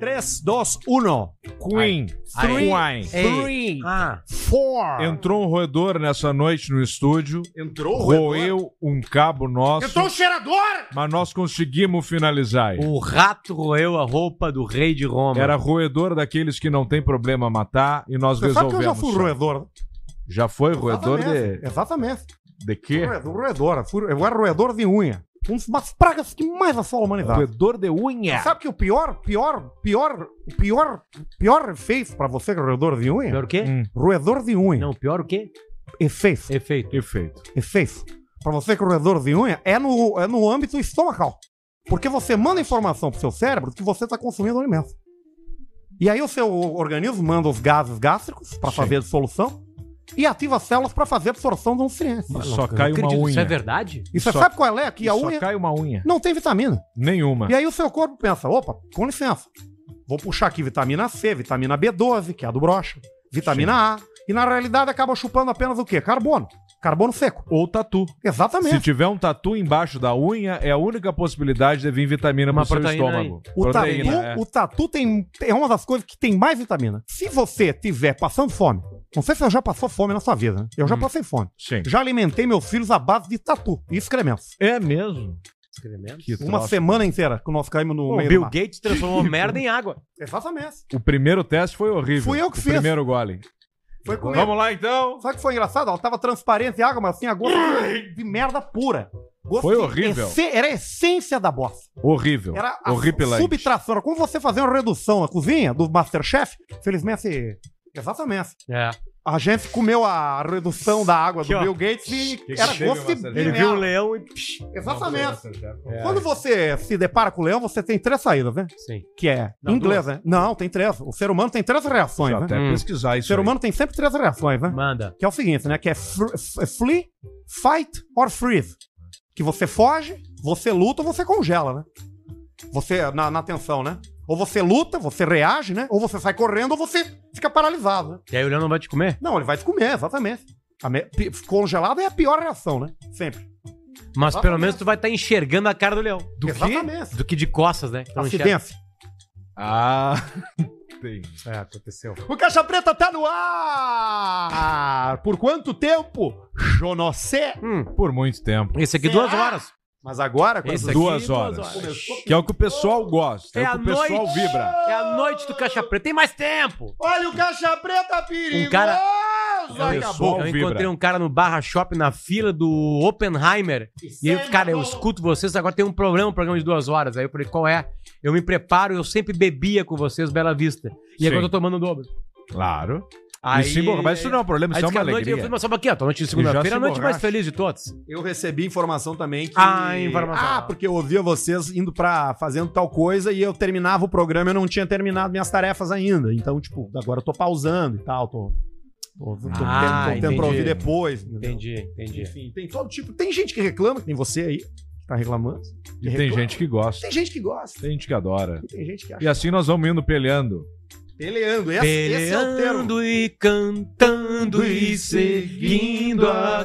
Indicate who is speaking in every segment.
Speaker 1: 3, 2, 1.
Speaker 2: Queen.
Speaker 1: Aí.
Speaker 2: Queen.
Speaker 1: Ei. Ah,
Speaker 3: Four.
Speaker 2: Entrou um roedor nessa noite no estúdio.
Speaker 3: Entrou o roedor?
Speaker 2: Roeu um cabo nosso.
Speaker 3: Entrou um o cheirador!
Speaker 2: Mas nós conseguimos finalizar. ele.
Speaker 1: o rato roeu a roupa do rei de Roma.
Speaker 2: Era roedor daqueles que não tem problema matar e nós
Speaker 3: Você sabe
Speaker 2: resolvemos.
Speaker 3: que eu já fui roedor.
Speaker 2: Já foi roedor
Speaker 3: Exatamente.
Speaker 2: de.
Speaker 3: Exatamente.
Speaker 2: De quê?
Speaker 3: Roedor, roedor. Fui- Eu era roedor de unha. Um das pragas que mais assola a humanidade.
Speaker 2: Roedor de unha.
Speaker 3: Sabe que o pior, pior, pior, o pior, pior efeito pra você que é roedor de unha?
Speaker 1: Pior o quê?
Speaker 2: Hum,
Speaker 3: Roedor de unha.
Speaker 1: Não, pior o quê?
Speaker 3: Efeito.
Speaker 1: Efeito.
Speaker 2: Efeito.
Speaker 3: Efeito. Pra você que é roedor de unha, é no, é no âmbito estomacal. Porque você manda informação pro seu cérebro que você tá consumindo alimento. E aí o seu organismo manda os gases gástricos pra
Speaker 2: Sim.
Speaker 3: fazer a dissolução e ativa as células pra fazer a absorção da nutrientes.
Speaker 2: E
Speaker 1: Mas
Speaker 2: só
Speaker 1: não
Speaker 2: cai uma
Speaker 1: acredito,
Speaker 2: unha.
Speaker 1: Isso é verdade?
Speaker 3: E você
Speaker 2: só-
Speaker 3: sabe qual é? Que
Speaker 2: E
Speaker 3: a
Speaker 2: só
Speaker 3: unha
Speaker 2: cai Ah. uma unha.
Speaker 3: não tem vitamina.
Speaker 2: Nenhuma.
Speaker 3: E aí o seu corpo pensa, opa, com licença. Vou puxar aqui vitamina C, vitamina B12, que é a do brocha, vitamina A. E na realidade acaba chupando apenas o quê? Carbono. Carbono seco.
Speaker 2: Ou tatu.
Speaker 3: Exatamente.
Speaker 2: Se tiver um tatu embaixo da unha, é a única possibilidade de vir vitamina
Speaker 1: Uma
Speaker 2: pro seu
Speaker 1: proteína
Speaker 2: estômago.
Speaker 3: O tatu,
Speaker 2: Proteína, é.
Speaker 3: o tatu tem, é uma das coisas que tem mais vitamina. Se você tiver passando fome, não sei se você já passou fome na sua vida, né? Eu
Speaker 2: Hum.
Speaker 3: já passei fome.
Speaker 2: Sim.
Speaker 3: Já alimentei meus filhos à base de tatu e excrementos.
Speaker 2: É mesmo.
Speaker 1: Excremento.
Speaker 2: Que
Speaker 3: Uma
Speaker 2: troço.
Speaker 3: semana inteira que nós caímos no
Speaker 1: Pô,
Speaker 3: meio
Speaker 1: Bill
Speaker 3: do mar.
Speaker 1: Gates transformou merda em água.
Speaker 3: Exatamente.
Speaker 2: O primeiro teste foi horrível.
Speaker 3: Fui eu que
Speaker 2: o
Speaker 3: fiz.
Speaker 2: primeiro gole.
Speaker 3: Foi comigo.
Speaker 2: Vamos lá então.
Speaker 3: Sabe o que foi engraçado? Ela tava transparente e água, mas assim, a gosto de- de merda pura. Gosto
Speaker 2: Foi
Speaker 3: de
Speaker 2: horrível.
Speaker 3: esse- era a essência da bosta.
Speaker 2: Horrível.
Speaker 3: Era a
Speaker 2: Horripilante.
Speaker 3: subtração. Era como você fazer uma redução na cozinha do Masterchef. Felizmente, exatamente.
Speaker 1: É.
Speaker 3: A gente comeu a redução da água
Speaker 1: Aqui,
Speaker 3: do
Speaker 1: ó.
Speaker 3: Bill Gates e
Speaker 2: Que que
Speaker 3: era
Speaker 2: teve,
Speaker 3: gosto de
Speaker 2: Masterchef?
Speaker 1: Ele
Speaker 3: merda.
Speaker 1: viu o leão e. Psh,
Speaker 3: Exatamente.
Speaker 1: É.
Speaker 3: Quando você se depara com o leão, você tem três saídas, né?
Speaker 1: Sim.
Speaker 3: Que é
Speaker 1: Não,
Speaker 3: inglês, né? Não, tem três. O ser humano tem três reações,
Speaker 2: Deixa eu
Speaker 3: né?
Speaker 2: até
Speaker 1: Hum.
Speaker 2: pesquisar
Speaker 3: O
Speaker 2: isso.
Speaker 3: ser
Speaker 2: aí.
Speaker 3: humano tem sempre três reações, né?
Speaker 1: Manda.
Speaker 3: que é o seguinte, né? Que é fr- f- flee, fight or freeze. Que você foge, você luta ou você congela, né? Você, na, na tensão, né? Ou você luta, você reage, né? Ou você sai correndo ou você fica paralisado, né?
Speaker 1: E aí o leão não vai te comer?
Speaker 3: Não, ele vai te comer, exatamente. A me- pi- Congelado é a pior reação, né? Sempre.
Speaker 1: Mas pelo
Speaker 3: Exatamente.
Speaker 1: menos tu vai estar enxergando a cara do leão. Do
Speaker 3: Exatamente. Assim,
Speaker 1: que? Do que de costas, né? Tu não enxerga.
Speaker 3: Acidência.
Speaker 2: Ah, tem.
Speaker 1: É, aconteceu.
Speaker 3: O Caixa Preta tá no ar! Por quanto tempo? Jonocé!
Speaker 1: Hum,
Speaker 2: Por muito tempo.
Speaker 1: esse aqui
Speaker 3: Será?
Speaker 1: duas horas.
Speaker 3: Mas agora,
Speaker 1: Esse
Speaker 3: quando
Speaker 1: aqui,
Speaker 2: duas horas.
Speaker 3: começou...
Speaker 2: Que é o que o pessoal gosta. É,
Speaker 1: É
Speaker 2: o que o
Speaker 1: a
Speaker 2: pessoal
Speaker 1: noite.
Speaker 2: vibra.
Speaker 1: É a noite do Caixa Preta. Tem mais tempo.
Speaker 3: Olha o Caixa Preta perigoso!
Speaker 1: Um cara-
Speaker 2: Olha,
Speaker 1: Eu,
Speaker 2: acabou.
Speaker 1: eu
Speaker 2: Vibra.
Speaker 1: encontrei um cara no Barra Shopping na fila do Oppenheimer. E eu,
Speaker 3: é
Speaker 1: cara, é eu escuto vocês, agora tem um problema, um programa de duas horas. Aí eu falei, qual é? Eu me preparo, eu sempre bebia com vocês, Bela Vista. E agora
Speaker 2: Sim.
Speaker 1: eu tô tomando o dobro.
Speaker 2: Claro.
Speaker 1: Aí,
Speaker 2: e se emborrar- mas isso não é um problema,
Speaker 1: Aí
Speaker 2: isso é
Speaker 1: disse que
Speaker 2: uma
Speaker 1: a noite,
Speaker 2: alegria.
Speaker 1: eu falei, mas só aqui, ó, tô noite de
Speaker 2: E já
Speaker 1: segunda-feira,
Speaker 2: se
Speaker 1: a noite mais
Speaker 2: borracha.
Speaker 1: feliz de todos.
Speaker 4: Eu recebi informação também que.
Speaker 1: Ah, informação.
Speaker 4: Ah, porque eu ouvia vocês indo pra. fazendo tal coisa e eu terminava o programa e eu não tinha terminado minhas tarefas ainda. Então, tipo, agora eu tô pausando e tal, tô. Tô, tô
Speaker 1: Ah,
Speaker 4: tendo, tô tendo
Speaker 1: entendi.
Speaker 4: pra ouvir depois. entendeu?
Speaker 1: Entendi, entendi.
Speaker 4: Enfim, tem todo tipo. Tem gente que reclama, que tem você aí que tá reclamando.
Speaker 2: E tem gente que gosta.
Speaker 4: Tem gente que gosta.
Speaker 2: Tem gente que adora.
Speaker 4: E tem gente que acha.
Speaker 2: E assim nós vamos indo peleando.
Speaker 4: Peleando, esse, esse é o termo.
Speaker 1: Peleando e cantando e seguindo a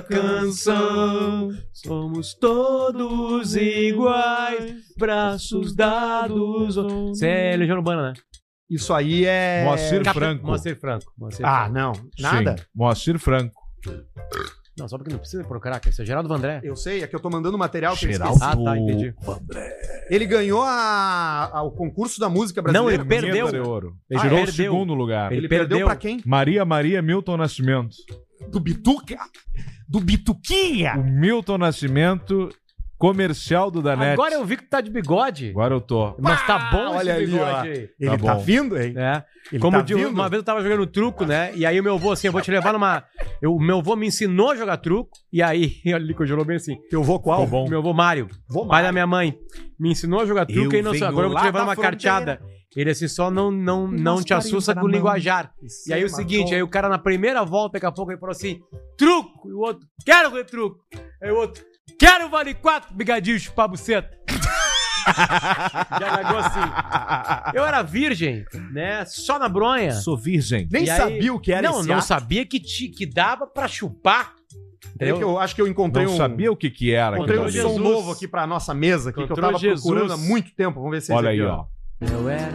Speaker 1: canção. Somos todos iguais, braços dados. Você é Legião Urbana, né?
Speaker 4: Isso aí é.
Speaker 2: Moacir
Speaker 1: Cap-
Speaker 2: Franco.
Speaker 1: Moacir Franco. Moacir
Speaker 4: Ah,
Speaker 1: Franco.
Speaker 4: não. Nada?
Speaker 2: Sim, Moacir Franco.
Speaker 1: Não, só porque não precisa procurar, cara. Isso é Geraldo Vandré.
Speaker 4: Eu sei, é que eu tô mandando material que eu
Speaker 2: Geraldo.
Speaker 4: esqueci.
Speaker 1: Ah, tá, entendi.
Speaker 4: Ele ganhou a- a- o concurso da música
Speaker 1: Não,
Speaker 4: brasileira.
Speaker 1: ele perdeu.
Speaker 2: Vinheta de ouro. Ele
Speaker 1: Ah,
Speaker 2: tirou o
Speaker 1: perdeu.
Speaker 2: segundo lugar.
Speaker 1: Ele-
Speaker 4: Ele perdeu
Speaker 1: perdeu.
Speaker 4: pra quem?
Speaker 2: Maria Maria Milton Nascimento. Tá
Speaker 3: Do Bituca? Do Bituquinha?
Speaker 2: O Milton Nascimento comercial do Danete.
Speaker 1: Agora eu vi que tu tá de bigode.
Speaker 2: Agora eu tô.
Speaker 1: Mas tá bom
Speaker 3: olha
Speaker 1: esse
Speaker 3: ali,
Speaker 1: bigode aí.
Speaker 3: Ele tá,
Speaker 2: bom.
Speaker 3: vindo, hein?
Speaker 1: É.
Speaker 3: Ele
Speaker 1: Como
Speaker 3: tá
Speaker 1: de- uma vez eu tava jogando truco, né? E aí o meu avô, assim, eu vou te levar numa. eu- O meu avô me ensinou a jogar truco. E aí, olha ali que eu jogou bem assim.
Speaker 3: Eu vou qual?
Speaker 2: Tá bom.
Speaker 1: Meu avô Mário,
Speaker 3: Vou
Speaker 1: pai da minha mãe, me ensinou a jogar truco
Speaker 2: Eu
Speaker 1: e não sei,
Speaker 2: venho
Speaker 1: agora eu vou te
Speaker 2: lá
Speaker 1: levar
Speaker 2: da
Speaker 1: numa
Speaker 2: fronteira.
Speaker 1: carteada. Ele assim, só não, não, não
Speaker 3: Nós
Speaker 1: te
Speaker 3: parimos
Speaker 1: assusta com o
Speaker 3: na mão.
Speaker 1: linguajar. E aí o seguinte, aí o cara na primeira volta, daqui a pouco, ele falou assim: truco! E o outro, quero ver truco! Aí o outro, quero vale quatro bigadinhos chupar buceta! Já largou assim. Eu era virgem, né? Só na bronha.
Speaker 2: Sou virgem.
Speaker 3: Nem
Speaker 1: E aí-
Speaker 3: sabia o que era
Speaker 1: não,
Speaker 3: esse
Speaker 1: não
Speaker 3: ato.
Speaker 1: sabia que, ti- que dava pra chupar.
Speaker 3: É que
Speaker 1: Entendeu?
Speaker 3: eu acho que eu
Speaker 2: Não
Speaker 3: encontrei um...
Speaker 2: sabia o que que era.
Speaker 3: Encontrei um
Speaker 1: Encontrou
Speaker 2: aquilo
Speaker 3: som
Speaker 2: ali.
Speaker 1: Jesus.
Speaker 3: novo aqui pra nossa mesa, aqui, que eu
Speaker 1: Encontrou
Speaker 3: tava
Speaker 1: Jesus.
Speaker 3: procurando há muito tempo. Vamos ver se é
Speaker 2: Olha
Speaker 3: esse
Speaker 2: aí,
Speaker 3: aqui,
Speaker 2: ó.
Speaker 1: Eu era.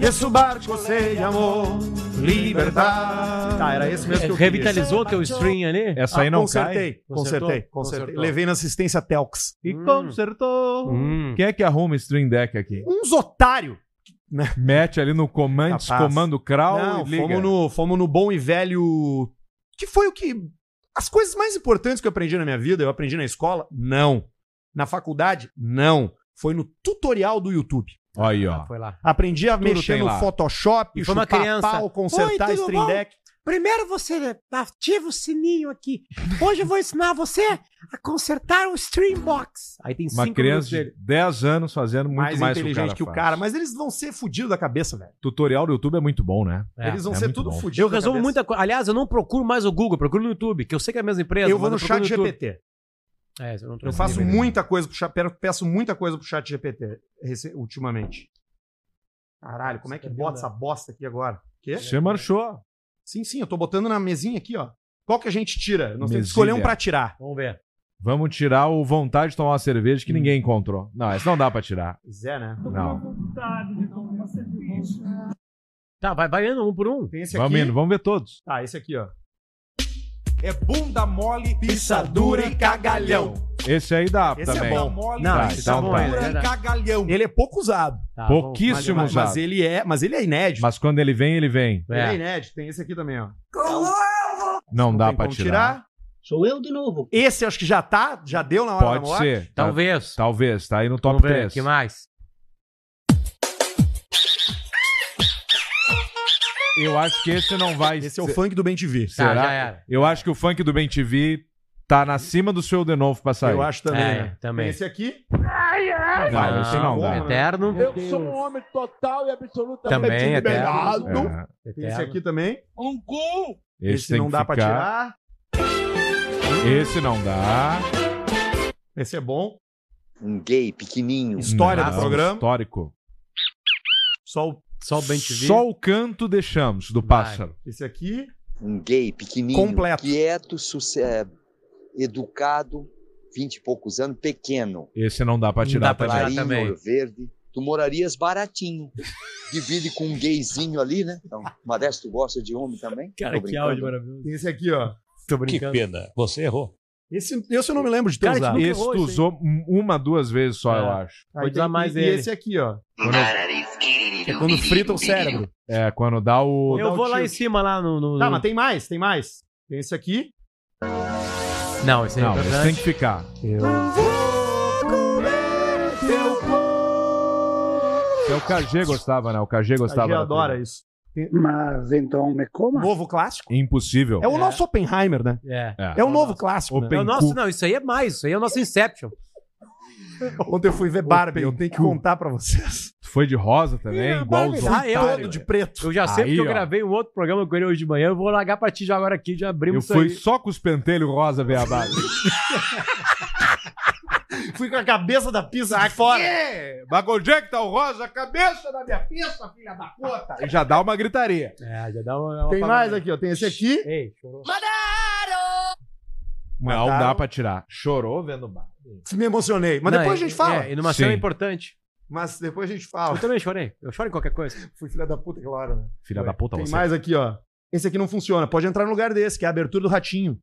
Speaker 3: Esse barco sem amor, liberdade. Tá, era esse mesmo que eu queria.
Speaker 1: Revitalizou teu stream ali?
Speaker 2: Essa aí
Speaker 3: Ah,
Speaker 2: não cai.
Speaker 3: consertei, Consertei,
Speaker 1: Consertou?
Speaker 3: consertei,
Speaker 1: Consertou.
Speaker 3: Levei na assistência Telx.
Speaker 2: E
Speaker 1: Hum.
Speaker 2: consertou.
Speaker 1: Hum.
Speaker 2: Quem é que arruma Stream Deck aqui?
Speaker 3: Uns otário.
Speaker 2: Mete ali no comando,
Speaker 3: Capaz.
Speaker 2: comando crawl
Speaker 3: Não,
Speaker 2: e liga.
Speaker 3: fomos no, fomos no bom e velho. Que foi o que. As coisas mais importantes que eu aprendi na minha vida, eu aprendi na escola? Não. Na faculdade? Não. Foi no tutorial do YouTube.
Speaker 2: Olha Aí, ó.
Speaker 1: Foi lá.
Speaker 3: Aprendi a
Speaker 2: Tudo
Speaker 3: mexer
Speaker 2: tem
Speaker 3: no
Speaker 2: lá.
Speaker 3: Photoshop,
Speaker 1: E foi uma
Speaker 3: chupar
Speaker 1: criança.
Speaker 3: pau, consertar
Speaker 1: Oi, tudo
Speaker 3: stream
Speaker 1: bom?
Speaker 3: deck.
Speaker 1: Primeiro você ativa o sininho aqui. Hoje eu vou ensinar você a consertar o Streambox. Aí tem
Speaker 2: Uma
Speaker 1: cinco
Speaker 2: criança
Speaker 1: minutos
Speaker 2: de
Speaker 1: dele.
Speaker 2: 10 anos fazendo muito mais,
Speaker 3: mais, inteligente que o, cara
Speaker 2: faz.
Speaker 3: Mas eles vão ser fudidos da cabeça, velho.
Speaker 2: Tutorial do YouTube é muito bom, né?
Speaker 1: É,
Speaker 3: eles vão
Speaker 2: é
Speaker 3: ser
Speaker 2: muito
Speaker 3: tudo
Speaker 2: bom.
Speaker 3: fudidos
Speaker 1: Eu
Speaker 3: da
Speaker 1: resolvo
Speaker 3: cabeça.
Speaker 1: muita coisa. Aliás, eu não procuro mais o Google, eu procuro no YouTube, que eu sei que é a mesma empresa.
Speaker 3: Eu vou no
Speaker 1: mas procuro
Speaker 3: chat
Speaker 1: YouTube.
Speaker 3: GPT.
Speaker 1: É, eu não
Speaker 3: Eu
Speaker 1: trouxe
Speaker 3: faço
Speaker 1: ninguém.
Speaker 3: muita coisa pro chat, peço- peço muita coisa pro chat GPT rece- ultimamente. Caralho, como é que bota essa bosta aqui agora? Quê?
Speaker 2: Você marchou.
Speaker 3: Sim, sim, eu tô botando na mesinha aqui, ó. Qual que a gente tira? Nós temos
Speaker 2: Mesilha.
Speaker 3: que escolher um pra tirar.
Speaker 1: Vamos ver.
Speaker 2: Vamos tirar o vontade de tomar uma cerveja que
Speaker 3: Hum.
Speaker 2: ninguém encontrou. Não, essa não dá pra tirar.
Speaker 3: Pois é, né?
Speaker 2: Não.
Speaker 1: Tá, vai, vai indo um por um.
Speaker 3: Tem esse
Speaker 2: Vamos
Speaker 3: aqui.
Speaker 2: indo, vamos ver todos.
Speaker 3: Tá, esse aqui, ó.
Speaker 5: É bunda mole,
Speaker 3: Pisadura e cagalhão.
Speaker 2: Esse aí dá
Speaker 3: Esse é
Speaker 2: também.
Speaker 5: bunda
Speaker 3: bom.
Speaker 5: mole,
Speaker 1: Não,
Speaker 2: Tá,
Speaker 1: esse
Speaker 2: então
Speaker 1: tá bom.
Speaker 2: tá.
Speaker 1: ele,
Speaker 5: pisadura e
Speaker 1: né?
Speaker 5: cagalhão.
Speaker 3: Ele é pouco usado.
Speaker 1: Tá, vamos.
Speaker 2: Pouquíssimo
Speaker 3: Mas,
Speaker 2: já.
Speaker 3: mas ele é, mas ele é inédito.
Speaker 2: Mas quando ele vem, ele vem.
Speaker 3: Ele é
Speaker 1: É.
Speaker 3: inédito. Tem esse aqui também, ó.
Speaker 2: Não, dá
Speaker 3: tem
Speaker 2: pra
Speaker 3: como
Speaker 2: tirar.
Speaker 6: Sou eu de novo.
Speaker 3: Esse acho que já tá, já deu na hora da
Speaker 2: Pode
Speaker 3: morte.
Speaker 2: ser. Tá-
Speaker 1: Talvez.
Speaker 2: Talvez, tá aí no top
Speaker 1: Vamos ver,
Speaker 2: 3.
Speaker 1: que mais?
Speaker 2: Eu acho que esse não vai
Speaker 3: Esse é o funk do Ben TV.
Speaker 1: Tá,
Speaker 2: Será?
Speaker 1: já era.
Speaker 2: Eu acho que o funk do Ben TV tá na cima do seu de novo pra sair.
Speaker 3: Eu acho também.
Speaker 1: É,
Speaker 3: né?
Speaker 1: também.
Speaker 3: Tem esse é né? aqui. Ah,
Speaker 2: Não, esse não dá.
Speaker 1: Eterno.
Speaker 5: sou um homem total e absolutamente
Speaker 1: Também, até.
Speaker 5: liberado.
Speaker 2: É,
Speaker 3: Tem esse
Speaker 1: Eterno.
Speaker 3: aqui também.
Speaker 5: Um gol.
Speaker 2: esse
Speaker 3: Esse,
Speaker 2: tem
Speaker 3: não
Speaker 2: que
Speaker 3: dá pra
Speaker 2: ficar.
Speaker 3: tirar.
Speaker 2: Esse não dá.
Speaker 3: Esse é bom.
Speaker 7: Um gay pequenininho.
Speaker 3: História
Speaker 2: Não,
Speaker 3: do programa.
Speaker 2: Histórico.
Speaker 3: Só o-
Speaker 1: Só o Ben TV.
Speaker 2: Só o canto deixamos do
Speaker 1: Vai.
Speaker 2: pássaro.
Speaker 3: esse aqui.
Speaker 7: Um gay pequenininho.
Speaker 3: Completo.
Speaker 7: Quieto, suce- eh, educado, vinte e poucos anos, pequeno.
Speaker 2: Esse não dá pra
Speaker 1: Não
Speaker 2: tirar
Speaker 1: dá pra
Speaker 2: também.
Speaker 1: tirar.
Speaker 7: Clarinho,
Speaker 1: também.
Speaker 7: olho verde. Tu morarias baratinho. Divide com um gayzinho ali, né? Então, Modesto gosta de homem também.
Speaker 1: Cara,
Speaker 7: Tô
Speaker 1: que
Speaker 7: brincando.
Speaker 1: áudio maravilhoso.
Speaker 3: Tem esse aqui, ó.
Speaker 1: Tô brincando.
Speaker 5: pena, você errou.
Speaker 3: Esse, esse eu não me lembro de ter
Speaker 1: Cara,
Speaker 3: usado.
Speaker 1: nunca
Speaker 2: Esse
Speaker 1: errou,
Speaker 2: tu
Speaker 1: esse,
Speaker 2: usou um- uma, duas vezes só,
Speaker 1: É.
Speaker 2: eu acho.
Speaker 3: Aí
Speaker 1: Vou
Speaker 3: tem-
Speaker 1: usar mais
Speaker 3: e,
Speaker 1: ele.
Speaker 3: E esse aqui, ó. Que é quando frita o cérebro.
Speaker 2: É, quando dá o.
Speaker 1: Eu vou lá em
Speaker 3: um tilt.
Speaker 1: cima, lá no. no-
Speaker 3: Tá,
Speaker 1: no-
Speaker 3: mas tem mais, tem mais. Tem esse aqui.
Speaker 1: Não, esse aí é
Speaker 2: Não, esse
Speaker 1: importante.
Speaker 2: tem que ficar. É o KG gostava, né? O KG
Speaker 3: A
Speaker 2: gostava.
Speaker 3: gente
Speaker 2: da
Speaker 3: adora isso.
Speaker 6: Mas então me coma.
Speaker 3: Novo clássico.
Speaker 2: trilha. Impossível.
Speaker 3: É o nosso Oppenheimer, né?
Speaker 1: É.
Speaker 2: É.
Speaker 3: É o novo clássico.
Speaker 2: Open
Speaker 3: né?
Speaker 1: É o nosso, não, isso aí é mais, isso aí é o nosso Inception.
Speaker 3: Ontem eu fui ver Barbie, eu tenho que contar pra vocês.
Speaker 2: Tu Foi de rosa também, igual os outros.
Speaker 1: Ah, eu,
Speaker 3: Todo de preto.
Speaker 1: eu já sei
Speaker 2: Aí,
Speaker 1: porque eu
Speaker 2: ó.
Speaker 1: gravei um outro programa com ele hoje de manhã, eu vou largar pra ti já agora aqui, já
Speaker 2: Eu
Speaker 1: abrimos isso
Speaker 2: fui
Speaker 1: aí.
Speaker 2: só com os pentelhos rosa, beabá.
Speaker 3: Fui com a cabeça da pizza aqui fora.
Speaker 2: Mas onde é que tá o rosa? A cabeça da minha pista, filha da puta! E já dá uma gritaria.
Speaker 1: É, já dá uma, uma
Speaker 3: Tem mais
Speaker 1: parada.
Speaker 3: aqui, ó. Tem esse aqui.
Speaker 1: Ei, chorou.
Speaker 2: Não
Speaker 3: Mataram.
Speaker 2: dá pra tirar. Chorou vendo o bar.
Speaker 3: Me emocionei. Mas
Speaker 1: Não,
Speaker 3: depois
Speaker 1: é-
Speaker 3: a gente fala.
Speaker 1: É, e numa
Speaker 2: Sim.
Speaker 1: cena importante.
Speaker 3: Mas depois a gente
Speaker 1: Eu
Speaker 3: fala.
Speaker 1: também chorei. Eu choro em qualquer coisa.
Speaker 3: Fui filha da puta, claro. Né?
Speaker 2: Filha da puta,
Speaker 3: Tem
Speaker 2: você.
Speaker 3: mais aqui, ó. Esse aqui não funciona. Pode entrar no lugar desse, que é a abertura do ratinho.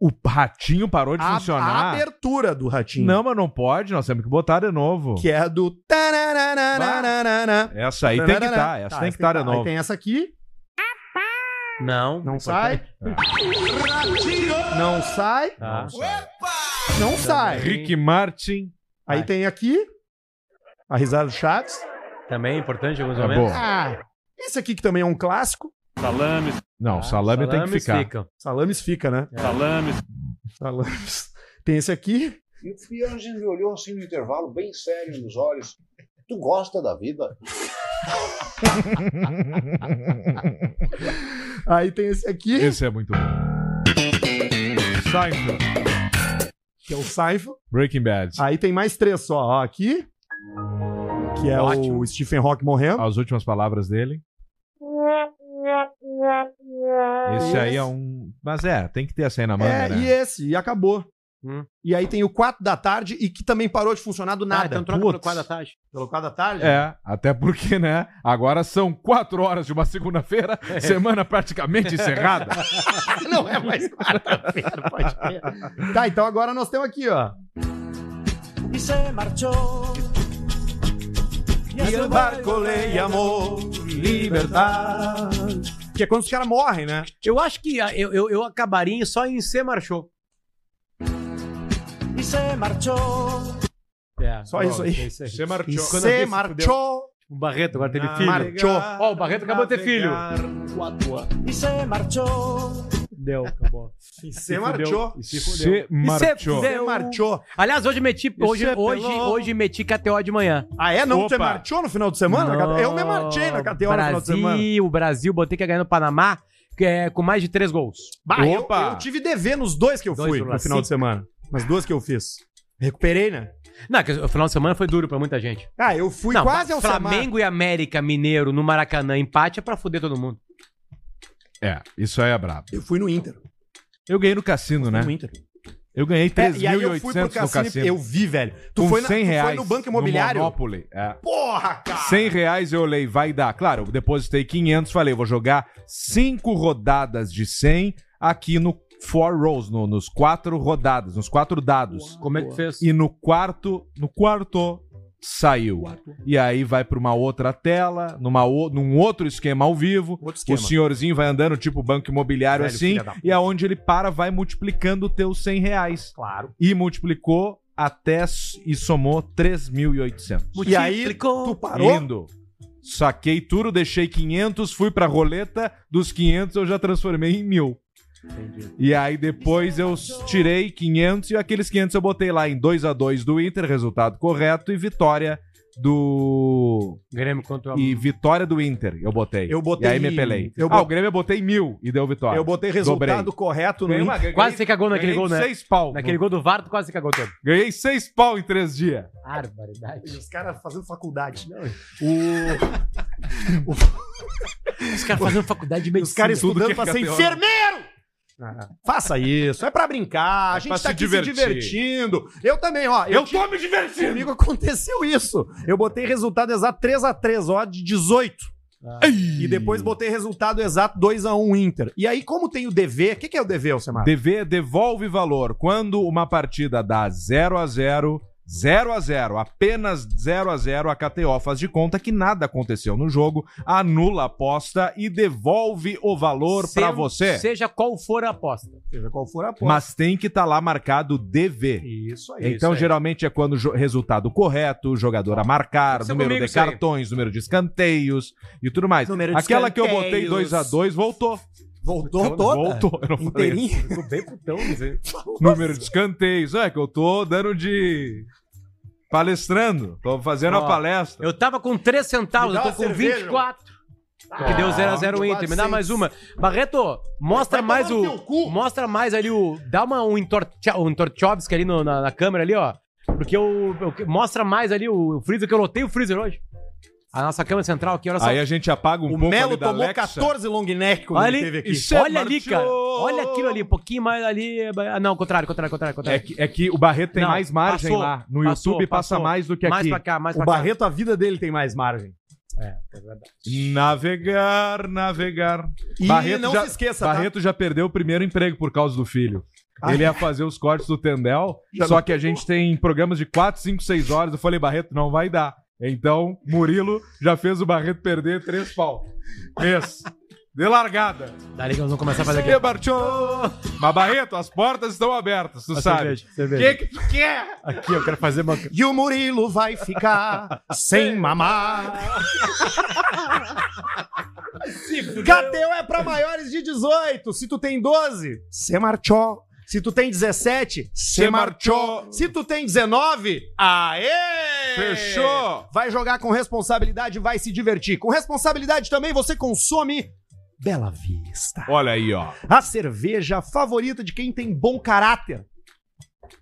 Speaker 2: O ratinho parou de
Speaker 3: A- A,
Speaker 2: funcionar.
Speaker 3: abertura do ratinho.
Speaker 2: Não, mas não pode. Nós temos que botar de novo.
Speaker 3: Que é a do. tarararararararara.
Speaker 2: Essa aí tem que estar. Essa
Speaker 3: Tá,
Speaker 2: tem que estar de
Speaker 3: Aí
Speaker 2: novo.
Speaker 3: tem essa aqui.
Speaker 1: Não.
Speaker 3: Não sai.
Speaker 2: É.
Speaker 5: Ratinho!
Speaker 3: Não sai.
Speaker 8: Tá.
Speaker 3: Não sai.
Speaker 2: Rick Martin.
Speaker 3: Aí tem aqui. A risada do Chaves.
Speaker 8: Também é importante em alguns
Speaker 2: É
Speaker 8: momentos.
Speaker 2: boa.
Speaker 3: Ah, esse aqui que também é um clássico.
Speaker 2: Não, Ah, salame, tem que
Speaker 8: Salames
Speaker 2: ficar.
Speaker 8: ficam.
Speaker 3: Salames fica, né?
Speaker 8: É.
Speaker 3: Salames. Salames. Tem esse aqui.
Speaker 9: E o Pianges me olhou assim no intervalo, bem sério nos olhos. Tu gosta da vida?
Speaker 3: Aí tem esse aqui,
Speaker 2: Esse é muito bom. Seinfeld.
Speaker 3: que é o Seinfeld.
Speaker 2: Breaking Bad.
Speaker 3: Aí tem mais três só. Ó, aqui. Que é o Stephen Hawking morrendo.
Speaker 2: As últimas palavras dele. Esse aí é um. Mas é, tem que ter essa aí na manga,
Speaker 3: É,
Speaker 2: né?
Speaker 3: e esse, e acabou.
Speaker 8: Ah, Hum.
Speaker 3: E aí tem o 4 da tarde, e que também parou de funcionar do
Speaker 1: Tá,
Speaker 8: Nada.
Speaker 3: nada.
Speaker 8: então troca
Speaker 3: Putz.
Speaker 8: pelo quadro da tarde.
Speaker 3: Pelo 4 da tarde?
Speaker 2: É, até porque, né? Agora são quatro horas de uma segunda-feira, semana praticamente encerrada.
Speaker 3: Não é mais quarta-feira, pode ver. Tá, então agora nós temos aqui, ó. E o barco lei amor, liberdade. Que é quando os caras morrem, né?
Speaker 8: Eu acho que ah, eu, eu, eu acabaria em- só em C marchou. É,
Speaker 3: Só
Speaker 8: bom,
Speaker 3: isso aí.
Speaker 8: é Isso aí.
Speaker 2: Você marchou.
Speaker 3: Se marchou,
Speaker 8: O Barreto agora teve
Speaker 3: Ah,
Speaker 8: filho.
Speaker 3: marchou.
Speaker 8: Ó, o Barreto acabou de ter filho. Deu, acabou.
Speaker 3: se marchou.
Speaker 8: Se
Speaker 2: Se marchou.
Speaker 8: Se
Speaker 3: Se marchou.
Speaker 8: Aliás, hoje meti, hoje, hoje, hoje meti KTO de manhã.
Speaker 3: Ah, é? Não
Speaker 2: Opa.
Speaker 3: te marchou no final de semana?
Speaker 8: Não,
Speaker 3: Eu me marchei na KTO no final de semana.
Speaker 8: Brasil, Brasil, botei que ia ganhar no Panamá é, com mais de três gols.
Speaker 3: Bah, eu,
Speaker 2: Opa!
Speaker 3: eu tive dever nos dois que eu fui no
Speaker 8: 2,5.
Speaker 3: final de semana. Nas duas que eu fiz. Recuperei, né?
Speaker 8: Não, que o final de semana foi duro pra muita gente.
Speaker 3: Ah, eu fui
Speaker 8: Não,
Speaker 2: é
Speaker 3: quase ao Samar.
Speaker 8: Flamengo e América Mineiro no Maracanã, empate é pra foder todo mundo.
Speaker 2: É, isso aí é brabo.
Speaker 3: Eu fui no Inter.
Speaker 2: Eu ganhei no cassino, né?
Speaker 3: No Inter.
Speaker 2: Eu ganhei
Speaker 3: É, e aí eu fui
Speaker 2: 3.800
Speaker 3: pro
Speaker 2: no
Speaker 3: cassino,
Speaker 2: cassino.
Speaker 3: eu vi, velho. Tu,
Speaker 2: com
Speaker 3: foi, na,
Speaker 2: 100
Speaker 3: tu foi
Speaker 2: reais
Speaker 3: no banco imobiliário?
Speaker 2: Monopoly. É.
Speaker 3: Porra, cara!
Speaker 2: 100 reais eu olhei, vai dar. Claro, eu depositei 500, falei, eu vou jogar cinco rodadas de 100 aqui no Four Rolls, no- nos quatro rodadas, nos quatro dados.
Speaker 8: Como é que fez?
Speaker 2: E no quarto, no quarto saiu. E aí vai pra uma outra tela, numa, o- num outro esquema ao vivo.
Speaker 3: Outro
Speaker 2: O
Speaker 3: esquema.
Speaker 2: senhorzinho vai andando tipo banco imobiliário
Speaker 3: Velho,
Speaker 2: assim,
Speaker 3: filha da
Speaker 2: e aonde ele para vai multiplicando os teus 100 reais.
Speaker 3: Claro.
Speaker 2: E multiplicou até s- e somou 3.800.
Speaker 3: E aí,
Speaker 8: Multiplicou.
Speaker 3: tu parou?
Speaker 2: Lindo. Saquei tudo, deixei 500, fui pra roleta. Dos 500 eu já transformei em mil. E aí depois eu s- tirei 500 e aqueles 500 eu botei lá em 2 a 2 do Inter, resultado correto e vitória do
Speaker 8: Grêmio contra o
Speaker 2: e vitória do Inter, eu botei.
Speaker 3: Eu botei-
Speaker 2: E aí me pelei.
Speaker 3: eu
Speaker 2: Ah,
Speaker 3: bot-
Speaker 2: o Grêmio eu botei mil e deu vitória.
Speaker 3: Eu botei resultado
Speaker 2: Dobrei.
Speaker 3: correto no
Speaker 2: Ganhei uma-
Speaker 3: Inter.
Speaker 2: ganhei-
Speaker 8: Quase você cagou naquele
Speaker 2: ganhei
Speaker 8: gol, né?
Speaker 2: Seis pau.
Speaker 8: Naquele gol do VAR, tu quase cagou todo.
Speaker 2: Ganhei seis pau em três dias.
Speaker 8: Barbaridade.
Speaker 3: Os caras fazendo faculdade. né?
Speaker 8: Os caras fazendo faculdade de medicina.
Speaker 3: Os caras
Speaker 2: Tudo
Speaker 3: estudando
Speaker 2: que é
Speaker 3: pra ser
Speaker 2: KTO.
Speaker 3: enfermeiro! Ah, Faça isso, é pra brincar, a gente
Speaker 2: pra
Speaker 3: tá
Speaker 2: se
Speaker 3: aqui
Speaker 2: divertir.
Speaker 3: se divertindo. Eu também, ó. Eu, tô me divertindo! Comigo aconteceu isso. Eu botei resultado exato 3x3, ó, de 18. E depois botei resultado exato 2x1 Inter. E aí, como tem o DV, o que, que é o DV, Alcemar?
Speaker 2: DV devolve valor. Quando uma partida dá 0 a 0 0 a 0 apenas 0 a 0 a KTO faz de conta que nada aconteceu no jogo, anula a aposta e devolve o valor pra você.
Speaker 8: Seja qual for a aposta.
Speaker 3: Seja qual for a aposta.
Speaker 2: Mas tem que estar lá marcado DV.
Speaker 3: Isso aí.
Speaker 2: Então, geralmente é quando o jo- resultado correto, o jogador a marcar,
Speaker 8: Isso é
Speaker 2: número
Speaker 8: comigo,
Speaker 2: de
Speaker 8: isso aí.
Speaker 2: cartões, número de escanteios e tudo mais.
Speaker 3: Número de é
Speaker 2: Aquela que eu botei
Speaker 3: escanteios.
Speaker 2: 2 a 2 voltou.
Speaker 3: Voltou toda?
Speaker 2: Voltou. Eu não falei isso.
Speaker 3: Inteirinha?
Speaker 8: Ficou bem putão, assim.
Speaker 2: número de escanteios. É que eu tô dando de. palestrando. Tô fazendo
Speaker 8: Ó,
Speaker 2: a palestra.
Speaker 8: Eu tava com 3 centavos,
Speaker 3: Me dá
Speaker 8: eu tô
Speaker 3: uma
Speaker 8: com
Speaker 3: cerveja. Ah,
Speaker 8: 24. Porque deu 0x0 o Inter. Me dá mais uma. Barreto, mostra
Speaker 3: Vai
Speaker 8: mais
Speaker 3: tomar no
Speaker 8: o.
Speaker 3: teu cu.
Speaker 8: Mostra mais ali o. Dá uma, um entorcha- um Entorchovski ali no- na, na câmera ali, ó. Porque eu, eu- Mostra mais ali o, o freezer, que eu lotei o freezer hoje. A nossa câmera central aqui, olha só.
Speaker 2: Aí a gente apaga um
Speaker 3: O
Speaker 2: pouco
Speaker 3: Melo
Speaker 2: ali da
Speaker 3: tomou
Speaker 2: Alexa.
Speaker 3: 14 long neck quando
Speaker 8: Olha
Speaker 3: ele
Speaker 8: ali,
Speaker 3: teve aqui.
Speaker 2: Isso é
Speaker 8: olha ali,
Speaker 2: Martio.
Speaker 8: cara. Olha aquilo ali, um pouquinho mais ali. Ah, não, contrário, contrário, contrário,
Speaker 2: É
Speaker 8: contrário.
Speaker 2: que, é que o Barreto tem
Speaker 8: Não,
Speaker 2: mais margem
Speaker 8: passou,
Speaker 2: lá. No
Speaker 8: passou,
Speaker 2: YouTube passa
Speaker 8: passou.
Speaker 2: mais do que
Speaker 8: mais
Speaker 2: aqui.
Speaker 8: pra cá, mais
Speaker 3: O
Speaker 8: pra cá.
Speaker 3: Barreto, a vida dele tem mais margem.
Speaker 2: Navegar, navegar.
Speaker 3: E
Speaker 2: Barreto
Speaker 3: não
Speaker 2: já-
Speaker 3: se esqueça, tá?
Speaker 2: Barreto já perdeu o primeiro emprego por causa do filho.
Speaker 3: Ah.
Speaker 2: Ele ia fazer os cortes do Tendel, só que a gente tem programas de 4, 5, 6 horas. Eu falei, Barreto, não vai dar. Então, Murilo já fez o Barreto perder três pau. Mês. De largada.
Speaker 8: Dali que nós vamos começar a fazer aqui.
Speaker 2: E Bartô. Mas Barreto, as portas estão abertas, tu
Speaker 8: Ó,
Speaker 2: sabe.
Speaker 8: cerveja, cerveja.
Speaker 2: Que é que tu quer?
Speaker 8: Aqui, eu quero fazer uma.
Speaker 3: E o Murilo vai ficar sem mamar. Cateu é pra maiores de 18. Se tu tem 12, você marchou. Se tu tem 17, você
Speaker 2: Cê marchou.
Speaker 3: marchou. Se tu tem 19, aê!
Speaker 2: Fechou.
Speaker 3: Vai jogar com responsabilidade, vai se divertir. Com responsabilidade também você consome Bela Vista.
Speaker 2: Olha aí, ó.
Speaker 3: A cerveja favorita de quem tem bom caráter.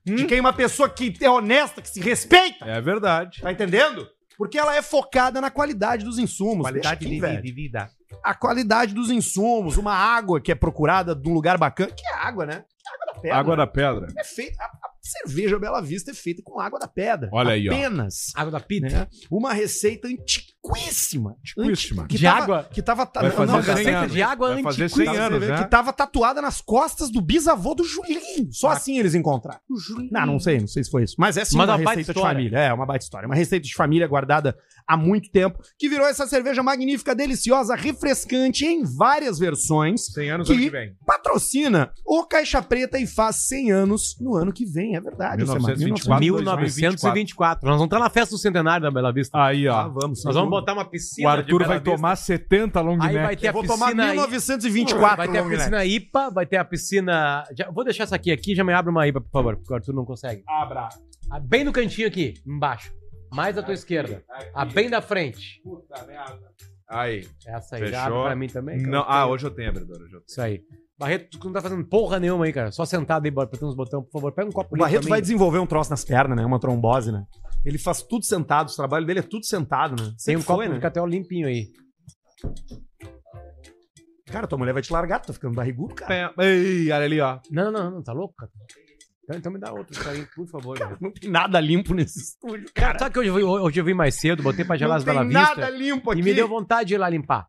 Speaker 2: Hum?
Speaker 3: De quem é uma pessoa que é honesta, que se respeita.
Speaker 2: É verdade.
Speaker 3: Tá entendendo? Porque ela é focada na qualidade dos insumos. Deixa aqui, velho.
Speaker 8: vida.
Speaker 3: A qualidade dos insumos, uma água que é procurada de um lugar bacana. Que é água, né? Que é Água da pedra.
Speaker 2: Água da pedra.
Speaker 3: É feita, a, a cerveja Bela Vista é feita com água da pedra.
Speaker 2: Olha aí, ó.
Speaker 3: Apenas.
Speaker 8: Água da pita.
Speaker 3: Né? Uma receita antiquíssima.
Speaker 2: Antiquíssima.
Speaker 3: Anti- que
Speaker 8: De
Speaker 3: tava-
Speaker 8: água?
Speaker 3: Que tava, ta-
Speaker 2: Vai
Speaker 3: não,
Speaker 2: fazer
Speaker 3: não,
Speaker 2: 100
Speaker 3: receita
Speaker 2: anos.
Speaker 8: de água
Speaker 2: Vai fazer
Speaker 8: antiquíssima.
Speaker 2: 100 anos,
Speaker 3: que tá
Speaker 2: né?
Speaker 3: tava tatuada nas costas do bisavô do Julinho. Só assim eles encontraram. Não, não sei, não sei se foi isso. Mas é sim
Speaker 8: Mas
Speaker 3: uma
Speaker 8: uma baita
Speaker 3: receita de
Speaker 8: história.
Speaker 3: família. É, uma baita história. Uma receita de família guardada há muito tempo, que virou essa cerveja magnífica, deliciosa, refrescante em várias versões,
Speaker 2: 100 anos
Speaker 3: Que-
Speaker 2: ano que vem.
Speaker 3: patrocina o Caixa Preta e faz 100 anos no ano que vem. É verdade, Semar.
Speaker 2: 1924.
Speaker 8: 1924. Nós vamos estar na festa do centenário da Bela Vista.
Speaker 2: Aí,
Speaker 3: Ah,
Speaker 2: ó.
Speaker 3: vamos.
Speaker 8: Nós vamos botar uma piscina.
Speaker 2: O
Speaker 8: de
Speaker 2: Arthur
Speaker 8: Bela
Speaker 2: vai
Speaker 8: Vista.
Speaker 2: tomar 70 long
Speaker 8: Aí vai
Speaker 2: neck.
Speaker 8: ter a
Speaker 3: Vou tomar
Speaker 8: piscina. aí.
Speaker 3: 1924,
Speaker 8: Vai ter a
Speaker 3: Long Neck.
Speaker 8: piscina IPA, vai ter a piscina. já- vou deixar essa aqui aqui, já me abre uma IPA, por favor, porque o Arthur não consegue.
Speaker 2: Abra.
Speaker 8: Ah, Bem no cantinho aqui, embaixo. Mais à tua esquerda. A bem da frente.
Speaker 2: Puta merda. Aí.
Speaker 8: Essa aí. Já
Speaker 2: Fechou.
Speaker 8: abre pra mim também. que eu
Speaker 2: Não,
Speaker 8: tenho.
Speaker 2: ah, hoje eu tenho, abridor. Hoje eu tenho.
Speaker 8: Isso aí. Barreto, tu não tá fazendo porra nenhuma aí, cara. Só sentado aí, bora, apertando os botões, por favor. Pega um copo
Speaker 3: O
Speaker 8: limpo
Speaker 3: Barreto
Speaker 8: pra
Speaker 3: vai
Speaker 8: mim.
Speaker 3: desenvolver um troço nas pernas, né? Uma trombose, né? Ele faz tudo sentado, o trabalho dele é tudo sentado, né?
Speaker 8: Tem
Speaker 3: Sempre
Speaker 8: um copo
Speaker 3: foi,
Speaker 8: de
Speaker 3: né?
Speaker 8: catel limpinho aí.
Speaker 3: Cara, tua mulher vai te largar, tu tá ficando barrigudo, cara.
Speaker 2: Pé. É, Ei, olha ali, ó.
Speaker 8: Não, não, não, tá louco, cara? Então, então me dá outro, cara, aí, por favor. Barreto.
Speaker 3: Não tem nada limpo nesse estúdio,
Speaker 8: Cara,
Speaker 3: cara.
Speaker 8: sabe que hoje eu, vim- hoje eu vim mais cedo, botei pra gelar
Speaker 3: Não
Speaker 8: as
Speaker 3: tem
Speaker 8: Bela
Speaker 3: nada
Speaker 8: Vista
Speaker 3: limpo aqui.
Speaker 8: e me deu vontade de ir lá limpar.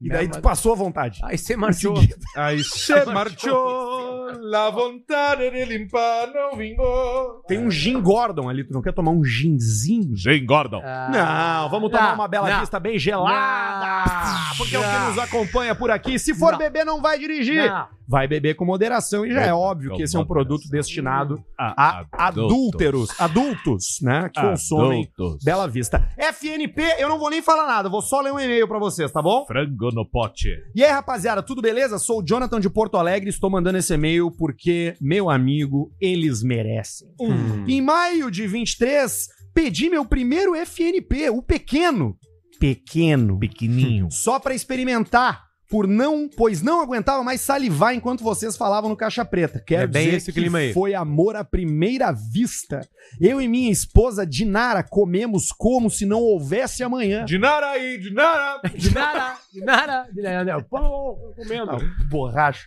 Speaker 3: E daí
Speaker 8: Né,
Speaker 3: tu
Speaker 8: mas-
Speaker 3: passou à vontade.
Speaker 8: Aí você marchou.
Speaker 2: Aí se marchou, la vontade de limpar não vingou.
Speaker 3: Tem um gin Gordon ali, tu não quer tomar um ginzinho?
Speaker 2: Jane Gordon.
Speaker 3: É, Não, vamos tomar
Speaker 8: Não,
Speaker 3: uma bela
Speaker 8: Ah, tá. não.
Speaker 3: vista bem gelada.
Speaker 1: Ah,
Speaker 8: Não,
Speaker 3: porque é o
Speaker 8: não.
Speaker 3: que nos acompanha por aqui. Se for
Speaker 8: Não.
Speaker 3: beber, não vai dirigir.
Speaker 8: Não.
Speaker 3: Vai beber com moderação e já é óbvio que esse é um produto destinado
Speaker 2: Ah,
Speaker 3: a adúlteros, adultos, né, que consomem Bela Vista. FNP, eu não vou nem falar nada, eu vou só ler um e-mail pra vocês, tá bom?
Speaker 2: Frango no pote.
Speaker 3: E aí, rapaziada, tudo beleza? Sou o Jonathan de Porto Alegre, estou mandando esse e-mail porque, meu amigo, eles merecem.
Speaker 8: Hum.
Speaker 3: Em maio de 23, pedi meu primeiro FNP, o pequeno. Pequeno.
Speaker 2: Pequenininho.
Speaker 8: Hum.
Speaker 3: Só pra experimentar, por não, pois não aguentava mais salivar enquanto vocês falavam no caixa preta. Quero
Speaker 8: É bem
Speaker 3: dizer
Speaker 8: esse
Speaker 3: que
Speaker 8: clima aí.
Speaker 3: foi amor à primeira vista. Eu e minha esposa Dinara comemos como se não houvesse amanhã.
Speaker 2: Dinara aí, Dinara.
Speaker 8: De nada, de nada, de nada. Eu pô, comendo.
Speaker 3: borracha.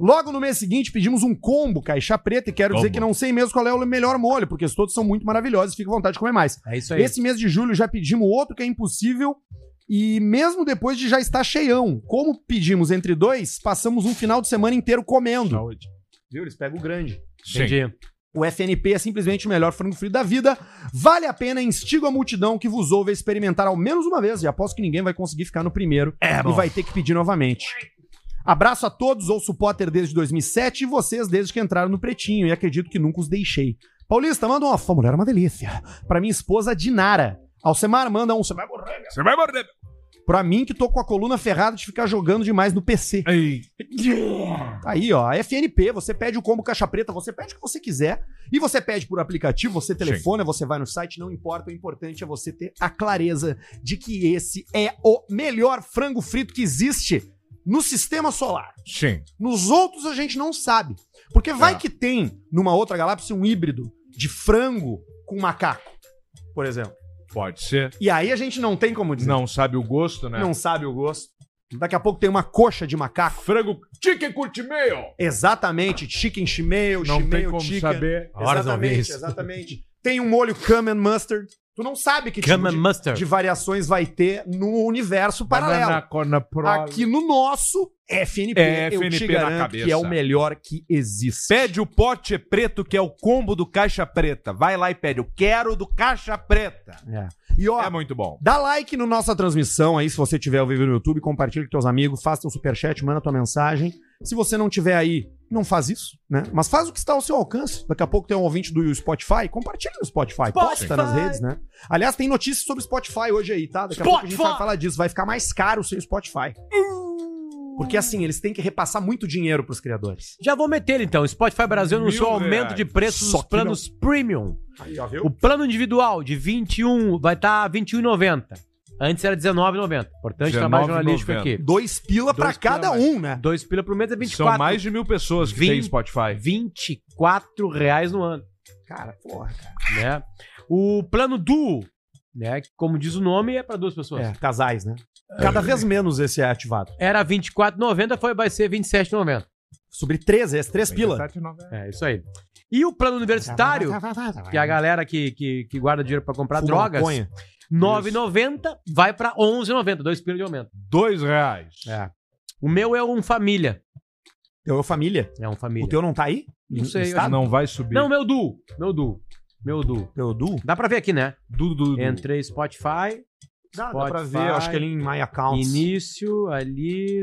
Speaker 3: Logo no mês seguinte, pedimos um combo caixa preta e quero dizer
Speaker 2: Combo.
Speaker 3: que não sei mesmo qual é o melhor molho, porque os todos são muito maravilhosos e fico com vontade de comer mais.
Speaker 8: É isso aí.
Speaker 3: Esse mês de julho já pedimos outro que é impossível e mesmo depois de já estar cheião, como pedimos entre dois, passamos um final de semana inteiro comendo. Viu? Eles pegam o grande.
Speaker 8: Entendi.
Speaker 3: O FNP é simplesmente o melhor frango frito da vida. Vale a pena, instigo a multidão que vos ouve a experimentar ao menos uma vez. E aposto que ninguém vai conseguir ficar no primeiro e vai ter que pedir novamente. Abraço a todos, ouço o Potter desde 2007 e vocês desde que entraram no Pretinho e acredito que nunca os deixei. Paulista, manda um ó, mulher é uma delícia. Pra minha esposa Dinara. Alcemar, manda um, você vai morrer.
Speaker 2: Você vai morrer.
Speaker 3: Pra mim que tô com a coluna ferrada de ficar jogando demais no PC.
Speaker 2: Ei.
Speaker 3: Tá Aí, ó, FNP, você pede o combo caixa preta, você pede o que você quiser. E você pede por aplicativo, você telefona, você vai no site, não importa. O importante é você ter a clareza de que esse é o melhor frango frito que existe no sistema solar.
Speaker 2: Sim.
Speaker 3: Nos outros a gente não sabe. Porque vai
Speaker 2: É.
Speaker 3: que tem numa outra galáxia um híbrido de frango com macaco, por exemplo.
Speaker 2: Pode ser.
Speaker 3: E aí a gente não tem como dizer.
Speaker 2: Não sabe o gosto, né?
Speaker 3: Não sabe o gosto. Daqui a pouco tem uma coxa de macaco.
Speaker 2: Frango chicken curte meio.
Speaker 3: Exatamente, chicken shimeio,
Speaker 2: Não tem
Speaker 3: shimeio
Speaker 2: como
Speaker 3: chicken.
Speaker 2: saber.
Speaker 8: Horas não vi
Speaker 3: Exatamente,
Speaker 8: isso.
Speaker 3: exatamente. Tem um molho Kamen Mustard, Tu não sabe que tipo
Speaker 1: Cama
Speaker 3: de,
Speaker 1: Mustard.
Speaker 3: de variações vai ter no universo paralelo. Aqui no nosso FNP,
Speaker 2: É,
Speaker 3: eu te
Speaker 2: FNP na
Speaker 3: garanto
Speaker 2: cabeça.
Speaker 3: que é o melhor que existe.
Speaker 2: Pede o pote preto, que é o combo do caixa preta. Vai lá e pede. Eu quero do caixa preta.
Speaker 3: E ó,
Speaker 2: É muito bom.
Speaker 3: Dá like no nossa transmissão aí, se você tiver ao vivo no YouTube, compartilha com teus amigos, faça teu superchat, manda tua mensagem. Se você não tiver aí, não faz isso, né? Mas faz o que está ao seu alcance. Daqui a pouco tem um ouvinte do Spotify, compartilha no Spotify, posta nas redes, né? Aliás, tem notícias sobre Spotify hoje aí, tá? Daqui a pouco a gente vai
Speaker 1: Spotify!
Speaker 3: falar disso, vai ficar mais caro sem o Spotify. Porque assim, eles têm que repassar muito dinheiro pros criadores.
Speaker 1: Já vou meter ele então. Spotify Brasil
Speaker 2: Mil
Speaker 1: anunciou aumento
Speaker 2: reais.
Speaker 1: de preço
Speaker 3: Só
Speaker 1: dos
Speaker 3: que
Speaker 1: planos premium.
Speaker 3: Aí, ó, viu?
Speaker 1: O plano individual de 21 vai estar tá 21,90. Antes era 19,90. Importante trabalho jornalístico
Speaker 2: 19,90.
Speaker 1: aqui.
Speaker 3: Dois pila pra
Speaker 2: Dois pila
Speaker 3: cada
Speaker 2: mais.
Speaker 3: um, né?
Speaker 1: Dois pila por mês é 24.
Speaker 2: São mais de mil pessoas que
Speaker 1: Vinte-
Speaker 2: têm Spotify.
Speaker 1: 24 reais no ano,
Speaker 3: Cara, porra. cara.
Speaker 1: né? O plano duo, né? que Como diz o nome, é para duas pessoas.
Speaker 3: É, casais, né? Cada vez menos esse é ativado.
Speaker 1: Era 24,90, foi vai ser 27,90.
Speaker 3: Sobre três, é três pila.
Speaker 1: É, isso aí. E o plano universitário, que é a galera que, que, que guarda dinheiro pra comprar
Speaker 3: Fuma
Speaker 1: drogas,
Speaker 3: maconha.
Speaker 1: 9,90 vai pra 11,90, dois pila de aumento.
Speaker 2: Dois reais.
Speaker 1: É. O meu é um família.
Speaker 3: Teu é família.
Speaker 1: É um
Speaker 3: O
Speaker 1: família.
Speaker 3: teu não tá aí?
Speaker 1: Não sei,
Speaker 3: Está?
Speaker 1: eu-
Speaker 2: Não vai subir.
Speaker 1: Não, meu duo. Meu duo. Meu duo.
Speaker 3: Teu du?
Speaker 1: Dá pra ver aqui, né?
Speaker 2: Du, du, du.
Speaker 1: Entrei Spotify,
Speaker 3: Dá,
Speaker 1: Spotify,
Speaker 3: pra ver. Eu acho que ele em My Accounts.
Speaker 1: início, ali.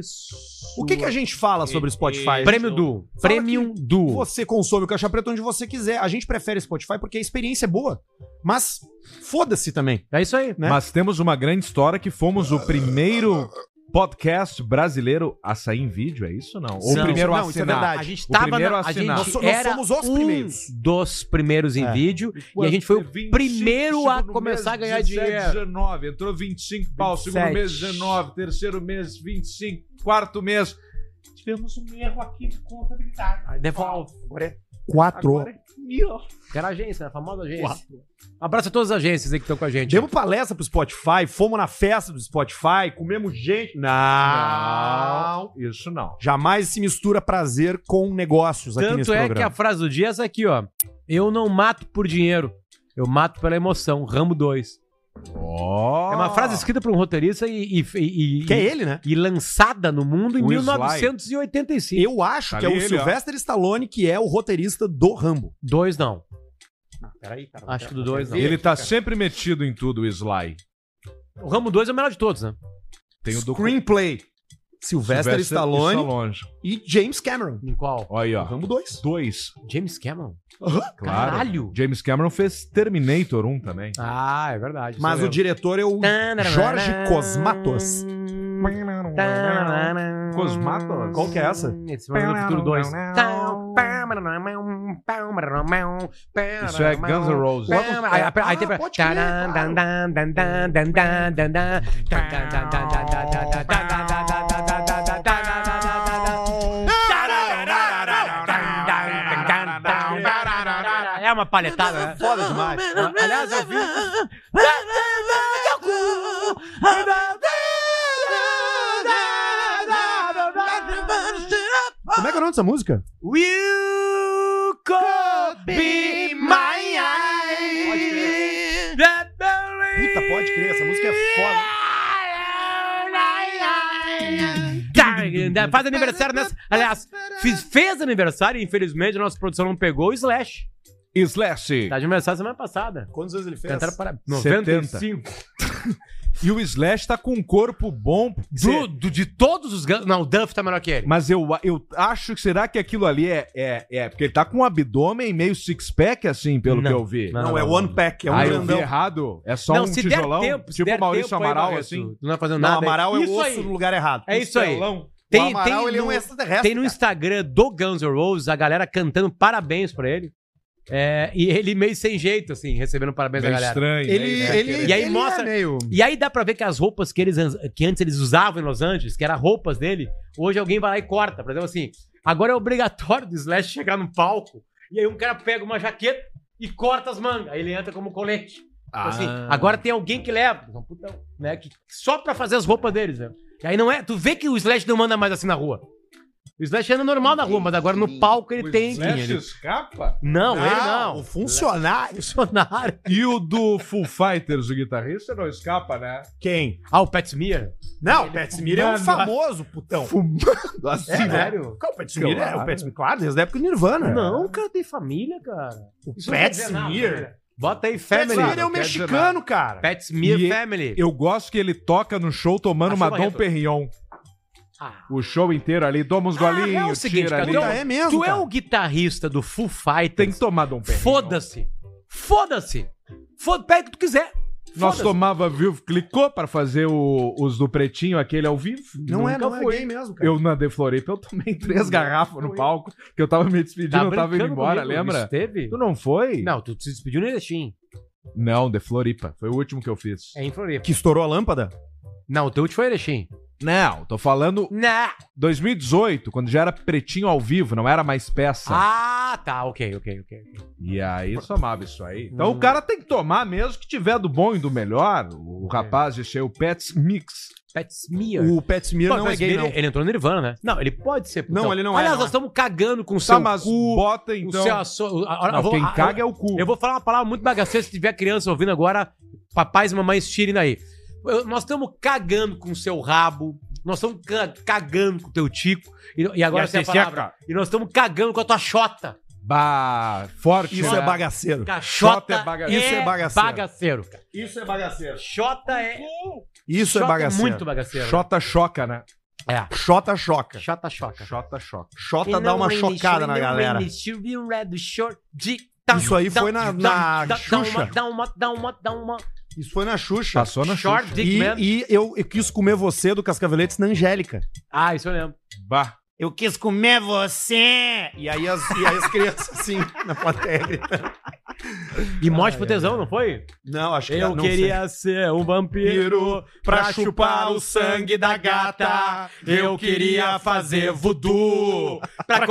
Speaker 3: O que, que a gente fala sobre Spotify?
Speaker 1: Prêmio Duo. Premium Duo.
Speaker 3: Você consome o Caixa Preto onde você quiser. A gente prefere Spotify porque a experiência é boa. Mas foda-se também.
Speaker 1: É isso aí.
Speaker 3: né?
Speaker 2: Mas temos uma grande história que fomos o primeiro podcast brasileiro a sair em vídeo, é isso ou não? Ou
Speaker 1: Não,
Speaker 2: o primeiro
Speaker 3: não,
Speaker 2: a
Speaker 3: isso é
Speaker 2: assinar.
Speaker 3: verdade.
Speaker 1: A gente
Speaker 2: O
Speaker 1: tava
Speaker 2: primeiro
Speaker 1: na,
Speaker 2: a
Speaker 1: a gente
Speaker 2: assinar.
Speaker 3: Nós so- nós
Speaker 1: era
Speaker 3: somos os
Speaker 1: um
Speaker 3: primeiros.
Speaker 1: dos primeiros em
Speaker 3: É.
Speaker 1: vídeo e a gente foi o primeiro a começar a ganhar dinheiro.
Speaker 2: 19, entrou 25 pau, segundo
Speaker 1: 27.
Speaker 2: mês 19, terceiro mês 25, quarto mês. Tivemos um erro aqui de contabilidade.
Speaker 1: é Devolve.
Speaker 3: Quatro.
Speaker 2: Agora é mil.
Speaker 1: Era a agência, né? a famosa agência. Abraço a todas as agências aí que estão com a gente.
Speaker 3: Demos palestra pro Spotify, fomos na festa do Spotify, comemos gente. Não.
Speaker 2: Não, isso não.
Speaker 3: Jamais se mistura prazer com negócios aqui nesse
Speaker 1: Tanto é que a
Speaker 3: programa.
Speaker 1: frase do dia é essa aqui, ó. Eu não mato por dinheiro, eu mato pela emoção. Ramo 2. É uma frase escrita por um roteirista e, e, e- e-
Speaker 3: Que é ele, né?
Speaker 1: e lançada no mundo em
Speaker 2: O Sly.
Speaker 1: 1985.
Speaker 3: Eu acho
Speaker 2: Tá
Speaker 3: que é o
Speaker 2: ali ele, ó.
Speaker 3: Sylvester Stallone que é o roteirista do Rambo.
Speaker 1: Dois não.
Speaker 3: Peraí, cara.
Speaker 1: Acho que do dois não.
Speaker 2: Ele tá sempre metido em tudo, o Sly.
Speaker 1: O Ramo 2 é o melhor de todos, né?
Speaker 2: Tem o do
Speaker 3: Screenplay. Sylvester, Stallone, e James Cameron.
Speaker 1: Em qual?
Speaker 2: Olha aí, ó.
Speaker 3: Rambo 2.
Speaker 2: Dois.
Speaker 1: James Cameron.
Speaker 2: Claro.
Speaker 1: Caralho.
Speaker 2: James Cameron fez Terminator 1 também.
Speaker 1: Ah, é verdade.
Speaker 3: Mas o diretor é o Jorge Cosmatos.
Speaker 2: Cosmatos?
Speaker 3: Qual que é essa?
Speaker 1: Esse vai no futuro 2.
Speaker 2: Isso é Guns N' Roses.
Speaker 1: Aí, aí, aí tipo, tem pra-
Speaker 3: Ah, pode crer, claro.
Speaker 1: É uma palhetada, né?
Speaker 3: Foda demais.
Speaker 1: Aliás, eu vi.
Speaker 3: Como é que é o nome dessa música?
Speaker 1: You could be my eyes. That
Speaker 3: Puta, pode crer, essa música é foda.
Speaker 1: Tá, Faz aniversário nessa. Aliás, fiz- fez aniversário e infelizmente a nossa produção não pegou o Slash.
Speaker 2: Slash.
Speaker 1: Tá de aniversário semana passada.
Speaker 3: Quantas vezes ele fez?
Speaker 1: Cantaram para.
Speaker 2: 70.
Speaker 1: 95.
Speaker 2: E o Slash tá com um corpo bom.
Speaker 1: Do, do- de todos os. gan- Não, o Duff tá melhor que ele.
Speaker 2: Mas eu, eu acho que será que aquilo ali é, é, é. Porque ele tá com um abdômen meio six-pack, assim, pelo
Speaker 1: Não.
Speaker 2: que eu vi.
Speaker 3: Não, é One Pack, é um
Speaker 2: ah, eu vi
Speaker 3: grandão.
Speaker 2: errado? É só
Speaker 1: não,
Speaker 2: um
Speaker 1: se
Speaker 2: tijolão?
Speaker 1: der tempo, se
Speaker 2: tipo
Speaker 1: der
Speaker 2: o Maurício
Speaker 1: tempo, aí,
Speaker 2: Amaral,
Speaker 1: Barreto,
Speaker 2: assim?
Speaker 1: Não é fazendo
Speaker 3: Não,
Speaker 1: nada.
Speaker 3: Amaral é o
Speaker 1: Isso
Speaker 3: osso
Speaker 1: aí.
Speaker 3: no lugar errado.
Speaker 1: É isso aí.
Speaker 2: Telão.
Speaker 3: o
Speaker 1: Tem,
Speaker 3: Amaral,
Speaker 1: tem
Speaker 3: ele é
Speaker 1: no-
Speaker 3: um extraterrestre.
Speaker 1: Tem no
Speaker 3: cara.
Speaker 1: Instagram do Guns N' Roses a galera cantando parabéns pra ele. É, e ele meio sem jeito, assim, recebendo parabéns
Speaker 2: Meio
Speaker 1: da galera.
Speaker 2: estranho.
Speaker 3: Ele,
Speaker 2: né?
Speaker 3: ele,
Speaker 1: E aí
Speaker 3: ele
Speaker 1: mostra-
Speaker 3: é meio...
Speaker 1: E aí dá pra ver que as roupas que, eles, que antes eles usavam em Los Angeles, que eram roupas dele, hoje alguém vai lá e corta. Por exemplo, assim, agora é obrigatório do Slash chegar no palco e aí um cara pega uma jaqueta e corta as mangas. Aí ele entra como colete. Então, assim, agora tem alguém que leva, um putão, né? Que, só pra fazer as roupas deles, né? E aí não é. Tu vê que o Slash não manda mais assim na rua. O Slash anda normal na rua, mas agora no palco
Speaker 2: né?
Speaker 1: ele tem.
Speaker 2: Slash é escapa?
Speaker 1: Não, ele
Speaker 3: Não,
Speaker 1: não.
Speaker 3: funcionário.
Speaker 1: Funcionário.
Speaker 2: E o do Full Fighters, o guitarrista, não escapa, né?
Speaker 3: Quem?
Speaker 1: Ah, o Pat Smear.
Speaker 3: Não, o Pat Smear é um famoso putão.
Speaker 2: Fumando
Speaker 3: É,
Speaker 2: assim,
Speaker 3: né?
Speaker 1: Sério?
Speaker 3: Qual O Pat Smear é
Speaker 2: Claro.
Speaker 3: o Pat Smear, claro, desde a época do Nirvana.
Speaker 1: Não, cara, tem família, cara.
Speaker 3: o
Speaker 1: não quer
Speaker 3: Pat
Speaker 1: dizer nada,
Speaker 3: Smear.
Speaker 1: né? Bota aí
Speaker 3: Pat
Speaker 1: Family.
Speaker 3: Smear é um
Speaker 2: quer dizer
Speaker 3: mexicano, cara.
Speaker 1: Pat Smear
Speaker 2: E-
Speaker 1: Family. Ah,
Speaker 2: Eu gosto que ele toca no show tomando
Speaker 1: Achou
Speaker 2: uma
Speaker 1: barreto.
Speaker 2: Dom Perignon.
Speaker 1: Ah.
Speaker 2: O show inteiro ali, toma uns
Speaker 1: Ah, é o
Speaker 2: golinhos,
Speaker 1: seguinte,
Speaker 2: tira
Speaker 1: cara,
Speaker 2: ali.
Speaker 1: então,
Speaker 3: É mesmo,
Speaker 1: Tu é
Speaker 3: cara.
Speaker 1: o guitarrista do Full
Speaker 2: Tem
Speaker 1: Fighters.
Speaker 2: que tomar Dom Perignon.
Speaker 1: Foda-se. Foda-se. Foda pega o que tu quiser.
Speaker 2: Nós
Speaker 1: Foda-se.
Speaker 2: tomava, viu, clicou para fazer o- os do Pretinho, aquele ao vivo.
Speaker 3: Não é,
Speaker 2: Nunca
Speaker 3: não é
Speaker 2: foi.
Speaker 3: gay mesmo, cara.
Speaker 2: Eu na The Floripa, eu tomei três garrafas no palco, que eu tava me despedindo, eu tava indo
Speaker 1: Tá brincando
Speaker 2: embora,
Speaker 1: comigo,
Speaker 2: lembra?
Speaker 1: isso Teve?
Speaker 2: Tu não foi?
Speaker 1: Não, tu se despediu no Erechim.
Speaker 2: Não, The Floripa. Foi o último que eu fiz.
Speaker 1: É em Floripa.
Speaker 3: Que estourou a lâmpada?
Speaker 1: Não, o teu último foi Erechim.
Speaker 2: Não, tô falando
Speaker 1: Não.
Speaker 2: 2018, quando já era pretinho ao vivo, não era mais peça.
Speaker 1: Ah, tá, ok, ok, ok.
Speaker 2: E aí somava isso aí. Então o cara tem que tomar mesmo que tiver do bom e do melhor. O rapaz de cheio Pets Mix.
Speaker 1: Pat Smear.
Speaker 3: O Pat Smear
Speaker 1: Pô,
Speaker 3: não
Speaker 1: Pat
Speaker 3: é gay,
Speaker 1: Smear,
Speaker 3: não.
Speaker 1: Ele, ele entrou no Nirvana, né? Não, ele pode ser. então.
Speaker 3: Não, ele não é,
Speaker 1: Aliás,
Speaker 3: não
Speaker 1: nós
Speaker 3: é.
Speaker 1: estamos cagando com o seu
Speaker 2: Tá, mas
Speaker 1: cu.
Speaker 2: bota
Speaker 1: o
Speaker 2: então.
Speaker 1: seu, a sua- a- a-
Speaker 2: Não,
Speaker 1: eu vou-
Speaker 2: quem
Speaker 1: a-
Speaker 2: caga é o cu.
Speaker 1: Eu vou falar uma palavra muito bagaceira. Se tiver criança ouvindo agora, papais e mamães tirem daí. Eu- Nós estamos cagando com o seu rabo. Nós estamos ca- cagando com o teu tico. E, e agora
Speaker 2: E a
Speaker 1: essa é a
Speaker 2: Cecília,
Speaker 1: palavra.
Speaker 2: cara?
Speaker 1: E nós estamos cagando com a tua xota.
Speaker 2: Bah, forte.
Speaker 3: Isso
Speaker 2: né?
Speaker 3: é bagaceiro.
Speaker 1: Cara,
Speaker 2: Xota
Speaker 1: xota
Speaker 2: é
Speaker 1: é
Speaker 3: Isso
Speaker 2: bagaceiro.
Speaker 1: bagaceiro.
Speaker 3: é bagaceiro.
Speaker 1: cara.
Speaker 3: Isso é bagaceiro.
Speaker 1: Xota é.
Speaker 3: Isso
Speaker 1: xota
Speaker 3: é bagaceiro.
Speaker 1: muito bagaceiro.
Speaker 2: Xota choca, né?
Speaker 1: É.
Speaker 3: Chota choca.
Speaker 1: Xota choca.
Speaker 2: Xota choca.
Speaker 3: Chota dá
Speaker 1: é
Speaker 3: uma chocada na galera. Isso aí foi na- na Xuxa.
Speaker 1: tá, Dá uma, dá uma, dá uma.
Speaker 3: Isso foi na Xuxa.
Speaker 2: Passou na
Speaker 1: Short
Speaker 2: Xuxa.
Speaker 1: Dick
Speaker 3: E,
Speaker 1: Man.
Speaker 3: e eu, eu quis comer você do Cascaveletes na Angélica.
Speaker 1: Ah, isso eu lembro.
Speaker 2: Bah.
Speaker 3: Eu quis comer você! E aí as, e aí as crianças assim, na plateia. gritando.
Speaker 1: E morte pro tesão, não foi?
Speaker 3: Não, acho que
Speaker 1: Eu
Speaker 3: não
Speaker 1: queria ser um vampiro pra chupar o sangue da gata. Eu queria fazer voodoo pra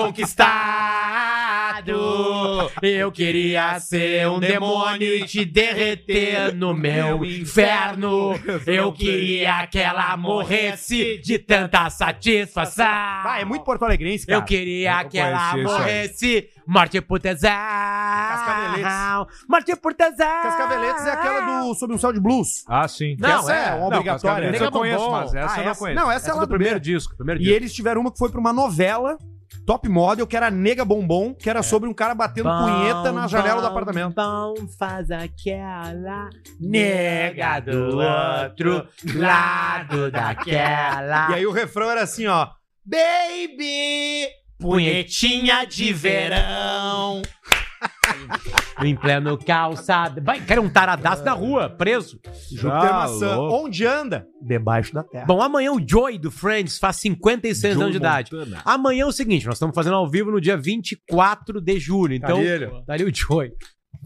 Speaker 1: conquistado. Eu queria ser um demônio e te derreter no meu inferno. Eu queria que ela morresse de tanta satisfação.
Speaker 3: Sei. Ah, é muito Ah, porto alegrense, cara.
Speaker 1: Eu queria
Speaker 2: Eu
Speaker 1: que ela
Speaker 2: conheci isso aí.
Speaker 1: morresse. Morte por tesão.
Speaker 3: Cascaveletes.
Speaker 1: Morte por tesão.
Speaker 3: Cascaveletes é aquela do Sob um Céu de Blues.
Speaker 2: Ah, sim.
Speaker 1: Não,
Speaker 3: essa é,
Speaker 1: é.
Speaker 3: uma
Speaker 2: Não,
Speaker 3: obrigatória.
Speaker 2: Cascavelhetes
Speaker 1: Nega
Speaker 2: eu conheço,
Speaker 1: Bombom.
Speaker 2: mas essa
Speaker 3: Ah,
Speaker 2: eu não
Speaker 3: essa-
Speaker 2: conheço.
Speaker 3: não, essa é lá
Speaker 2: do
Speaker 3: do
Speaker 2: primeiro disco. Primeiro
Speaker 3: E eles tiveram uma que foi pra uma novela top model, que era Nega Bombom, que era
Speaker 2: É.
Speaker 3: sobre um cara batendo punheta na janela do apartamento.
Speaker 1: Bom, Então, faz aquela nega do outro lado daquela.
Speaker 3: E aí o refrão era assim, ó. Baby!
Speaker 1: punhetinha de verão. em pleno calçado. Vai, quero um taradaço na rua, preso.
Speaker 3: Júpiter
Speaker 2: Ah,
Speaker 3: Maçã.
Speaker 2: louco.
Speaker 3: Onde anda? Debaixo da terra.
Speaker 1: Bom, amanhã o Joey do Friends faz 56 anos de idade. Amanhã é o seguinte, nós estamos fazendo ao vivo no dia 24 de julho. Então,
Speaker 2: Tá ele.
Speaker 1: tá ali o Joey.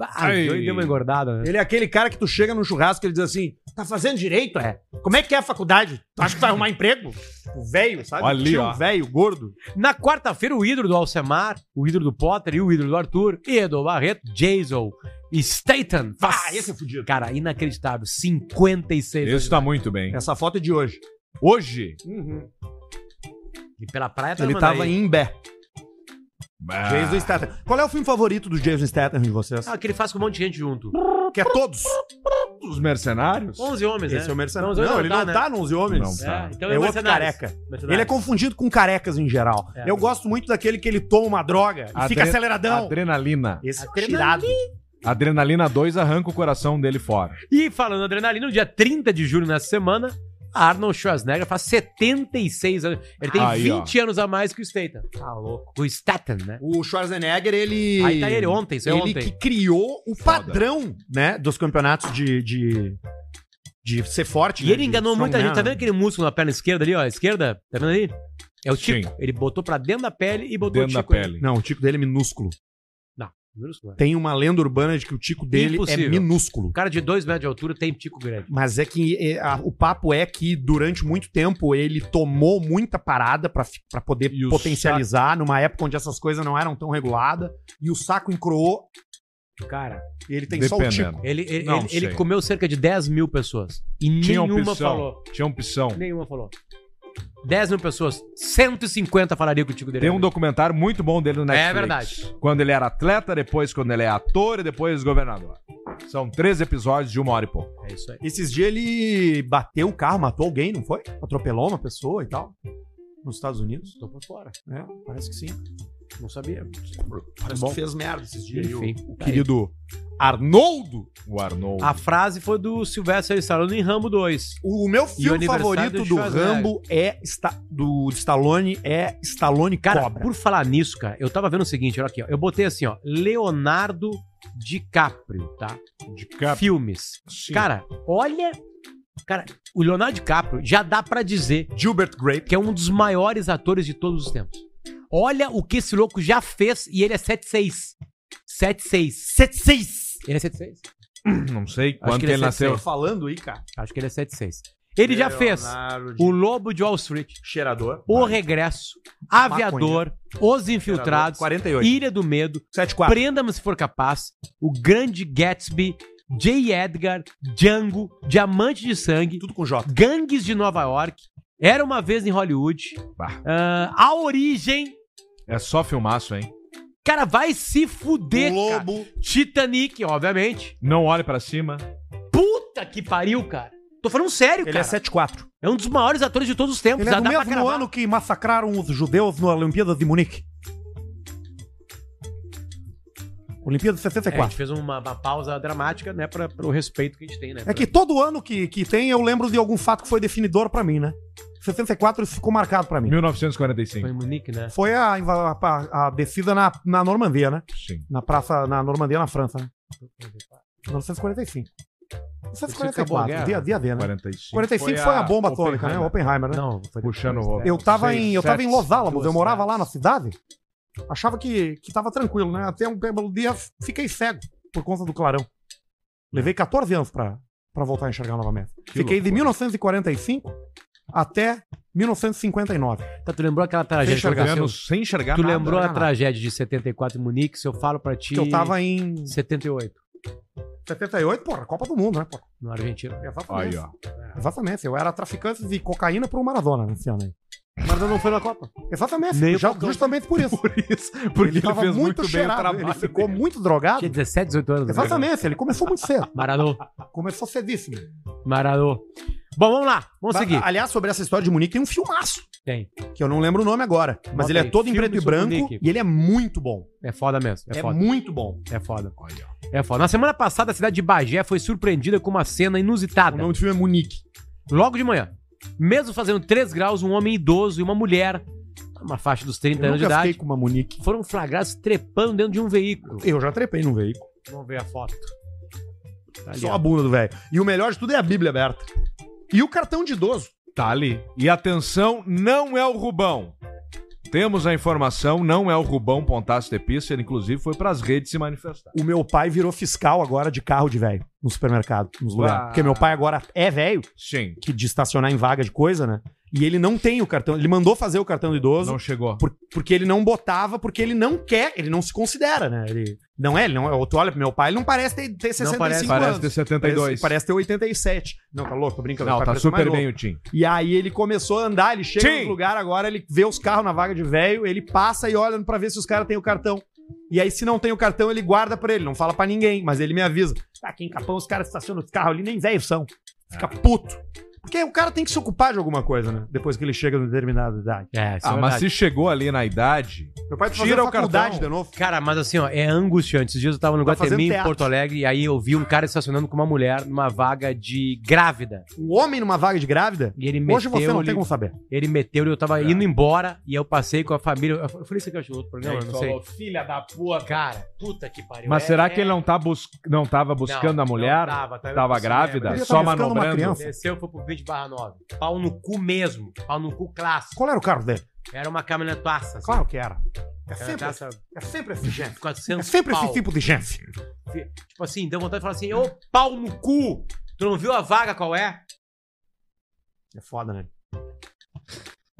Speaker 1: Ah, o
Speaker 2: Ai.
Speaker 1: Joey deu uma engordada, né?
Speaker 3: Ele é aquele cara que tu chega num churrasco e ele diz assim: tá fazendo direito, é? Como é que é a faculdade? Tu acha que vai arrumar emprego? O velho, sabe?
Speaker 2: Ali,
Speaker 3: Tio
Speaker 2: ó.
Speaker 3: velho, gordo.
Speaker 1: Na quarta-feira, o ídolo do Alcemar, o ídolo do Potter e o ídolo do Arthur, e Edu Barreto, Jason e Staten. Ah, esse é fudido. Cara, inacreditável. 56 anos.
Speaker 2: Esse tá muito bem.
Speaker 3: Essa foto é de hoje.
Speaker 2: Hoje.
Speaker 1: E pela praia tá
Speaker 3: ele tava em Imbé.
Speaker 2: Ah,
Speaker 3: Jason Statham. Qual é o filme favorito do Jason Statham de vocês?
Speaker 1: Ah, que ele faz com um monte de gente junto.
Speaker 3: Que é todos.
Speaker 2: Os mercenários?
Speaker 1: 11 homens, né?
Speaker 3: Esse é o mercenário.
Speaker 1: Não,
Speaker 3: Não,
Speaker 1: os homens
Speaker 3: ele
Speaker 1: não
Speaker 3: não
Speaker 1: tá,
Speaker 3: tá nos homens.
Speaker 2: Não tá.
Speaker 1: É, então
Speaker 3: É outro
Speaker 1: Mercenários.
Speaker 3: careca. Ele é
Speaker 1: Mercenários.
Speaker 3: confundido com carecas em geral.
Speaker 1: É.
Speaker 3: Eu gosto muito daquele que ele toma uma droga e
Speaker 2: Adre-
Speaker 3: fica aceleradão.
Speaker 2: Adrenalina.
Speaker 3: Esse é um
Speaker 1: Adrenalina.
Speaker 3: tirado.
Speaker 2: Adrenalina 2 arranca o coração dele fora.
Speaker 1: E falando em adrenalina, no dia 30 de julho, nessa semana, Arnold Schwarzenegger faz 76 anos. Ele tem
Speaker 2: Aí, ó.
Speaker 1: 20 anos a mais que o Statham. Tá louco. O Statham, né?
Speaker 3: O Schwarzenegger, ele.
Speaker 1: Aí tá ele ontem, isso é
Speaker 3: ele
Speaker 1: ontem.
Speaker 3: que criou o
Speaker 2: Foda.
Speaker 3: padrão, né, dos campeonatos de, de, de ser forte.
Speaker 1: E
Speaker 3: né,
Speaker 1: ele
Speaker 3: de
Speaker 1: enganou muita
Speaker 3: strongman,
Speaker 1: gente. Tá
Speaker 3: né?
Speaker 1: vendo aquele músculo na perna esquerda ali, ó? à Esquerda? Tá vendo ali? É o
Speaker 2: Sim.
Speaker 1: tico. Ele botou pra dentro da pele e botou
Speaker 2: Dentro
Speaker 1: o
Speaker 2: da
Speaker 1: tico aí.
Speaker 2: pele.
Speaker 3: Não, o tico dele é minúsculo.
Speaker 1: Minúsculo, né?
Speaker 3: Tem uma lenda urbana de que o tico dele
Speaker 1: Impossível.
Speaker 3: é minúsculo.
Speaker 1: O Um cara de 2 metros de altura tem tico grande.
Speaker 3: Mas é que é, a- o papo é que durante muito tempo ele tomou muita parada pra fi- pra poder
Speaker 2: E o
Speaker 3: potencializar numa época onde essas coisas não eram tão reguladas e o saco encroou.
Speaker 1: Cara,
Speaker 3: e Ele tem só o
Speaker 2: Dependendo.
Speaker 3: tico.
Speaker 1: ele, ele,
Speaker 2: Não
Speaker 1: ele- ele
Speaker 2: sei.
Speaker 1: comeu cerca de 10 mil pessoas. E
Speaker 2: Tinha um
Speaker 1: nenhuma
Speaker 2: opção.
Speaker 1: falou.
Speaker 2: Tinha opção.
Speaker 1: Nenhuma falou. 10 mil pessoas, 150 falariam contigo dele.
Speaker 2: Tem um documentário muito bom dele no Netflix.
Speaker 1: É verdade.
Speaker 2: Quando ele era atleta, depois quando ele é ator e depois governador. São três episódios de uma hora e pouco.
Speaker 1: É isso aí.
Speaker 3: Esses dias ele bateu o carro, matou alguém, não foi? Atropelou uma pessoa e tal. Nos Estados Unidos.
Speaker 1: Estou por fora.
Speaker 3: É, parece que sim.
Speaker 1: Não sabia.
Speaker 3: Parece que fez merda esses dias. aí, o-
Speaker 1: Enfim.
Speaker 3: o querido Arnoldo.
Speaker 2: O Arnold.
Speaker 1: A frase foi do Sylvester Stallone em Rambo 2.
Speaker 3: O meu
Speaker 1: E o
Speaker 3: filme
Speaker 1: aniversário
Speaker 3: favorito
Speaker 1: do
Speaker 3: do
Speaker 1: Schwarzenegger.
Speaker 3: Rambo é Sta- do Stallone é Stallone
Speaker 1: Cara,
Speaker 3: Cobra.
Speaker 1: por falar nisso, cara, eu tava vendo o seguinte, olha aqui, ó. Eu botei assim, ó, Leonardo DiCaprio, tá?
Speaker 2: DiCaprio.
Speaker 1: Filmes. Cara, olha. Cara, o Leonardo DiCaprio já dá pra dizer
Speaker 3: Gilbert Grape.
Speaker 1: que é um dos maiores atores de todos os tempos. Olha o que esse louco já fez e ele é 7'6". 7'6".
Speaker 3: 76.
Speaker 1: Ele é 7'6"?
Speaker 2: Não sei
Speaker 1: Acho
Speaker 2: quando que
Speaker 1: que ele
Speaker 2: ele,
Speaker 1: é
Speaker 2: nasceu.
Speaker 3: falando aí, cara.
Speaker 1: Acho que ele é 7'6". Ele já fez O Lobo de Wall Street,
Speaker 3: Cheirador.
Speaker 1: O Regresso, Aviador, Os Infiltrados,
Speaker 3: 48.
Speaker 1: Ilha do Medo,
Speaker 3: 74.
Speaker 1: Prenda-me se for capaz, O Grande Gatsby, J. Edgar, Django, Diamante de Sangue,
Speaker 3: Tudo com J.
Speaker 1: Gangues de Nova York, Era uma vez em Hollywood,
Speaker 2: Bah.
Speaker 1: ah, A Origem.
Speaker 2: É só filmaço, hein?
Speaker 1: Cara, vai se fuder, cara. Titanic, obviamente.
Speaker 2: Não olhe pra cima.
Speaker 1: Puta que pariu, cara. Tô falando sério,
Speaker 3: Ele
Speaker 1: cara.
Speaker 3: é 74.
Speaker 1: É um dos maiores atores de todos os tempos.
Speaker 3: Ele
Speaker 1: já
Speaker 3: é do
Speaker 1: dá pra
Speaker 3: mesmo
Speaker 1: cravar.
Speaker 3: ano que massacraram os judeus na Olimpíada de Munique. Olimpíada de
Speaker 1: É, a gente
Speaker 3: 64.
Speaker 1: fez uma, uma pausa dramática, né, pra, pro respeito que a gente tem, né?
Speaker 3: É, que todo ano que, que tem eu lembro de algum fato que foi definidor pra mim, né? 64 isso ficou marcado pra mim.
Speaker 2: 1945.
Speaker 1: Foi em Munique, né?
Speaker 3: Foi a, inva- a, a descida na, na Normandia, né?
Speaker 2: Sim.
Speaker 3: Na praça, na Normandia, na França, né? 1945. 1944, dia, dia a dia, né?
Speaker 2: 45.
Speaker 3: 45 foi a bomba atômica, né?
Speaker 2: Oppenheimer.
Speaker 3: Oppenheimer, né?
Speaker 1: Não, foi
Speaker 2: Puxando o
Speaker 3: Eu tava,
Speaker 2: Seis,
Speaker 3: em, eu tava
Speaker 2: sete,
Speaker 3: em Los Alamos,
Speaker 2: duas
Speaker 3: eu morava
Speaker 2: cidades.
Speaker 3: lá na cidade, achava que, que tava tranquilo, né? Até um belo dia fiquei cego por conta do clarão. Levei 14 anos pra, pra voltar a enxergar novamente. fiquei de 1945 até 1959.
Speaker 1: Tá, tu lembrou aquela tragédia que
Speaker 3: enxergar.
Speaker 1: aconteceu?
Speaker 2: sem enxergar
Speaker 1: Tu
Speaker 2: nada.
Speaker 1: lembrou a
Speaker 3: nada.
Speaker 1: tragédia de 74 em Munique? Se eu falo pra ti.
Speaker 3: Que eu tava em
Speaker 1: 78,
Speaker 3: 78, porra, Copa do Mundo, né? Porra?
Speaker 1: no Argentina.
Speaker 3: Exatamente.
Speaker 2: Aí, ó.
Speaker 3: Exatamente. Eu era traficante de cocaína pro Maradona nesse ano aí.
Speaker 1: Maradona não foi na Copa.
Speaker 3: Exatamente.
Speaker 1: Nem o
Speaker 3: já-
Speaker 1: Falcão.
Speaker 3: justamente por isso.
Speaker 2: Por isso, porque ele,
Speaker 3: tava
Speaker 2: fez muito, bem o trabalho.
Speaker 3: ele ficou
Speaker 2: dele.
Speaker 3: muito drogado.
Speaker 1: Tinha 17, 18 anos. né?
Speaker 3: Exatamente, ele começou muito cedo.
Speaker 1: Maradona,
Speaker 3: Começou cedíssimo.
Speaker 1: Maradona. Bom, vamos lá. Vamos seguir.
Speaker 3: Aliás, sobre essa história de Munique, tem um filmaço.
Speaker 1: Tem.
Speaker 3: Que eu não lembro o nome agora. Mas
Speaker 1: Bota
Speaker 3: ele
Speaker 1: aí,
Speaker 3: é todo em
Speaker 1: filme
Speaker 3: preto e
Speaker 1: sobre
Speaker 3: branco
Speaker 1: Munique.
Speaker 3: e ele é muito bom.
Speaker 1: É foda mesmo. É,
Speaker 3: É,
Speaker 1: foda.
Speaker 3: muito bom.
Speaker 1: É foda. É foda. Na semana passada, a cidade de Bagé foi surpreendida com uma cena inusitada.
Speaker 3: O nome do filme é Munique.
Speaker 1: Logo de manhã, mesmo fazendo 3 graus, um homem idoso e uma mulher, uma faixa dos 30
Speaker 3: Eu
Speaker 1: anos de
Speaker 3: nunca
Speaker 1: idade,
Speaker 3: fiquei com uma Munique.
Speaker 1: foram flagrados trepando dentro de um veículo.
Speaker 3: Eu já trepei num veículo.
Speaker 1: Vamos ver a foto. Tá ali,
Speaker 3: Só
Speaker 1: ó.
Speaker 3: a bunda do velho. E o melhor de tudo é a Bíblia aberta. E o cartão de idoso.
Speaker 2: Tá ali. E atenção, não é o Rubão. Temos a informação, não é o Rubão Pontaço Tepista, ele inclusive foi pras redes se manifestar.
Speaker 3: O meu pai virou fiscal agora de carro de velho no supermercado, nos lugares.
Speaker 2: Ah.
Speaker 3: Porque meu pai agora é velho,
Speaker 2: Sim,
Speaker 3: que de estacionar em vaga de coisa, né? E ele não tem o cartão. Ele mandou fazer o cartão do idoso.
Speaker 2: não chegou.
Speaker 3: por- porque ele não botava, porque ele não quer, ele não se considera, né? Ele, não é, ele não é. Tu olha pro meu pai, ele não parece ter, ter 65
Speaker 2: parece,
Speaker 3: anos.
Speaker 2: parece ter 72.
Speaker 3: Parece, parece ter 87. Não, tá louco, tô brincando.
Speaker 2: Não,
Speaker 3: meu pai
Speaker 2: tá
Speaker 3: parece mais
Speaker 2: super bem
Speaker 3: novo.
Speaker 2: o Tim.
Speaker 3: E aí ele começou a andar, ele chega
Speaker 2: Sim.
Speaker 3: no lugar agora, ele vê os carros na vaga de velho, ele passa e olha pra ver se os caras têm o cartão. E aí, se não tem o cartão, ele guarda pra ele, não fala pra ninguém, mas ele me avisa. Tá, aqui em Capão, os caras estacionam os carros ali, nem velho são. Fica puto. Porque o cara tem que se ocupar de alguma coisa, né? Depois que ele chega em determinada idade.
Speaker 1: É, isso é
Speaker 2: Ah, mas
Speaker 1: verdade.
Speaker 2: se chegou ali na idade,
Speaker 3: Meu pai tá
Speaker 2: Tira
Speaker 3: fazendo
Speaker 2: o
Speaker 3: faculdade de
Speaker 2: cartão.
Speaker 3: novo.
Speaker 1: Cara, mas assim, ó, é angustiante. Esses dias eu tava no
Speaker 3: Tá
Speaker 1: Guatemi,
Speaker 3: fazendo
Speaker 1: em
Speaker 3: teatro.
Speaker 1: Porto Alegre, e aí eu vi um cara estacionando com uma mulher numa vaga de grávida.
Speaker 3: um homem numa vaga de grávida,
Speaker 1: E ele
Speaker 3: hoje você não
Speaker 1: meteu-lhe,
Speaker 3: tem um como saber.
Speaker 1: ele meteu-lhe, eu tava
Speaker 8: É.
Speaker 1: indo embora, e eu passei com a família. Eu eu falei isso aqui, eu acho, no outro programa, eu não sei.
Speaker 8: filha da puta.
Speaker 1: Cara, puta que pariu.
Speaker 2: mas
Speaker 1: É-
Speaker 2: será que
Speaker 1: é-
Speaker 2: ele
Speaker 3: um
Speaker 2: não, tá bus... não tava buscando
Speaker 1: Não, tá
Speaker 2: a mulher?
Speaker 1: não Tava, tava,
Speaker 2: Tava
Speaker 1: no cinema.
Speaker 2: grávida?
Speaker 3: é Ele
Speaker 2: só
Speaker 3: tava buscando uma
Speaker 2: manobrando?
Speaker 3: criança.
Speaker 1: é, Desceu, foi pro 20 barra 9. Pau no cu mesmo. Pau no cu clássico.
Speaker 3: Qual era o carro dele?
Speaker 1: Era uma caminhonetaça. Assim.
Speaker 3: Claro que era. É sempre,
Speaker 1: Caminhonetaça,
Speaker 3: é sempre esse gente.
Speaker 1: 400
Speaker 3: É sempre
Speaker 1: pau.
Speaker 3: esse tipo de gente.
Speaker 1: Tipo assim, deu vontade de falar assim, ô pau no cu! Tu não viu a vaga qual é?
Speaker 3: É foda, né?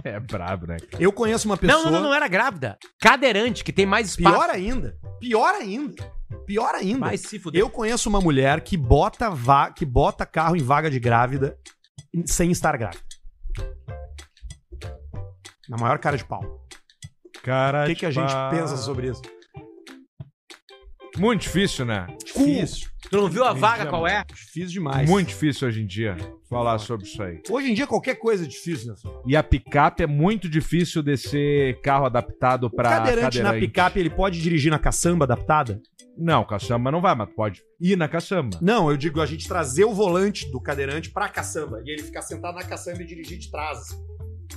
Speaker 2: É brabo, né?
Speaker 3: Eu conheço uma pessoa...
Speaker 1: Não, não, não, não era grávida. Cadeirante, que tem mais espaço.
Speaker 3: Pior ainda. Pior ainda. Pior ainda.
Speaker 1: Vai se fuder.
Speaker 3: eu conheço uma mulher que bota, va... que bota carro em vaga de grávida sem estar grávida. Na maior cara de pau.
Speaker 2: Cara,
Speaker 3: O que, que a gente pensa sobre isso?
Speaker 2: Muito difícil, né?
Speaker 3: Difícil.
Speaker 1: Tu não viu a vaga qual é?
Speaker 3: Difícil demais.
Speaker 2: Muito difícil hoje em dia falar sobre isso aí.
Speaker 3: Hoje em dia qualquer coisa é difícil, né? filho?
Speaker 2: E a picape é muito difícil de ser carro adaptado
Speaker 3: O
Speaker 2: pra
Speaker 3: cadeirante, na picape, ele pode dirigir na caçamba adaptada?
Speaker 2: Não, caçamba não vai, mas pode ir na caçamba.
Speaker 3: Não, eu digo a gente trazer o volante do cadeirante pra caçamba e ele ficar sentado na caçamba e dirigir de trás. assim.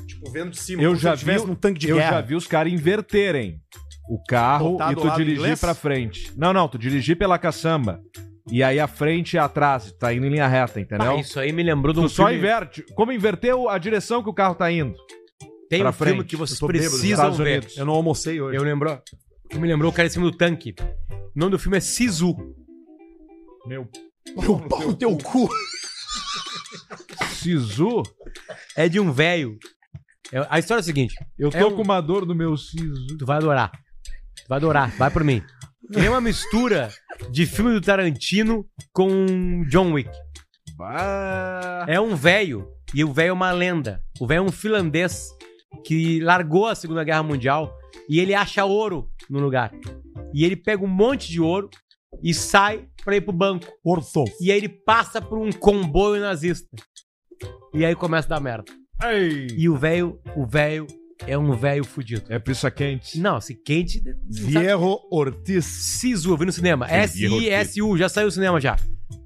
Speaker 3: Tipo, vendo de cima.
Speaker 2: Eu
Speaker 3: como se
Speaker 2: já
Speaker 3: ele tivesse
Speaker 2: vi-
Speaker 3: num tanque de
Speaker 2: Eu
Speaker 3: guerra.
Speaker 2: já vi os caras inverterem o carro
Speaker 3: Botar
Speaker 2: e
Speaker 3: do
Speaker 2: tu
Speaker 3: lado
Speaker 2: dirigir
Speaker 3: inglês?
Speaker 2: pra frente. Não, não, tu dirigir pela caçamba. E aí a frente e atrás, tá indo em linha reta, entendeu?
Speaker 1: Ah, isso aí me lembrou de um
Speaker 2: tu só
Speaker 1: filme.
Speaker 2: inverte. Como inverteu a direção que o carro tá indo?
Speaker 1: Tem
Speaker 2: pra
Speaker 1: um filme
Speaker 2: frente.
Speaker 1: que
Speaker 2: Eu
Speaker 1: vocês
Speaker 2: tô bêbado,
Speaker 1: precisam
Speaker 2: Estados
Speaker 1: ver.
Speaker 2: Unidos.
Speaker 3: Eu não almocei hoje.
Speaker 1: Eu lembro. Me lembrou o cara em cima do tanque. O nome do filme é Sisu.
Speaker 3: Meu pau no teu cu.
Speaker 2: Sisu?
Speaker 1: É de um velho. É- A história é a seguinte:
Speaker 2: Eu tô
Speaker 1: É um-
Speaker 2: com uma dor no meu siso.
Speaker 1: tu vai adorar. Tu vai adorar, vai por mim. Ele é uma mistura de filme do Tarantino com John Wick. É um velho, e o velho é uma lenda. O velho é um finlandês que largou a Segunda Guerra Mundial e ele acha ouro no lugar. E ele pega um monte de ouro e sai pra ir pro banco.
Speaker 3: Orson.
Speaker 1: E aí ele passa por um comboio nazista. E aí começa a dar merda.
Speaker 2: Ei.
Speaker 1: E o velho, o velho é um velho fudido.
Speaker 2: É pizza quente.
Speaker 1: Não, se quente.
Speaker 3: Vierro Ortiz.
Speaker 1: Sisu, eu vi no cinema. S-I-S-U, já saiu o cinema já.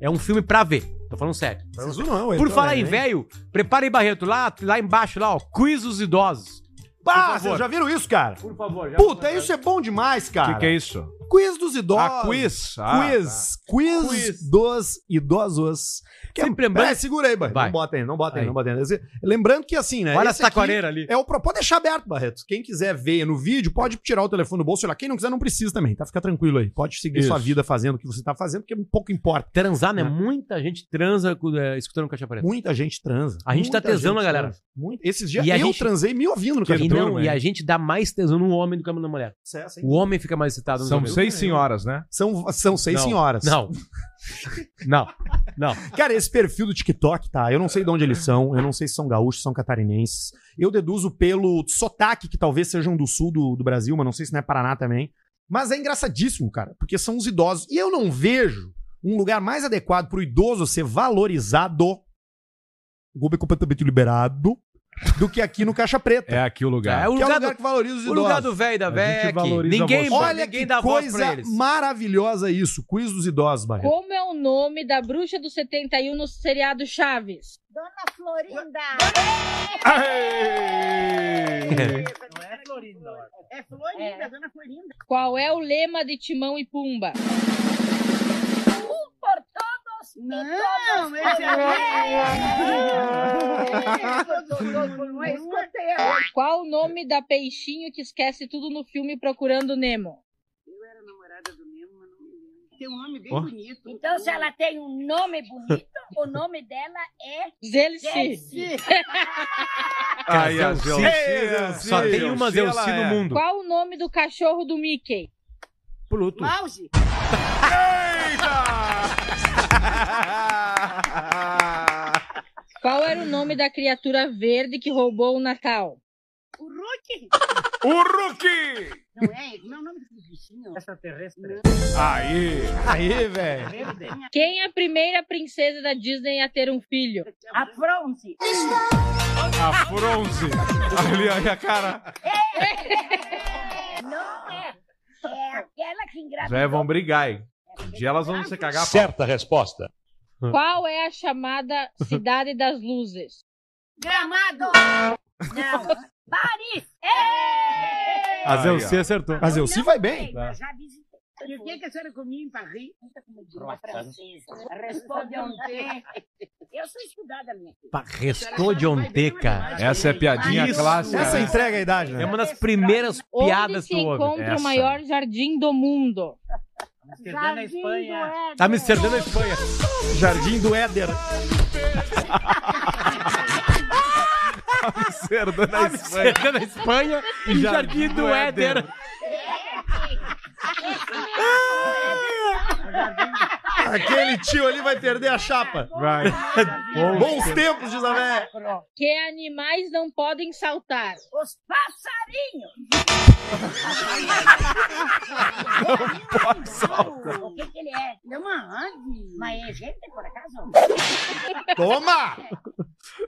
Speaker 1: É um filme pra ver. Tô falando sério.
Speaker 3: Sisu não, é um
Speaker 1: Por falar em velho, prepara aí, Barreto, lá, lá embaixo, lá, ó. Quiz dos idosos.
Speaker 3: Pá,
Speaker 1: Por favor.
Speaker 3: vocês já viram isso, cara?
Speaker 1: Por favor, já.
Speaker 3: Puta, isso é bom demais,
Speaker 2: O
Speaker 3: cara.
Speaker 2: que, que é isso?
Speaker 3: Quiz dos idosos.
Speaker 2: Ah, quiz. Ah,
Speaker 3: Quiz, quiz,
Speaker 1: Quiz.
Speaker 3: dos idosos. Que é-
Speaker 1: Sempre lembrando-
Speaker 3: Peraí, segura aí, Barreto.
Speaker 1: Vai.
Speaker 3: Não bota aí, não bota aí,
Speaker 1: Aí.
Speaker 3: não bota aí. Esse- Lembrando que assim, né?
Speaker 1: Olha
Speaker 3: esse
Speaker 1: essa
Speaker 3: aqui
Speaker 1: taquareira ali.
Speaker 3: É o pro- Pode deixar aberto, Barreto. Quem quiser ver no vídeo, pode tirar o telefone do bolso. Olha, quem não quiser, não precisa também, tá? Fica tranquilo aí. Pode seguir
Speaker 2: Isso.
Speaker 3: sua vida fazendo o que você tá fazendo, porque pouco importa.
Speaker 1: Transar, né?
Speaker 3: É.
Speaker 1: Muita gente transa com- é, escutando Caixa Preta.
Speaker 3: Muita gente transa.
Speaker 1: A gente tá
Speaker 3: Muita
Speaker 1: tesão, né, galera?
Speaker 3: transa. Muito- Esses dias
Speaker 1: E a
Speaker 3: eu
Speaker 1: gente-
Speaker 3: transei me ouvindo no
Speaker 1: E,
Speaker 3: cantor,
Speaker 1: não, é.
Speaker 3: velho.
Speaker 1: e a gente dá mais tesão no homem do que na mulher.
Speaker 3: Sucesso, hein?
Speaker 1: O homem fica mais excitado no
Speaker 2: São
Speaker 1: homem.
Speaker 2: seis senhoras, né?
Speaker 3: São, são seis
Speaker 1: Não.
Speaker 3: senhoras.
Speaker 1: Não. Não. Não.
Speaker 3: Cara, esse perfil do TikTok, tá? Eu não sei de onde eles são, eu não sei se são gaúchos, são catarinenses. Eu deduzo pelo sotaque, que talvez sejam do sul do, do Brasil, mas não sei se não é Paraná também. Mas é engraçadíssimo, cara, porque são os idosos. E eu não vejo um lugar mais adequado pro idoso ser valorizado, o Globo é completamente liberado, do que aqui no Caixa Preta.
Speaker 2: É aqui o lugar.
Speaker 1: É o
Speaker 3: que é o
Speaker 1: lugar,
Speaker 3: lugar que valoriza os
Speaker 1: do, o
Speaker 3: idosos.
Speaker 1: lugar do velho e da
Speaker 2: A
Speaker 1: velha.
Speaker 2: gente
Speaker 1: é que
Speaker 2: valoriza
Speaker 1: Ninguém,
Speaker 2: você.
Speaker 3: Olha
Speaker 1: ninguém
Speaker 3: que
Speaker 1: dá voz pra
Speaker 3: coisa
Speaker 1: eles.
Speaker 3: maravilhosa isso, quiz dos idosos, Barreto.
Speaker 10: Como é o nome da bruxa do 71 no seriado Chaves?
Speaker 11: Dona Florinda! Não é Florinda. É Florinda, Dona Florinda.
Speaker 10: Qual é o lema de Timão e Pumba?
Speaker 11: Não, é Janeiro.
Speaker 10: Qual o nome da peixinho que esquece tudo no filme Procurando Nemo?
Speaker 11: Eu era namorada do Nemo, mas não me lembro. Tem um nome bem bonito. Então, se ela tem um nome bonito, o nome dela é
Speaker 10: Zelsi.
Speaker 11: Jessie.
Speaker 2: Ai,
Speaker 1: Cara,
Speaker 2: a
Speaker 1: Zelci.
Speaker 2: Zelci, Zelci,
Speaker 1: Só tem
Speaker 2: Zelci,
Speaker 1: uma
Speaker 2: ela
Speaker 1: Zelci
Speaker 2: é.
Speaker 1: no mundo.
Speaker 10: Qual o nome do cachorro do Mickey?
Speaker 1: Pluto.
Speaker 11: Mouse.
Speaker 10: Qual era o nome da criatura verde que roubou o Natal?
Speaker 11: O Ruth.
Speaker 2: O Rookie!
Speaker 11: Não é? Como é o nome do bichinho? Extraterrestre.
Speaker 2: Aí!
Speaker 3: Aí, velho.
Speaker 10: Quem é a primeira princesa da Disney a ter um filho?
Speaker 11: A Bronze.
Speaker 2: A Fronze! Ali, olha a cara.
Speaker 11: Não é. É aquela que
Speaker 2: As
Speaker 11: engravidou.
Speaker 2: velhas vão brigar, hein? Um dia elas vão se cagar. pau.
Speaker 5: Certa resposta.
Speaker 10: Qual é a chamada Cidade das Luzes?
Speaker 11: Gramado. Não. Paris. É.
Speaker 1: A Zelci
Speaker 2: Aí, ó.
Speaker 1: acertou.
Speaker 3: Mas eu se vai bem.
Speaker 11: Eu já visitei. E o que, que a senhora comia em Paris? Muita comida francesa. Responde
Speaker 12: um
Speaker 11: ontem. Eu sou estudada, minha filha.
Speaker 1: Pa- Restou de ontem, cara.
Speaker 2: Essa é a piadinha
Speaker 1: Isso.
Speaker 2: clássica.
Speaker 3: Essa
Speaker 2: né?
Speaker 3: entrega a idade,
Speaker 1: É
Speaker 3: né?
Speaker 1: uma das primeiras
Speaker 10: Onde
Speaker 1: piadas
Speaker 10: se
Speaker 1: que eu ouvi.
Speaker 10: encontra o
Speaker 2: Essa.
Speaker 10: maior jardim do mundo?
Speaker 11: Amsterdã na Espanha.
Speaker 1: Tá me cerdando a Espanha.
Speaker 3: Jardim do Éder.
Speaker 2: Amsterdã na Espanha.
Speaker 1: Amsterdã na Espanha e Jardim do Éder.
Speaker 3: Ah, Aquele tio ali vai perder a chapa.
Speaker 2: Vai.
Speaker 3: Bons tempos, diz a véia.
Speaker 10: Que animais não podem saltar.
Speaker 12: Os passarinhos.
Speaker 3: Não pode saltar.
Speaker 12: O que, que ele é? Ele é uma ave. Mas é gente, por acaso?
Speaker 3: Toma!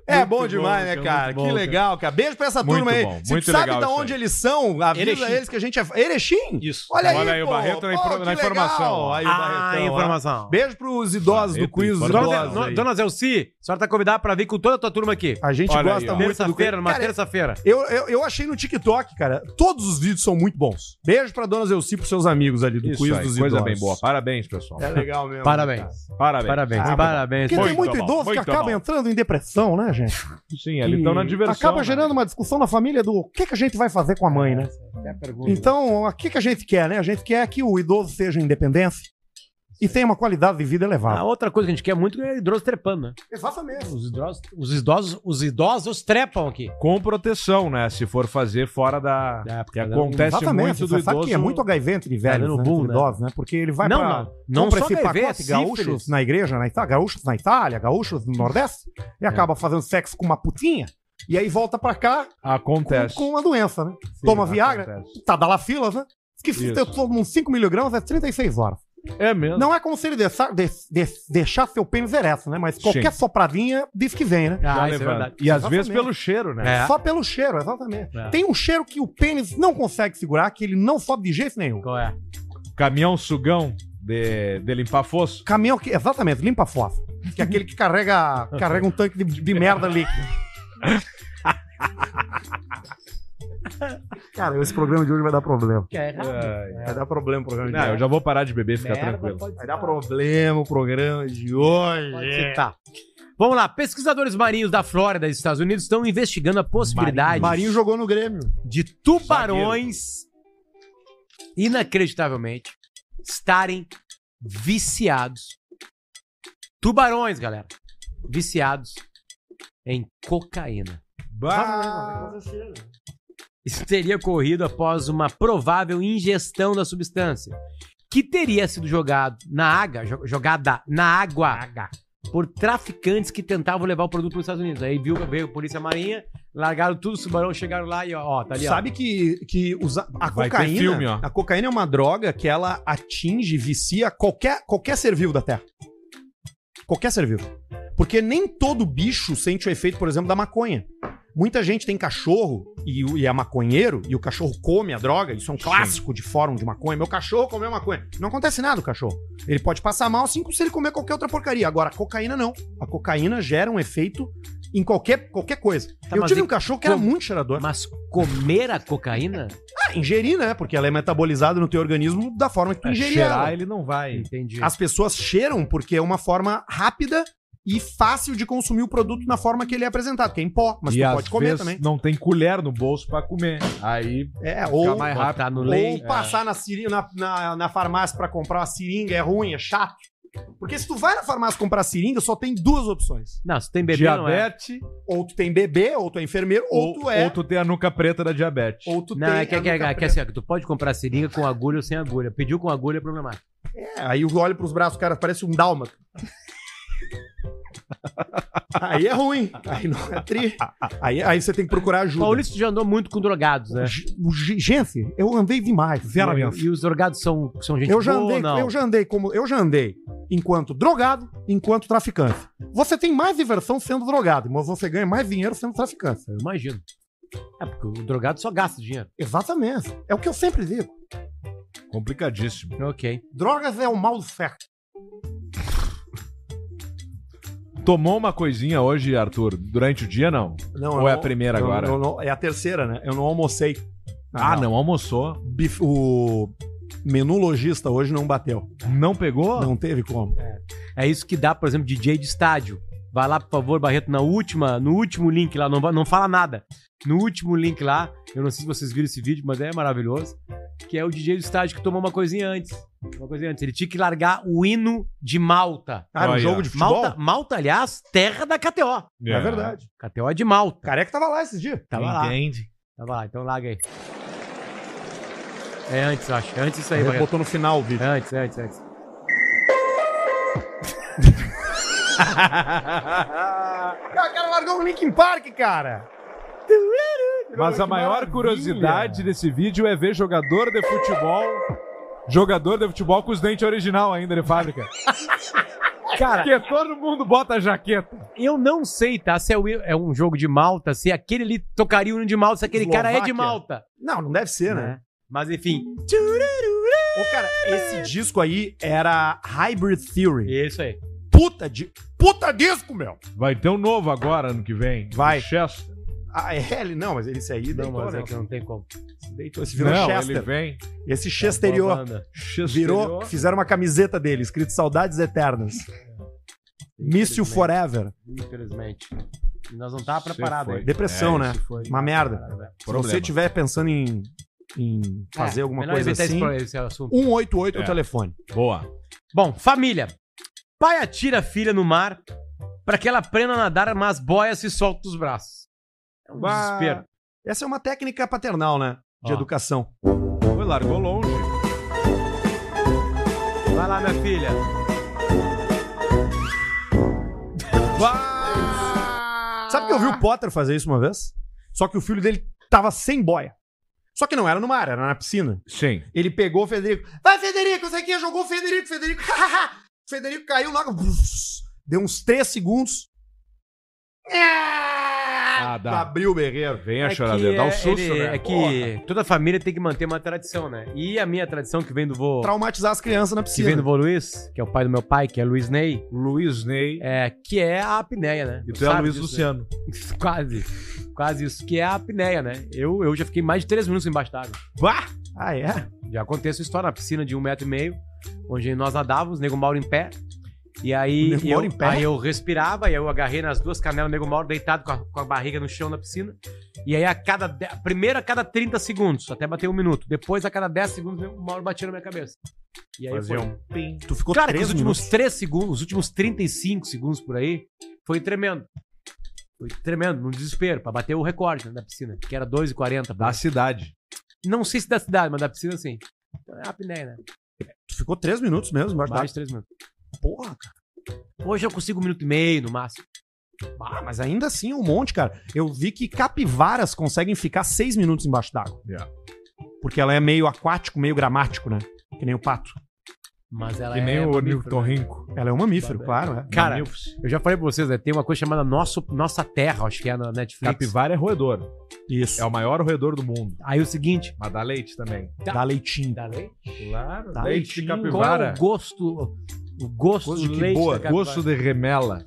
Speaker 3: É
Speaker 2: Muito
Speaker 3: bom demais,
Speaker 2: bom,
Speaker 3: né,
Speaker 2: cara,
Speaker 3: cara?
Speaker 2: muito
Speaker 3: que
Speaker 2: bom,
Speaker 3: legal, cara. Beijo pra essa
Speaker 2: Muito
Speaker 3: turma aí.
Speaker 2: bom,
Speaker 3: Se
Speaker 2: muito
Speaker 3: tu sabe
Speaker 2: legal
Speaker 3: da
Speaker 2: isso
Speaker 3: onde eles são, avisa
Speaker 2: Erechim.
Speaker 3: eles que a gente é. Erechim?
Speaker 2: Isso.
Speaker 3: Olha,
Speaker 2: Olha
Speaker 3: aí,
Speaker 2: aí, o
Speaker 3: pô.
Speaker 2: Barreto na info-
Speaker 3: Pô, que
Speaker 2: na informação.
Speaker 3: legal. Aí, o
Speaker 1: Ah,
Speaker 3: Barretão, ó.
Speaker 1: informação.
Speaker 3: Beijo pros idosos do
Speaker 2: Barreto,
Speaker 3: quiz. Os
Speaker 2: informação.
Speaker 1: Dona,
Speaker 3: idosos
Speaker 1: Zel-
Speaker 3: aí.
Speaker 1: Dona Zelci, a senhora tá convidada pra vir com toda a tua turma aqui.
Speaker 3: A gente
Speaker 2: Olha
Speaker 3: gosta
Speaker 2: aí, ó.
Speaker 3: muito do
Speaker 1: Terça-feira, numa
Speaker 3: Cara,
Speaker 1: terça-feira.
Speaker 3: Eu, eu, eu achei no TikTok, cara, todos os vídeos são muito bons. Beijo pra Dona Zelci e pros seus amigos ali do
Speaker 2: Isso
Speaker 3: quiz
Speaker 2: aí,
Speaker 3: dos
Speaker 2: coisa
Speaker 3: idosos.
Speaker 2: bem boa. Parabéns, pessoal.
Speaker 3: É legal mesmo.
Speaker 1: Parabéns.
Speaker 2: Parabéns.
Speaker 1: Parabéns,
Speaker 2: Muito
Speaker 1: parabéns.
Speaker 3: Porque tem
Speaker 2: Muito
Speaker 3: muito
Speaker 2: bom,
Speaker 3: idoso que
Speaker 2: muito
Speaker 3: acaba
Speaker 2: bom.
Speaker 3: entrando em depressão, né, gente?
Speaker 2: bom. Sim, ali estão na
Speaker 3: E
Speaker 2: diversão.
Speaker 3: Acaba
Speaker 2: né?
Speaker 3: gerando uma discussão na família do o que, que a gente vai fazer com a mãe, né? Então, o que, que a gente quer, né? A gente quer que o idoso seja independente e tenha uma qualidade de vida
Speaker 1: A
Speaker 3: elevada.
Speaker 1: outra coisa que a gente quer muito é idoso trepando, né?
Speaker 3: Exatamente.
Speaker 1: Os idosos, os idosos, os idosos trepam aqui.
Speaker 2: Com proteção, né? Se for fazer fora da.
Speaker 3: É,
Speaker 1: Da época
Speaker 2: que
Speaker 1: da-
Speaker 2: acontece
Speaker 3: Exatamente.
Speaker 2: muito do
Speaker 3: Você sabe
Speaker 2: idoso.
Speaker 3: que é muito HIV entre velhos,
Speaker 1: dando
Speaker 3: né?
Speaker 1: boom,
Speaker 3: entre
Speaker 1: né?
Speaker 3: idosos, né? Porque ele vai
Speaker 1: Não,
Speaker 3: pra...
Speaker 1: não. Não
Speaker 3: vão pra
Speaker 1: só
Speaker 3: esse
Speaker 1: HIV,
Speaker 3: pacote
Speaker 1: sífilis.
Speaker 3: gaúchos na igreja, na Itália, gaúchos na Itália, gaúchos no Nordeste,
Speaker 2: É.
Speaker 3: e acaba fazendo sexo com uma putinha, e aí volta pra cá com,
Speaker 2: Acontece.
Speaker 3: com uma doença, né?
Speaker 2: Sim,
Speaker 3: Toma Viagra,
Speaker 2: acontece.
Speaker 3: tá da lafilas, né? Que se
Speaker 2: Isso.
Speaker 3: eu tomo uns 5 miligramas é 36 horas.
Speaker 2: É mesmo.
Speaker 3: Não é como se ele deixar, de- de- deixar seu pênis ereto, né? Mas qualquer
Speaker 2: Sim.
Speaker 3: sopradinha diz que vem, né?
Speaker 2: Já
Speaker 1: Ah, isso é
Speaker 2: levanta.
Speaker 1: verdade.
Speaker 2: e às vezes
Speaker 3: Exatamente.
Speaker 2: pelo cheiro, né?
Speaker 1: É.
Speaker 3: Só pelo cheiro, exatamente.
Speaker 1: É.
Speaker 3: Tem um cheiro que o pênis não consegue segurar, que ele não sobe de jeito nenhum.
Speaker 1: Qual é?
Speaker 2: Caminhão sugão de, de limpar fosso.
Speaker 3: Caminhão que. Exatamente, limpa a fossa. Que é aquele que carrega, carrega um tanque de, de merda líquida. Cara, esse programa de hoje vai dar problema.
Speaker 2: Ai,
Speaker 3: Vai dar problema o programa de
Speaker 2: É, Não, Ah, eu
Speaker 3: hoje.
Speaker 2: já vou parar de beber, fica tranquilo.
Speaker 3: Vai dar problema o programa de hoje.
Speaker 1: Tá. Vamos lá, pesquisadores marinhos da Flórida, dos Estados Unidos, estão investigando a possibilidade
Speaker 3: Marinho jogou no Grêmio.
Speaker 1: de tubarões, inacreditavelmente, estarem viciados. Tubarões, galera. Viciados em cocaína. Isso teria ocorrido após uma provável ingestão da substância, que teria sido jogado na água, jo- jogada na água por traficantes que tentavam levar o produto para os Estados Unidos. Aí viu, veio a polícia marinha, largaram tudo, os tubarão chegaram lá e ó, ó, tá ali. ó.
Speaker 3: Sabe que, que usa, a
Speaker 2: Vai ter
Speaker 3: cocaína.
Speaker 2: filme, ó.
Speaker 3: a cocaína é uma droga que ela atinge, vicia qualquer, qualquer ser vivo da Terra. Qualquer ser vivo. Porque nem todo bicho sente o efeito, por exemplo, da maconha. Muita gente tem cachorro e, o- e é maconheiro, e o cachorro come a droga, isso é um clássico de fórum de maconha. Meu cachorro comeu maconha. Não acontece nada o cachorro. Ele pode passar mal assim como se ele comer qualquer outra porcaria. Agora, a cocaína não. A cocaína gera um efeito em qualquer, qualquer coisa.
Speaker 1: Tá,
Speaker 3: Eu
Speaker 1: mas
Speaker 3: tive
Speaker 1: e
Speaker 3: um cachorro que era
Speaker 1: como-
Speaker 3: muito cheirador.
Speaker 1: Mas comer a cocaína?
Speaker 3: Ingerir, né? Porque ela é metabolizada no teu organismo da forma que
Speaker 1: É,
Speaker 3: tu ingerir
Speaker 2: É, Cheirar,
Speaker 3: ela.
Speaker 2: ele não vai.
Speaker 1: Entendi.
Speaker 3: As pessoas cheiram porque é uma forma rápida e fácil de consumir o produto na forma que ele é apresentado, que é em pó, mas
Speaker 2: e
Speaker 3: tu
Speaker 2: às
Speaker 3: pode comer
Speaker 2: vezes
Speaker 3: também.
Speaker 2: não tem colher no bolso pra comer. Aí
Speaker 3: É,
Speaker 2: fica
Speaker 3: ou,
Speaker 2: mais
Speaker 1: botar
Speaker 2: rápido.
Speaker 1: no
Speaker 3: ou
Speaker 1: leite.
Speaker 3: passar na, siri- na, na, na farmácia pra comprar uma seringa é ruim, é chato. Porque se tu vai na farmácia comprar seringa, só tem duas opções.
Speaker 1: Não, se tem bebê, não é.
Speaker 2: Diabetes,
Speaker 3: Ou tu tem bebê, ou tu é enfermeiro, ou, tu é.
Speaker 2: ou tu tem a nuca preta da diabetes.
Speaker 3: Ou tu
Speaker 1: Não,
Speaker 3: tem.
Speaker 1: é que, é que, é que, é que assim, ó, que tu pode comprar seringa com agulha ou sem agulha. Pediu com agulha é problemático.
Speaker 3: É, aí eu olho pros braços, cara, parece um dálmata. aí é ruim. Aí não é tri. Aí, aí você tem que procurar ajuda. É.
Speaker 1: Paulista já andou muito com drogados, né?
Speaker 3: G- g- Gente, eu andei demais.
Speaker 1: E, e os drogados são, são gente
Speaker 3: Eu já
Speaker 1: boa ou
Speaker 3: andei,
Speaker 1: não?
Speaker 3: eu já andei como eu já andei enquanto drogado, enquanto traficante. Você tem mais diversão sendo drogado, mas você ganha mais dinheiro sendo traficante.
Speaker 1: Eu imagino. É, porque o drogado só gasta dinheiro.
Speaker 3: Exatamente. É o que eu sempre digo.
Speaker 2: Complicadíssimo.
Speaker 1: Ok.
Speaker 3: Drogas é o mal do século.
Speaker 2: Tomou uma coisinha hoje, Arthur? Durante o dia, não?
Speaker 3: Não,
Speaker 2: Ou
Speaker 3: eu
Speaker 2: é a
Speaker 3: não-
Speaker 2: primeira
Speaker 3: eu-
Speaker 2: agora?
Speaker 3: eu não- é a terceira, né? Eu não almocei.
Speaker 2: ah, não, almoçou.
Speaker 3: Bif- o menu lojista hoje não bateu.
Speaker 2: Não pegou?
Speaker 3: Não teve como.
Speaker 1: É isso que dá, por exemplo, DJ de estádio. Vai lá, por favor, Barreto, na última, no último link lá, não, va- não fala nada. No último link lá, eu não sei se vocês viram esse vídeo, mas é maravilhoso. Que é o DJ do estádio que tomou uma coisinha antes. Uma coisinha antes. Ele tinha que largar o hino de Malta.
Speaker 3: Cara, um
Speaker 2: Olha.
Speaker 3: jogo de futebol.
Speaker 1: Malta, Malta, aliás, terra da KTO.
Speaker 3: É. verdade.
Speaker 1: KTO é de Malta.
Speaker 3: Careca tava lá esses dias.
Speaker 1: Tava lá.
Speaker 2: Entende?
Speaker 1: Tava lá, então larga aí. É antes, eu acho. É antes isso aí,
Speaker 3: Ele
Speaker 1: Barreto.
Speaker 3: botou no final o vídeo.
Speaker 1: É antes, é antes, é antes.
Speaker 3: Cara, o cara largou o Linkin Park, cara. Então, é
Speaker 2: Mas a maior curiosidade desse vídeo é ver jogador de futebol. Jogador de futebol com os dentes original ainda de fábrica.
Speaker 1: Cara,
Speaker 2: Porque todo mundo bota a jaqueta.
Speaker 1: Eu não sei, tá? Se é, o- é um jogo de Malta, se aquele ali tocaria o hino de Malta, se aquele cara é de
Speaker 3: Eslováquia.
Speaker 1: Malta.
Speaker 3: Não, não deve ser, né?
Speaker 1: Mas enfim.
Speaker 3: Ô, cara, esse disco aí era Hybrid Theory.
Speaker 1: Isso aí.
Speaker 3: Puta de. Puta disco, meu!
Speaker 2: Vai ter um novo agora ano que vem.
Speaker 3: Vai.
Speaker 2: Chester.
Speaker 3: Ah, é, ele não, mas ele se aí
Speaker 1: Não,
Speaker 3: deitou,
Speaker 1: mas
Speaker 3: né?
Speaker 1: é que não tem como.
Speaker 3: Se Deitou, esse virou
Speaker 2: Não,
Speaker 3: Chester.
Speaker 2: ele vem.
Speaker 3: Esse Chesterior
Speaker 1: banda.
Speaker 3: virou. Fizeram uma camiseta dele, escrito Saudades Eternas. Miss You Forever.
Speaker 1: Infelizmente. E Nós não tava
Speaker 2: Você
Speaker 1: preparado.
Speaker 2: foi.
Speaker 1: hein?
Speaker 3: Depressão,
Speaker 2: É,
Speaker 3: né?
Speaker 2: isso foi.
Speaker 3: Uma merda. Se
Speaker 2: Problema.
Speaker 3: você estiver pensando em, em fazer
Speaker 1: É,
Speaker 3: alguma
Speaker 1: melhor
Speaker 3: coisa
Speaker 1: evitar
Speaker 3: assim,
Speaker 1: esse- esse assunto.
Speaker 3: 188 é
Speaker 2: É.
Speaker 3: o telefone.
Speaker 2: Boa.
Speaker 1: Bom, família. Pai atira a filha no mar para que ela aprenda a nadar, mas boia se solta dos braços. É um
Speaker 3: Bah.
Speaker 1: desespero.
Speaker 3: Essa é uma técnica paternal, né? De
Speaker 1: Ó.
Speaker 3: educação.
Speaker 2: Foi, largou longe.
Speaker 1: Vai lá, minha filha.
Speaker 3: Sabe que eu vi o Potter fazer isso uma vez? Só que o filho dele tava sem boia. Só que não era no mar, era na piscina.
Speaker 2: Sim.
Speaker 3: Ele pegou o Federico. Vai, Federico, isso aqui jogou o Federico, Federico. o Federico caiu logo. Deu uns três segundos. É!
Speaker 2: Ah, dá.
Speaker 3: Abriu o berreiro.
Speaker 2: Vem a
Speaker 1: que
Speaker 2: choradeira. Dá um
Speaker 1: é-
Speaker 2: susto,
Speaker 1: ele-
Speaker 2: né?
Speaker 1: É que toda família tem que manter uma tradição, né? E a minha tradição que vem do vô,
Speaker 3: Traumatizar as crianças na
Speaker 2: Tá
Speaker 1: que vem
Speaker 3: piscina.
Speaker 1: do vô Luiz, que é o pai do meu pai, que é Luiz Ney,
Speaker 2: Luiz Ney.
Speaker 1: é, que é a apneia, né?
Speaker 2: E
Speaker 1: Tu
Speaker 2: tu é
Speaker 1: sabe
Speaker 2: Luiz
Speaker 1: disso, né?
Speaker 2: Luciano.
Speaker 1: Quase. Quase isso, que é a apneia, né? Eu, eu já fiquei mais de três minutos embaixo d'água.
Speaker 2: Vá!
Speaker 3: Ah, é?
Speaker 1: Já aconteceu isso história na piscina de um metro e meio, onde nós nadávamos, nego Mauro em pé. E aí,
Speaker 3: Nego
Speaker 1: eu,
Speaker 3: Mauro em pé?
Speaker 1: aí eu respirava, e aí eu agarrei nas duas canelas, o nego Mauro deitado com a, com a barriga no chão na piscina. E aí, a cada. de- Primeiro a cada 30 segundos, até bater um minuto. Depois, a cada 10 segundos, o nego Mauro batia na minha cabeça. E aí
Speaker 2: Fazia
Speaker 1: foi.
Speaker 2: um
Speaker 3: Tu ficou
Speaker 1: Cara, que
Speaker 3: três
Speaker 1: os últimos três 3 segundos, os últimos 35 segundos por aí, foi tremendo. Foi tremendo, num desespero, pra bater o recorde né, da piscina, que era 2,40.
Speaker 2: Da cidade.
Speaker 1: Não sei se da cidade, mas da piscina sim. Então é a apneia, né?
Speaker 3: Tu ficou três minutos mesmo, embaixo
Speaker 1: Mais
Speaker 3: d'água.
Speaker 1: de 3 minutos.
Speaker 3: Porra, cara.
Speaker 1: Hoje eu consigo um minuto e meio no máximo.
Speaker 3: Ah, mas ainda assim é um monte, cara. Eu vi que capivaras conseguem ficar seis minutos embaixo d'água.
Speaker 2: Yeah.
Speaker 3: Porque ela é meio aquático, meio gramático, né? Que nem o pato.
Speaker 1: Mas ela
Speaker 2: Que
Speaker 1: é.
Speaker 2: nem o
Speaker 1: mamífero,
Speaker 2: Nilton
Speaker 1: né?
Speaker 2: Rinco.
Speaker 3: Ela é um mamífero, claro, né?
Speaker 1: Cara, eu já falei pra vocês, né? Tem uma coisa chamada Nosso, Nossa Terra, acho que é na Netflix.
Speaker 2: Capivara é roedor.
Speaker 3: Isso.
Speaker 2: É o maior roedor do mundo.
Speaker 1: Aí o seguinte. tá.
Speaker 2: Mas dá leite também.
Speaker 3: Dá leitinho.
Speaker 1: Da leite?
Speaker 2: Claro.
Speaker 3: Dá
Speaker 2: leite de
Speaker 3: leitinho.
Speaker 1: Qual é
Speaker 2: capivara.
Speaker 1: o gosto? O gosto,
Speaker 2: Gosto
Speaker 1: do
Speaker 2: de
Speaker 1: leite
Speaker 2: boa.
Speaker 1: da capivara? É
Speaker 2: Gosto de remela.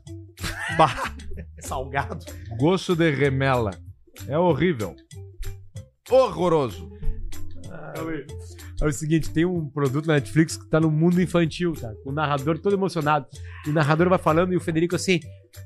Speaker 3: Salgado.
Speaker 2: Gosto de remela. É horrível. Horroroso.
Speaker 1: É o seguinte, tem um produto na Netflix que tá no mundo infantil, tá? O narrador todo emocionado. O narrador vai falando e o Federico assim,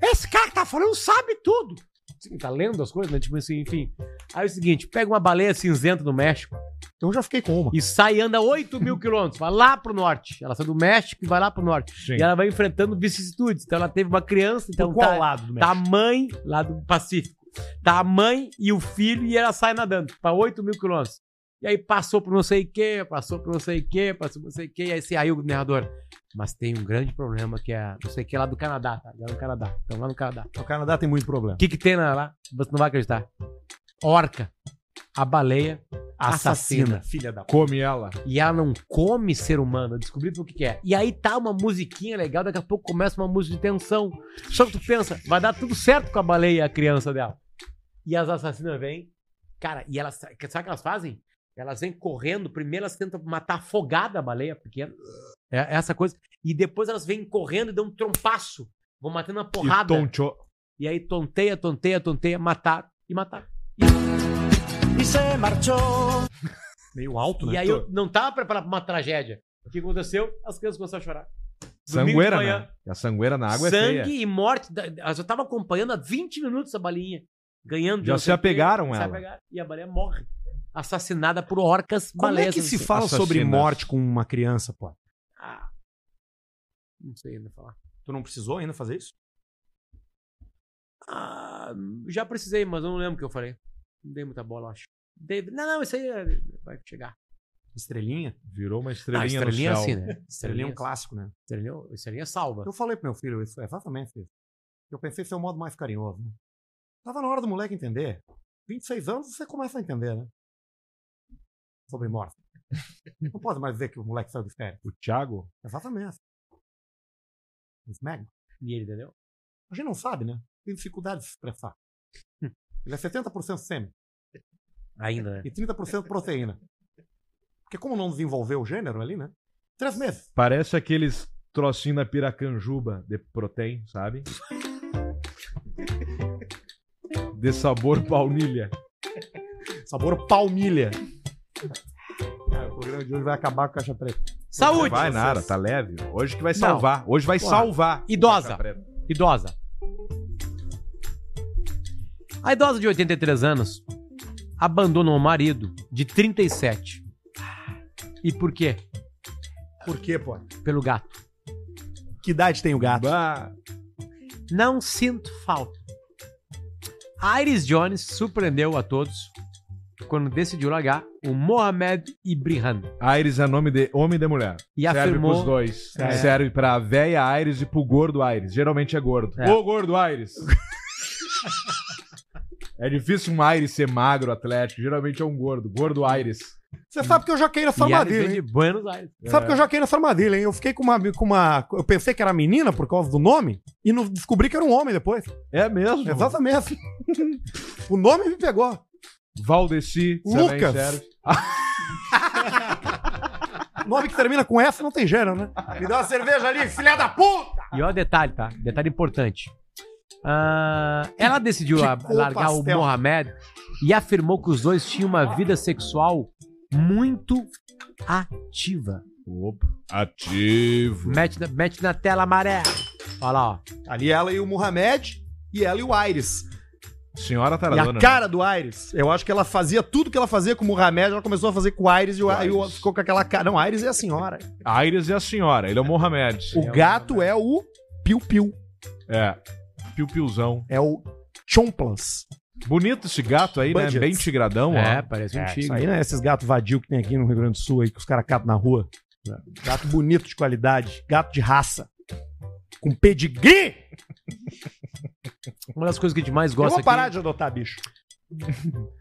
Speaker 1: esse cara que tá falando sabe tudo. Assim, Tá lendo as coisas, né? Tipo assim, enfim. Aí é o seguinte, pega uma baleia cinzenta do México
Speaker 3: Eu já fiquei com uma.
Speaker 1: e sai e anda 8 mil quilômetros, vai lá pro norte. Ela sai do México e vai lá pro norte.
Speaker 2: Sim.
Speaker 1: E ela vai enfrentando vicissitudes. Então ela teve uma criança, então
Speaker 3: Por qual
Speaker 1: tá,
Speaker 3: lado do
Speaker 1: tá a mãe lá do Pacífico. Tá a mãe e o filho e ela sai nadando pra 8 mil quilômetros. E aí passou por não sei o que, passou por não sei o que, passou por não sei o que. E aí, se- aí o narrador. Mas tem um grande problema que é não sei o que lá do Canadá, tá? Lá no Canadá. Então lá no Canadá.
Speaker 3: O Canadá tem muito problema.
Speaker 1: O que que tem na- lá? Você não vai acreditar. Orca. A baleia assassina.
Speaker 3: Filha da
Speaker 2: Come ela.
Speaker 1: E ela não come ser humano. Eu descobri por que que é. E aí tá uma musiquinha legal, daqui a pouco começa uma música de tensão. Só que tu pensa, vai dar tudo certo com a baleia e a criança dela. E as assassinas vêm, cara, e elas. Sabe o que elas fazem? Elas vêm correndo, primeiro elas tentam matar afogada a baleia pequena. É é essa coisa. E depois elas vêm correndo e dão um trompaço. Vão matando uma
Speaker 2: E
Speaker 1: porrada. E,
Speaker 2: toncho.
Speaker 1: aí tonteia, tonteia, tonteia, matar e matar.
Speaker 3: Meio alto,
Speaker 2: é
Speaker 3: né?
Speaker 1: E aí eu não tava preparado pra uma tragédia. O que aconteceu? As crianças começaram a chorar. Domingo de
Speaker 2: Sangueira,
Speaker 1: manhã.
Speaker 2: né? A sangueira na água é feia.
Speaker 1: sangue e morte. da- Elas já estavam acompanhando há 20 minutos a balinha. Ganhando.
Speaker 2: Já
Speaker 1: não
Speaker 2: se
Speaker 1: sei o quê,
Speaker 2: apegaram
Speaker 1: se
Speaker 2: ela.
Speaker 1: apegaram, e a baleia morre. Assassinada por orcas
Speaker 3: Como
Speaker 1: baleias.
Speaker 3: é que
Speaker 1: não
Speaker 3: se
Speaker 1: sei.
Speaker 3: fala sobre
Speaker 2: Assassinas.
Speaker 3: morte com uma criança, pô?
Speaker 1: Ah, não sei ainda falar.
Speaker 3: Tu não precisou ainda fazer isso?
Speaker 1: Ah, já precisei, mas eu não lembro o que eu falei. Não dei muita bola, eu acho. Dei- Não, não, isso aí é- eh, vai chegar.
Speaker 3: Estrelinha?
Speaker 2: Virou uma
Speaker 8: Ah,
Speaker 2: estrelinha,
Speaker 8: estrelinha
Speaker 2: no céu.
Speaker 8: assim, né?
Speaker 3: Estrelinha é um clássico, né?
Speaker 8: Estrelinha, estrelinha salva.
Speaker 3: Eu falei pro meu filho isso, exatamente isso. Eu pensei que ser um modo mais carinhoso. Né? Tava na hora do moleque entender. 26 anos você começa a entender, né? Sobre morte. Não pode mais dizer que o moleque saiu de férias.
Speaker 2: O Thiago?
Speaker 3: Exatamente. O Smeg.
Speaker 8: E ele, entendeu?
Speaker 3: A gente não sabe, né? Tem dificuldade de se expressar. Ele é 70% sêmen
Speaker 8: Ainda, né?
Speaker 3: e 30% proteína. Porque como não desenvolveu o gênero ali, né? Três meses.
Speaker 2: Parece aqueles trocinhos da piracanjuba de protein, sabe? De sabor baunilha.
Speaker 3: Sabor palmilha. Cara, É, o programa de hoje vai acabar com caixa preta.
Speaker 2: Não vai nada, tá leve. Hoje que vai
Speaker 3: Não.
Speaker 2: salvar. Hoje vai
Speaker 3: Porra.
Speaker 2: salvar.
Speaker 8: Idosa.
Speaker 2: Preta.
Speaker 8: Idosa. A idosa de 83 anos abandonou o marido de 37. E por quê?
Speaker 3: Por quê, pô?
Speaker 8: Pelo gato.
Speaker 3: Que idade tem o Um gato?
Speaker 8: Não sinto falta. Iris Jones surpreendeu a todos quando decidiu largar o Mohamed Ibrahim.
Speaker 2: Aires é nome de homem e de mulher.
Speaker 8: E
Speaker 2: Serve
Speaker 8: afirmou-
Speaker 2: pros dois.
Speaker 8: É.
Speaker 2: Serve pra véia Aires e pro gordo Aires. Geralmente é gordo.
Speaker 8: É.
Speaker 2: Ô, gordo Aires! é difícil um Aires ser magro, atlético. Geralmente é um gordo. Gordo Aires.
Speaker 3: Você sabe que eu já caí nessa
Speaker 8: E Iris
Speaker 3: armadilha,
Speaker 8: vem
Speaker 3: hein?
Speaker 8: de Buenos Aires.
Speaker 3: Sabe
Speaker 2: É.
Speaker 3: que eu já caí nessa armadilha, hein? Eu fiquei com uma, com uma. Eu pensei que era menina por causa do nome e não descobri que era um homem depois.
Speaker 8: Uhum.
Speaker 2: É mesmo?
Speaker 3: Exatamente. o nome me pegou.
Speaker 2: Valdeci. também
Speaker 3: Lucas.
Speaker 2: serve.
Speaker 3: Nome que termina com F não tem gênero, né? Me dá uma cerveja ali, filha da puta!
Speaker 8: E olha o detalhe, tá? Detalhe importante. Ah, ela decidiu a-
Speaker 3: Ficou
Speaker 8: largar o
Speaker 3: pastel.
Speaker 8: Mohamed e afirmou que os dois tinham uma vida sexual muito ativa.
Speaker 2: Opa. Ativo.
Speaker 8: Mete na, mete na tela amarela. Olha lá, ó.
Speaker 3: Ali ela e o Mohamed e ela e o Aires.
Speaker 2: Senhora
Speaker 3: E
Speaker 2: Taradona. né?
Speaker 3: a cara né? do Aires. Eu acho que ela fazia tudo que ela fazia com o Mohamed, ela começou a fazer com o Aires e o, e o- ficou com aquela cara. Não, Aires é a senhora.
Speaker 2: Aires é a senhora. Ele é o Mohamed.
Speaker 3: O gato é o piu-piu.
Speaker 2: É. Piu-piuzão.
Speaker 3: É o chomplas.
Speaker 2: Bonito esse gato aí,
Speaker 3: Budget.
Speaker 2: né? Bem tigradão,
Speaker 8: É,
Speaker 2: ó.
Speaker 8: parece um
Speaker 3: É, isso
Speaker 8: tigre.
Speaker 3: aí não é esses gatos vadio que tem aqui no Rio Grande do Sul aí, que os caras catam na rua. Gato bonito de qualidade, gato de raça. Com pedigree!
Speaker 8: Uma das coisas que a gente mais
Speaker 3: Eu
Speaker 8: gosta
Speaker 3: vou parar
Speaker 8: aqui.
Speaker 3: de adotar bicho.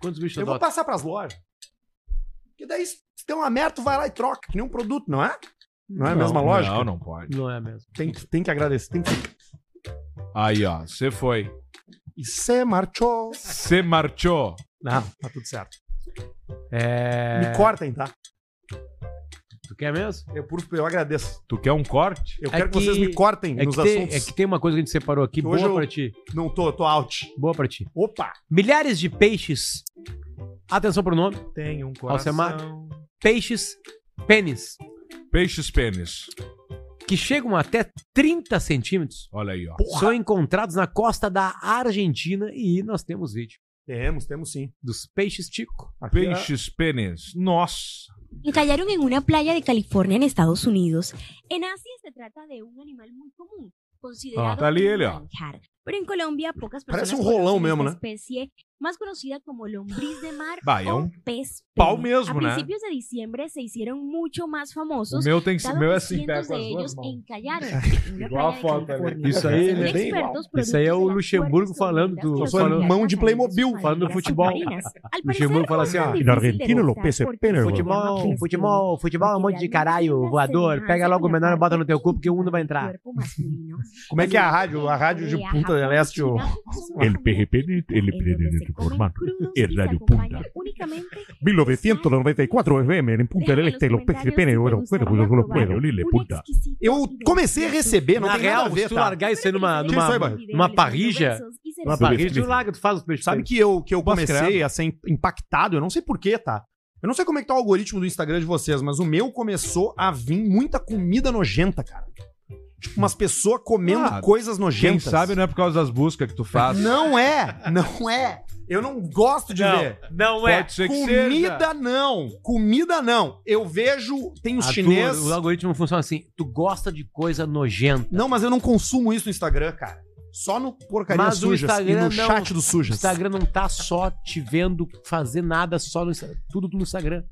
Speaker 8: Quantos bichos
Speaker 3: Eu vou
Speaker 8: adota?
Speaker 3: passar pras lojas. Porque daí, se tem uma merda, tu vai lá e troca, que nem um produto, não é? Não é a mesma lógica?
Speaker 2: Não, não pode.
Speaker 8: Não é mesmo.
Speaker 3: Tem, que- tem que agradecer. Tem que...
Speaker 2: Aí, ó. Você foi.
Speaker 3: E se é marchou.
Speaker 2: Você marchou.
Speaker 3: Não,
Speaker 8: Ah,
Speaker 3: tá tudo certo.
Speaker 8: É...
Speaker 3: Me cortem, tá?
Speaker 8: Tu quer mesmo?
Speaker 3: Eu, por, eu agradeço.
Speaker 2: Tu quer um corte?
Speaker 3: Eu
Speaker 8: É
Speaker 3: quero que,
Speaker 8: que-
Speaker 3: vocês me cortem
Speaker 8: É que,
Speaker 3: nos
Speaker 8: tem,
Speaker 3: assuntos.
Speaker 8: é que tem uma coisa que a gente separou aqui.
Speaker 3: Hoje
Speaker 8: boa
Speaker 3: eu-
Speaker 8: pra ti.
Speaker 3: Não tô, eu tô out.
Speaker 8: Boa pra ti.
Speaker 3: Opa!
Speaker 8: Milhares de peixes. Atenção pro nome.
Speaker 2: Tem um
Speaker 8: Alcemar. Peixes pênis.
Speaker 2: Peixes pênis.
Speaker 8: que chegam até 30 centímetros
Speaker 2: Olha aí, ó.
Speaker 8: são encontrados na costa da Argentina e nós temos vídeo
Speaker 3: Temos, temos sim.
Speaker 8: dos peixes tico.
Speaker 3: Aqui é-
Speaker 2: Peixes pênis. Nossa.
Speaker 12: Encallaron en una playa de California en Estados Unidos. En Asia se trata de un animal muy común, considerado
Speaker 2: Ah, tá ali
Speaker 12: un
Speaker 2: ele, ó.
Speaker 12: manjar. Pero en Colombia pocas personas
Speaker 3: Parece un rolão
Speaker 12: conocen
Speaker 3: mesmo,
Speaker 12: esta
Speaker 3: né?
Speaker 12: especie más conocida como lombriz de mar
Speaker 2: Bah, é
Speaker 12: o
Speaker 2: um
Speaker 12: pez
Speaker 2: pau
Speaker 12: pene.
Speaker 2: mesmo,
Speaker 12: A
Speaker 2: né?
Speaker 12: principios de diciembre se hicieron mucho más
Speaker 2: O
Speaker 12: famosos.
Speaker 2: meu tem que ser.
Speaker 12: dado
Speaker 2: meu é
Speaker 12: que
Speaker 2: assim, pega
Speaker 12: cientos
Speaker 2: com
Speaker 12: de
Speaker 2: as duas
Speaker 12: ellos
Speaker 2: mãos. né,
Speaker 12: encallaron en una
Speaker 2: Igual a
Speaker 12: playa de
Speaker 2: foto ali.
Speaker 12: California.
Speaker 8: Isso aí, ele é
Speaker 2: bem igual.
Speaker 12: Expertos
Speaker 8: Isso aí é o
Speaker 12: produtos de la
Speaker 8: Luxemburgo
Speaker 12: fuerza
Speaker 8: falando
Speaker 12: unidas
Speaker 8: do-
Speaker 12: tras
Speaker 8: falando-
Speaker 12: viajar
Speaker 3: mão de
Speaker 12: a
Speaker 3: Playmobil.
Speaker 12: islas
Speaker 8: Falando do futebol.
Speaker 12: submarinas. Al
Speaker 3: é
Speaker 12: parecer,
Speaker 8: Luxemburgo fala assim, ó,
Speaker 2: "Ah,
Speaker 12: não
Speaker 8: "Na
Speaker 12: difícil de
Speaker 3: Argentina,
Speaker 12: detectar
Speaker 3: Lopez é
Speaker 12: porque
Speaker 3: pênalti".
Speaker 12: são
Speaker 8: Futebol,
Speaker 2: né?
Speaker 12: terrestres.
Speaker 8: futebol, futebol é assim, um monte de caralho, voador. Pega logo o
Speaker 2: é
Speaker 8: menor e bota no teu cu porque
Speaker 2: né?
Speaker 8: um não vai entrar.
Speaker 2: assim,
Speaker 3: Como é que é a rádio? A rádio de Punta del Este. o-
Speaker 2: né? é um
Speaker 12: El PGP, el
Speaker 2: PRD
Speaker 12: Formando,
Speaker 2: el Radio
Speaker 12: é
Speaker 2: Punta.
Speaker 3: 1994 FM, em Punta del Este, Lopez de Pene, Ouro, Ouro, Ouro, Ouro, Ouro. Eu comecei a receber, não
Speaker 8: Na
Speaker 3: tem nada
Speaker 8: real,
Speaker 3: a ver,
Speaker 8: se tu
Speaker 3: tá?
Speaker 8: largar isso aí numa,
Speaker 3: Tira isso aí,
Speaker 8: numa,
Speaker 3: Barreto.
Speaker 8: numa parrilla, numa parrilla, tu larga, tu faz os peixes.
Speaker 3: Sabe
Speaker 8: pênis.
Speaker 3: que eu, que eu
Speaker 2: Posso
Speaker 3: comecei
Speaker 2: criar?
Speaker 3: a ser impactado, eu não sei porquê, tá? Eu não sei como é que tá o algoritmo do Instagram de vocês, mas o meu começou a vir muita comida nojenta, cara. Tipo, umas pessoas comendo
Speaker 2: Ah,
Speaker 3: coisas
Speaker 2: Quem
Speaker 3: nojentas.
Speaker 2: sabe não é por causa das buscas que tu faz.
Speaker 3: Não é, não é. Eu não gosto de ver.
Speaker 8: Não é.
Speaker 2: Pode ser que seja.
Speaker 3: Comida não, comida não. Eu vejo, tem os
Speaker 8: A tua-
Speaker 3: chinês.
Speaker 8: o algoritmo funciona assim. Tu gosta de coisa nojenta.
Speaker 3: Não, mas eu não consumo isso no Instagram, cara. Só no porcaria
Speaker 8: Mas o
Speaker 3: sujas e no
Speaker 8: Instagram não-
Speaker 3: chat do
Speaker 8: O
Speaker 3: sujas.
Speaker 8: Instagram não tá só te vendo fazer nada só no Instagram. Tudo no Instagram.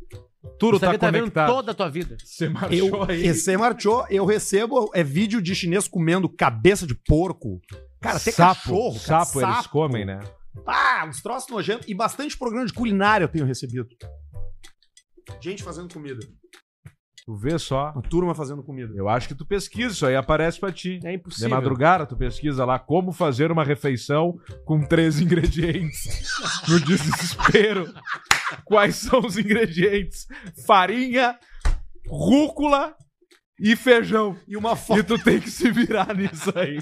Speaker 2: futuro
Speaker 8: Você
Speaker 2: tá
Speaker 8: devia tá vendo
Speaker 2: conectado.
Speaker 8: toda a tua vida.
Speaker 2: Você
Speaker 3: Eu, você marchou, eu recebo é vídeo de chinês comendo cabeça de porco. Cara, até
Speaker 2: sapo,
Speaker 3: cachorro, cara,
Speaker 2: sapo, eles comem, né?
Speaker 3: Ah, uns troços nojentos. E bastante programa de culinária eu tenho recebido. Gente fazendo comida.
Speaker 2: Tu vê só.
Speaker 3: A turma fazendo comida.
Speaker 2: Eu acho que tu pesquisa isso aí, aparece pra ti.
Speaker 8: É
Speaker 2: impossível. De madrugada, tu pesquisa lá como fazer uma refeição com três ingredientes. no desespero. Quais são os ingredientes? Farinha, rúcula e feijão.
Speaker 3: E uma foto.
Speaker 2: E tu tem que se virar nisso aí.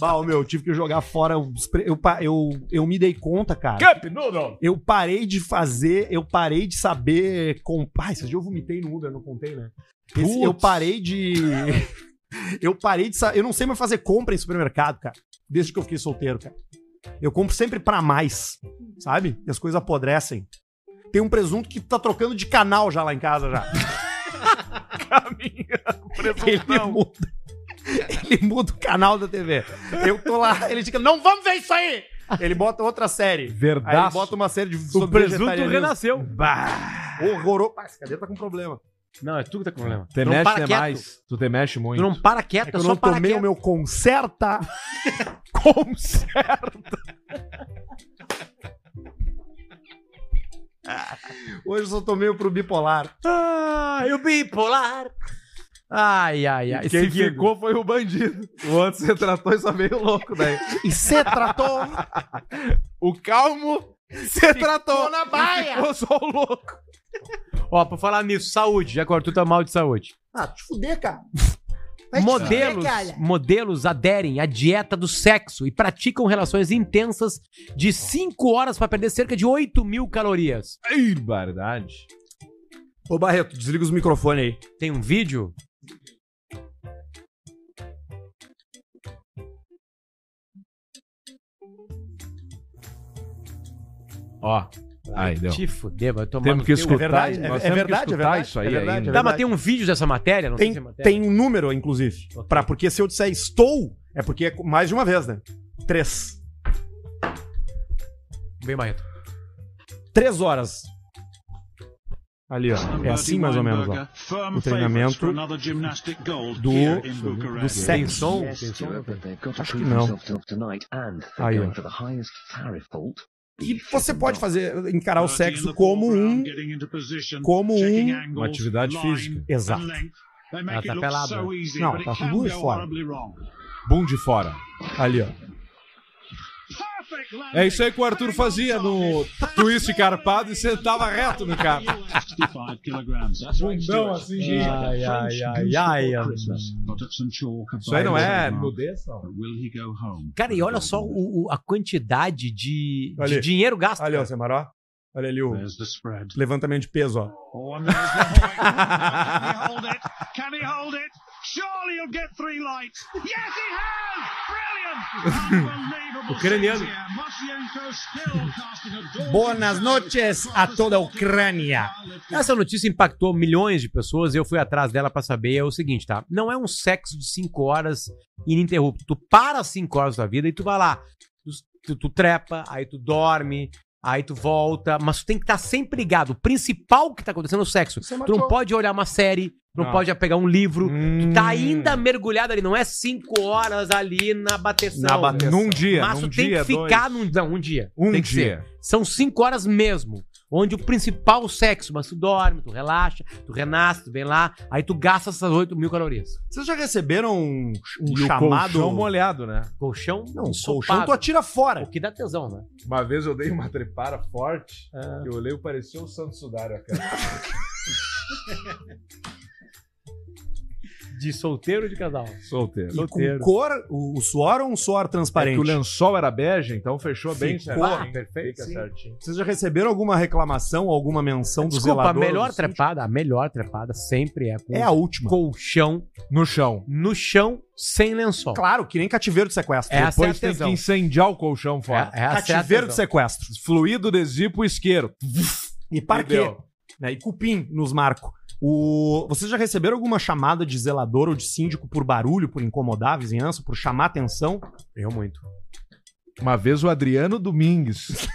Speaker 3: Bah, ô, meu, eu tive que jogar fora. os pre- Eu, pa- eu, eu me dei conta, cara.
Speaker 2: Cup Noodle!
Speaker 3: Eu parei de fazer, eu parei de saber. Com... Ai, esse dia eu vomitei no Uber, não contei, né? Esse-
Speaker 2: Putz.
Speaker 3: eu parei de. eu parei de. sa- Eu não sei mais fazer compra em supermercado, cara. Desde que eu fiquei solteiro, cara. Eu compro sempre pra mais, sabe? E as coisas apodrecem. Tem um presunto que tá trocando de canal já lá em casa já. Ele muda. Ele muda o canal da TV. Eu tô lá, ele fica, não vamos ver isso aí! Ele bota outra série.
Speaker 2: Verdade.
Speaker 3: Aí ele bota uma série de
Speaker 8: O presunto
Speaker 3: vegetarianismo.
Speaker 8: renasceu.
Speaker 3: Horroroso. Ah, essa cadeira tá com problema.
Speaker 8: Não, é tu que tá com problema.
Speaker 2: Te
Speaker 8: não
Speaker 2: mexe
Speaker 8: para quieto.
Speaker 2: demais. Tu te mexe muito.
Speaker 8: Tu não para quieto,
Speaker 3: É que eu
Speaker 8: só
Speaker 3: não
Speaker 8: para
Speaker 3: tomei
Speaker 8: quieto.
Speaker 3: o meu conserta.
Speaker 2: conserta.
Speaker 3: Hoje eu só tomei o pro bipolar.
Speaker 8: Ah, eu bipolar. Ai, ai, ai.
Speaker 2: E quem
Speaker 8: Seguindo.
Speaker 2: ficou foi o bandido. O outro você tratou e só veio louco daí.
Speaker 3: E cê tratou
Speaker 2: O calmo você tratou.
Speaker 3: na
Speaker 2: E Ficou só o louco.
Speaker 8: Ó, pra falar nisso, saúde. Já que o Arthur tá mal de saúde.
Speaker 3: Ah, te fuder, cara.
Speaker 8: Modelos, modelos aderem à dieta do sexo e praticam relações intensas de 5 horas pra perder cerca de 8 mil calorias.
Speaker 2: Ei, verdade.
Speaker 3: Ô, Barreto, desliga os microfones aí.
Speaker 8: Tem um vídeo? Ó.
Speaker 2: Aí, deu.
Speaker 8: Te fuder, vai tomar
Speaker 2: Temos
Speaker 8: no
Speaker 2: que
Speaker 8: teu-
Speaker 2: escutar.
Speaker 3: É verdade,
Speaker 2: nós
Speaker 3: é-
Speaker 2: temos
Speaker 3: é verdade,
Speaker 2: que
Speaker 3: é
Speaker 2: escutar
Speaker 3: verdade,
Speaker 2: isso aí
Speaker 3: é verdade,
Speaker 2: ainda.
Speaker 3: é
Speaker 8: Tá, mas tem um vídeo dessa matéria? Não sei
Speaker 3: Tem,
Speaker 8: se é matéria.
Speaker 3: tem um número, inclusive. Pra, porque se eu disser estou, é porque é mais de uma vez, né? Três.
Speaker 8: Bem, Barreto.
Speaker 3: Três horas. Ali, ó. É assim mais ou menos, ó. O treinamento do, do sexo.
Speaker 13: Acho
Speaker 3: que não. Aí, ó. E você pode fazer, encarar o sexo como um. Como um.
Speaker 2: Uma atividade física.
Speaker 3: Exato.
Speaker 8: Ela tá pelada.
Speaker 3: Não, tá com duas fora.
Speaker 2: Bum de fora.
Speaker 3: Ali, ó.
Speaker 2: É isso aí que o Arthur fazia no twist carpado e sentava reto no carro. Bundão assim.
Speaker 8: Ai, ai, ai, ai, ai.
Speaker 2: Isso aí não é nudez, não.
Speaker 8: Cara, e olha só o- o- a quantidade de, de
Speaker 3: Ali.
Speaker 8: dinheiro gasto.
Speaker 3: Ali, ó,
Speaker 8: cara.
Speaker 3: Semaró. Olha ali o levantamento de peso, ó.
Speaker 11: Can he hold it? Surely he'll get three lights. Yes, he has! Brilliant!
Speaker 8: Ucraniano.
Speaker 3: Boas noites a toda a Ucrânia.
Speaker 8: Essa notícia impactou milhões de pessoas e eu fui atrás dela pra saber. É o seguinte, tá? Não é um sexo de 5 horas ininterrupto. Tu para 5 horas da vida e tu vai lá. Tu, tu trepa, aí tu dorme, aí tu volta. Mas tu tem que estar sempre ligado. O principal que tá acontecendo é o sexo. Tu não pode olhar uma série, não,
Speaker 2: Não. Hum.
Speaker 8: pode pegar um livro. Tu tá ainda mergulhado ali. Não é 5 horas ali na bateção.
Speaker 2: Na bateção. Num dia,
Speaker 8: Mas
Speaker 2: num
Speaker 8: tu tem
Speaker 2: dia,
Speaker 8: que ficar num, não, um dia.
Speaker 2: Um
Speaker 8: Tem que
Speaker 2: dia.
Speaker 8: ser. São cinco horas mesmo. Onde o principal é o sexo, mas tu dorme, tu relaxa, tu renasce, tu vem lá, aí tu gasta essas 8 mil calorias.
Speaker 3: Vocês já receberam um, um
Speaker 2: E o
Speaker 3: chamado.
Speaker 2: colchão molhado, né?
Speaker 8: Colchão,
Speaker 3: Não, um
Speaker 8: ensopado.
Speaker 3: colchão tu atira fora.
Speaker 8: O que dá tesão, né?
Speaker 2: Uma vez eu dei uma trepara forte, eu olhei e parecia o Santo Sudário, a cara.
Speaker 8: De solteiro ou de casal?
Speaker 2: Solteiro.
Speaker 3: E Então, com cor, o, o suor ou um suor
Speaker 2: É que o
Speaker 3: transparente?
Speaker 2: lençol era bege, então fechou bem
Speaker 3: Ficou.
Speaker 2: certinho.
Speaker 8: Ah,
Speaker 2: perfeito.
Speaker 8: sim.
Speaker 2: certinho.
Speaker 3: Vocês já receberam alguma reclamação, alguma menção do
Speaker 8: Desculpa, a
Speaker 3: zelador?
Speaker 8: melhor trepada, a melhor trepada sempre é com
Speaker 3: É a última.
Speaker 8: colchão
Speaker 2: No chão.
Speaker 8: no chão sem lençol.
Speaker 3: Claro, que nem cativeiro de sequestro.
Speaker 8: É Essa a
Speaker 2: Depois tem
Speaker 8: tesão.
Speaker 2: que incendiar o colchão fora.
Speaker 8: É, essa é a
Speaker 3: cativeiro de
Speaker 8: tesão.
Speaker 3: sequestro.
Speaker 2: Fluido de zipo isqueiro.
Speaker 3: E parquê.
Speaker 2: Entendeu?
Speaker 3: Né? E cupim nos marcos. O... Vocês já receberam alguma chamada de zelador ou de síndico por barulho, por incomodar a vizinhança, por chamar atenção?
Speaker 8: Eu muito.
Speaker 2: Uma vez o Adriano Domingues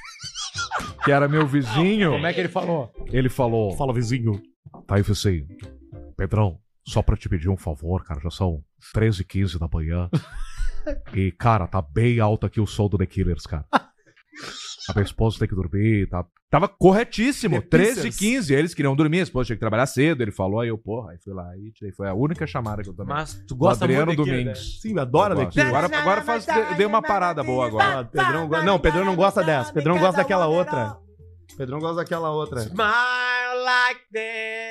Speaker 2: que era meu vizinho.
Speaker 1: Como é que ele falou?
Speaker 2: Ele falou. Fala, vizinho. Tá aí, vizinho. Pedrão, só pra te pedir um favor, cara, já são 13h15 da manhã. E, cara, tá bem alto aqui o som do The Killers, cara. A minha esposa tem que dormir, tá? Tava corretíssimo. 13 e 15 eles queriam dormir, a esposa tinha que trabalhar cedo. Ele falou, aí eu, porra, aí fui lá e tirei. Foi a única chamada que eu tomei.
Speaker 1: Mas tu gosta
Speaker 2: do Adriano
Speaker 1: muito de Killer,
Speaker 2: Domingues.
Speaker 1: né?
Speaker 2: Sim, adora
Speaker 1: The Killers.
Speaker 2: Agora, agora faz, de- dei uma parada boa agora.
Speaker 3: Ah, Pedrão go- Não, Pedrão não gosta dessa. Pedrão gosta daquela outra. Pedrão gosta daquela outra.
Speaker 1: Smile like this.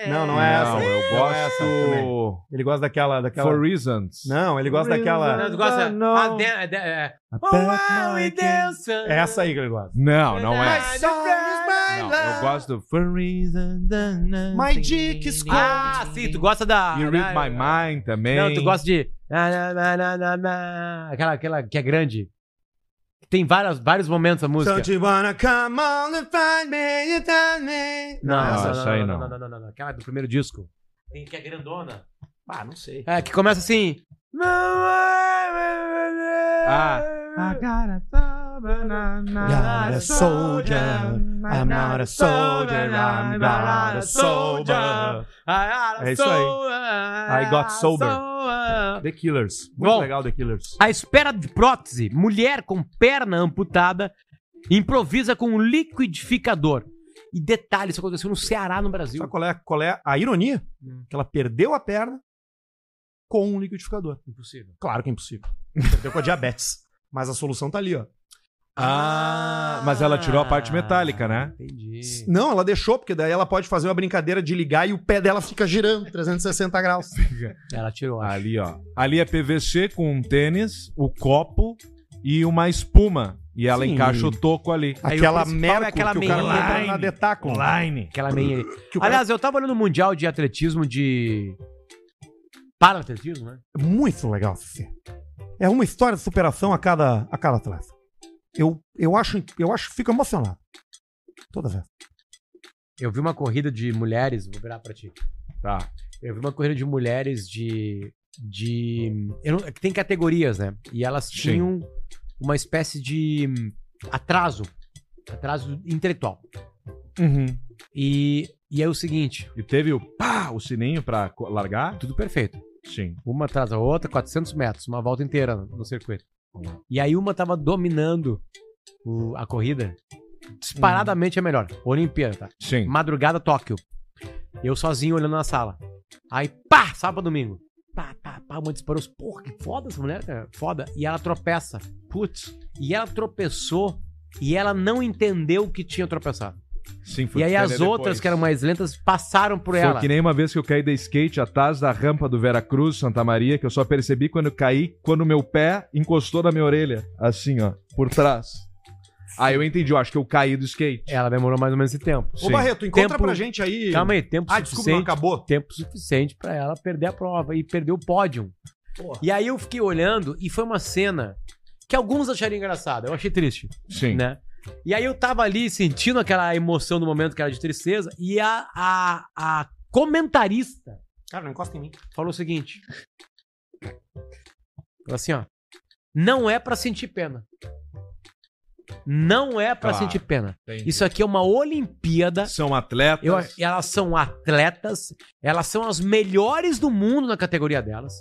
Speaker 3: Não, não é essa.
Speaker 2: Não, eu
Speaker 3: Não é essa também.
Speaker 2: gosto-
Speaker 3: Ele gosta daquela, daquela.
Speaker 2: For reasons.
Speaker 3: Não, ele gosta daquela.
Speaker 1: né? Não, tu gosta.
Speaker 3: Não.
Speaker 1: Ah, de- é, de- é. Oh, we dance.
Speaker 3: É essa aí que ele gosta.
Speaker 2: Não, não é.
Speaker 3: Não,
Speaker 2: Não, eu gosto do For reasons.
Speaker 3: My dick is cold.
Speaker 1: Ah, sim, tu gosta da.
Speaker 2: You read my mind também.
Speaker 1: Não, tu gosta de. na, na, na, na, na, na. Aquela, aquela que é grande. Tem várias, vários momentos a música.
Speaker 3: Don't you wanna come on and find me, you tell me.
Speaker 1: Não,
Speaker 2: Não,
Speaker 1: essa
Speaker 2: essa aí não.
Speaker 1: Não, não, não, não, não. Aquela do primeiro disco. Tem que é grandona. Ah, não sei.
Speaker 14: É,
Speaker 1: É, que começa assim.
Speaker 2: Ah,
Speaker 14: I got a banana.
Speaker 3: Not a soldier, I'm not a soldier, I'm not a soldier. É isso aí. I got sober. The Killers. Muito
Speaker 1: Bom.
Speaker 3: legal, The Killers.
Speaker 1: À espera de prótese, mulher com perna amputada improvisa com um liquidificador. E detalhe, isso aconteceu no Ceará, no Brasil.
Speaker 3: Sabe qual é, qual é a ironia?
Speaker 1: Hum.
Speaker 3: Que ela perdeu a perna com um liquidificador.
Speaker 1: Impossível.
Speaker 3: Claro que é impossível. Perdeu com a diabetes. Mas a solução tá ali, ó.
Speaker 2: Ah, mas ela tirou a parte metálica, né?
Speaker 1: Entendi.
Speaker 3: Não, ela deixou, porque daí ela pode fazer uma brincadeira de ligar e o pé dela fica girando 360 graus.
Speaker 1: Ela tirou.
Speaker 3: Ah,
Speaker 1: acho.
Speaker 2: Ali, ó. Ali é PVC com um tênis, o copo e uma espuma. E ela
Speaker 3: Sim.
Speaker 2: encaixa o toco ali.
Speaker 1: Aí
Speaker 3: Aquela
Speaker 1: o principal
Speaker 3: merda
Speaker 1: é aquela
Speaker 3: que o
Speaker 1: meia.
Speaker 3: cara compra na
Speaker 2: Line.
Speaker 3: Detacon.
Speaker 2: Online.
Speaker 1: Aquela meia.
Speaker 3: Que o cara-
Speaker 1: Aliás, eu tava olhando o Mundial de Atletismo de. Para atletismo, né?
Speaker 3: Muito legal, Cecê. É uma história de superação a cada, a cada atleta. Eu, eu acho, eu acho, fico emocionado. Toda vez.
Speaker 1: Eu vi uma corrida de mulheres, vou virar pra ti.
Speaker 2: Tá.
Speaker 1: Eu vi uma corrida de mulheres de. de eu não- é que tem categorias, né? E elas tinham uma espécie de hum, atraso. Atraso intelectual. Uhum. E, e é o seguinte:
Speaker 2: Uhum. E teve o pá, o sininho pra co- largar?
Speaker 1: tudo perfeito.
Speaker 2: Sim.
Speaker 1: Uma atrás da outra, 400 metros, uma volta inteira no circuito. E aí uma tava dominando o- a corrida. Disparadamente é melhor. Olimpíada, tá?
Speaker 2: Sim.
Speaker 1: Madrugada, Tóquio. Eu sozinho olhando na sala. Aí, pá, sábado, domingo. Pá, pá, pá, uma disparou. Porra, que foda essa mulher, cara. Foda. E ela tropeça. Putz. E ela tropeçou e ela não entendeu que tinha tropeçado.
Speaker 2: Sim,
Speaker 1: e aí
Speaker 2: entender
Speaker 1: as outras,
Speaker 2: depois.
Speaker 1: que eram mais lentas, passaram por
Speaker 2: Foi
Speaker 1: ela.
Speaker 2: que nem uma vez que eu caí da skate atrás da rampa do Veracruz, Santa Maria, que eu só percebi quando eu caí, quando meu pé encostou na minha orelha. Assim, ó, por trás. Aí eu entendi, eu acho que eu caí do skate.
Speaker 3: É.
Speaker 1: Ela demorou mais ou menos esse tempo.
Speaker 3: Ô, Barreto, encontra
Speaker 1: Tempo-
Speaker 3: pra gente aí.
Speaker 1: Calma aí, tempo
Speaker 3: Ah, desculpa, não
Speaker 1: suficiente.
Speaker 3: acabou.
Speaker 1: Tempo suficiente pra ela perder a prova e perder o pódio.
Speaker 3: Porra.
Speaker 1: E aí eu fiquei olhando e foi uma cena que alguns acharam engraçada. Eu achei triste.
Speaker 2: Sim.
Speaker 1: Né? E aí eu tava ali sentindo aquela emoção do momento que era de tristeza e a, a, a comentarista
Speaker 3: Cara, não encosta em mim.
Speaker 1: falou o seguinte. Falou assim, ó. Não é pra sentir pena. Não é pra
Speaker 2: Claro,
Speaker 1: sentir pena.
Speaker 2: entendi.
Speaker 1: Isso aqui é uma
Speaker 3: é-
Speaker 1: Olimpíada.
Speaker 2: São atletas.
Speaker 1: Eu- elas são atletas, elas são as melhores do mundo na categoria delas.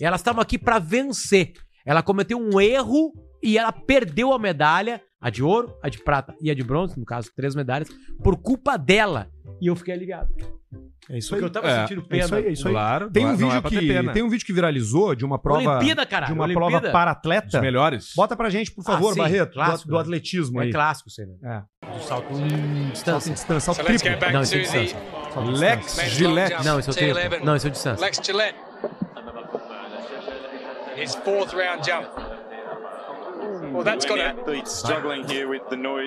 Speaker 1: Elas estavam aqui pra vencer. Ela cometeu um erro e ela perdeu a medalha, a de ouro, a de prata e a de bronze, no caso, três medalhas, por culpa dela. E eu fiquei aliviado.
Speaker 3: É isso
Speaker 1: Porque
Speaker 3: aí.
Speaker 1: eu tava
Speaker 2: É,
Speaker 1: sentindo
Speaker 3: É
Speaker 1: pena.
Speaker 3: isso aí, é isso aí.
Speaker 2: Claro,
Speaker 3: Tem
Speaker 2: não
Speaker 3: um,
Speaker 2: é- não é
Speaker 3: vídeo
Speaker 2: pra ter pena.
Speaker 3: que, tem um vídeo que viralizou de uma prova.
Speaker 1: Olimpíada, caralho,
Speaker 3: De uma
Speaker 1: Olimpíada.
Speaker 3: prova para
Speaker 2: Os
Speaker 3: atleta.
Speaker 2: melhores.
Speaker 3: um- Bota pra gente, por favor,
Speaker 1: Ah, sim,
Speaker 3: Barreto,
Speaker 1: clássico,
Speaker 3: do, do
Speaker 1: né?
Speaker 3: atletismo
Speaker 1: É
Speaker 3: aí.
Speaker 1: clássico, você, né?
Speaker 3: É.
Speaker 1: O salto em
Speaker 3: Salto em
Speaker 1: distância.
Speaker 3: distância, salto
Speaker 8: So let's
Speaker 3: triplo.
Speaker 8: get back
Speaker 1: Não, esse é
Speaker 8: to
Speaker 1: o distância.
Speaker 8: the
Speaker 2: Lex Gillette.
Speaker 1: Não, esse é o tempo. Não, esse é o distância.
Speaker 8: Lex Gillette. His fourth round jump. Well, that's got to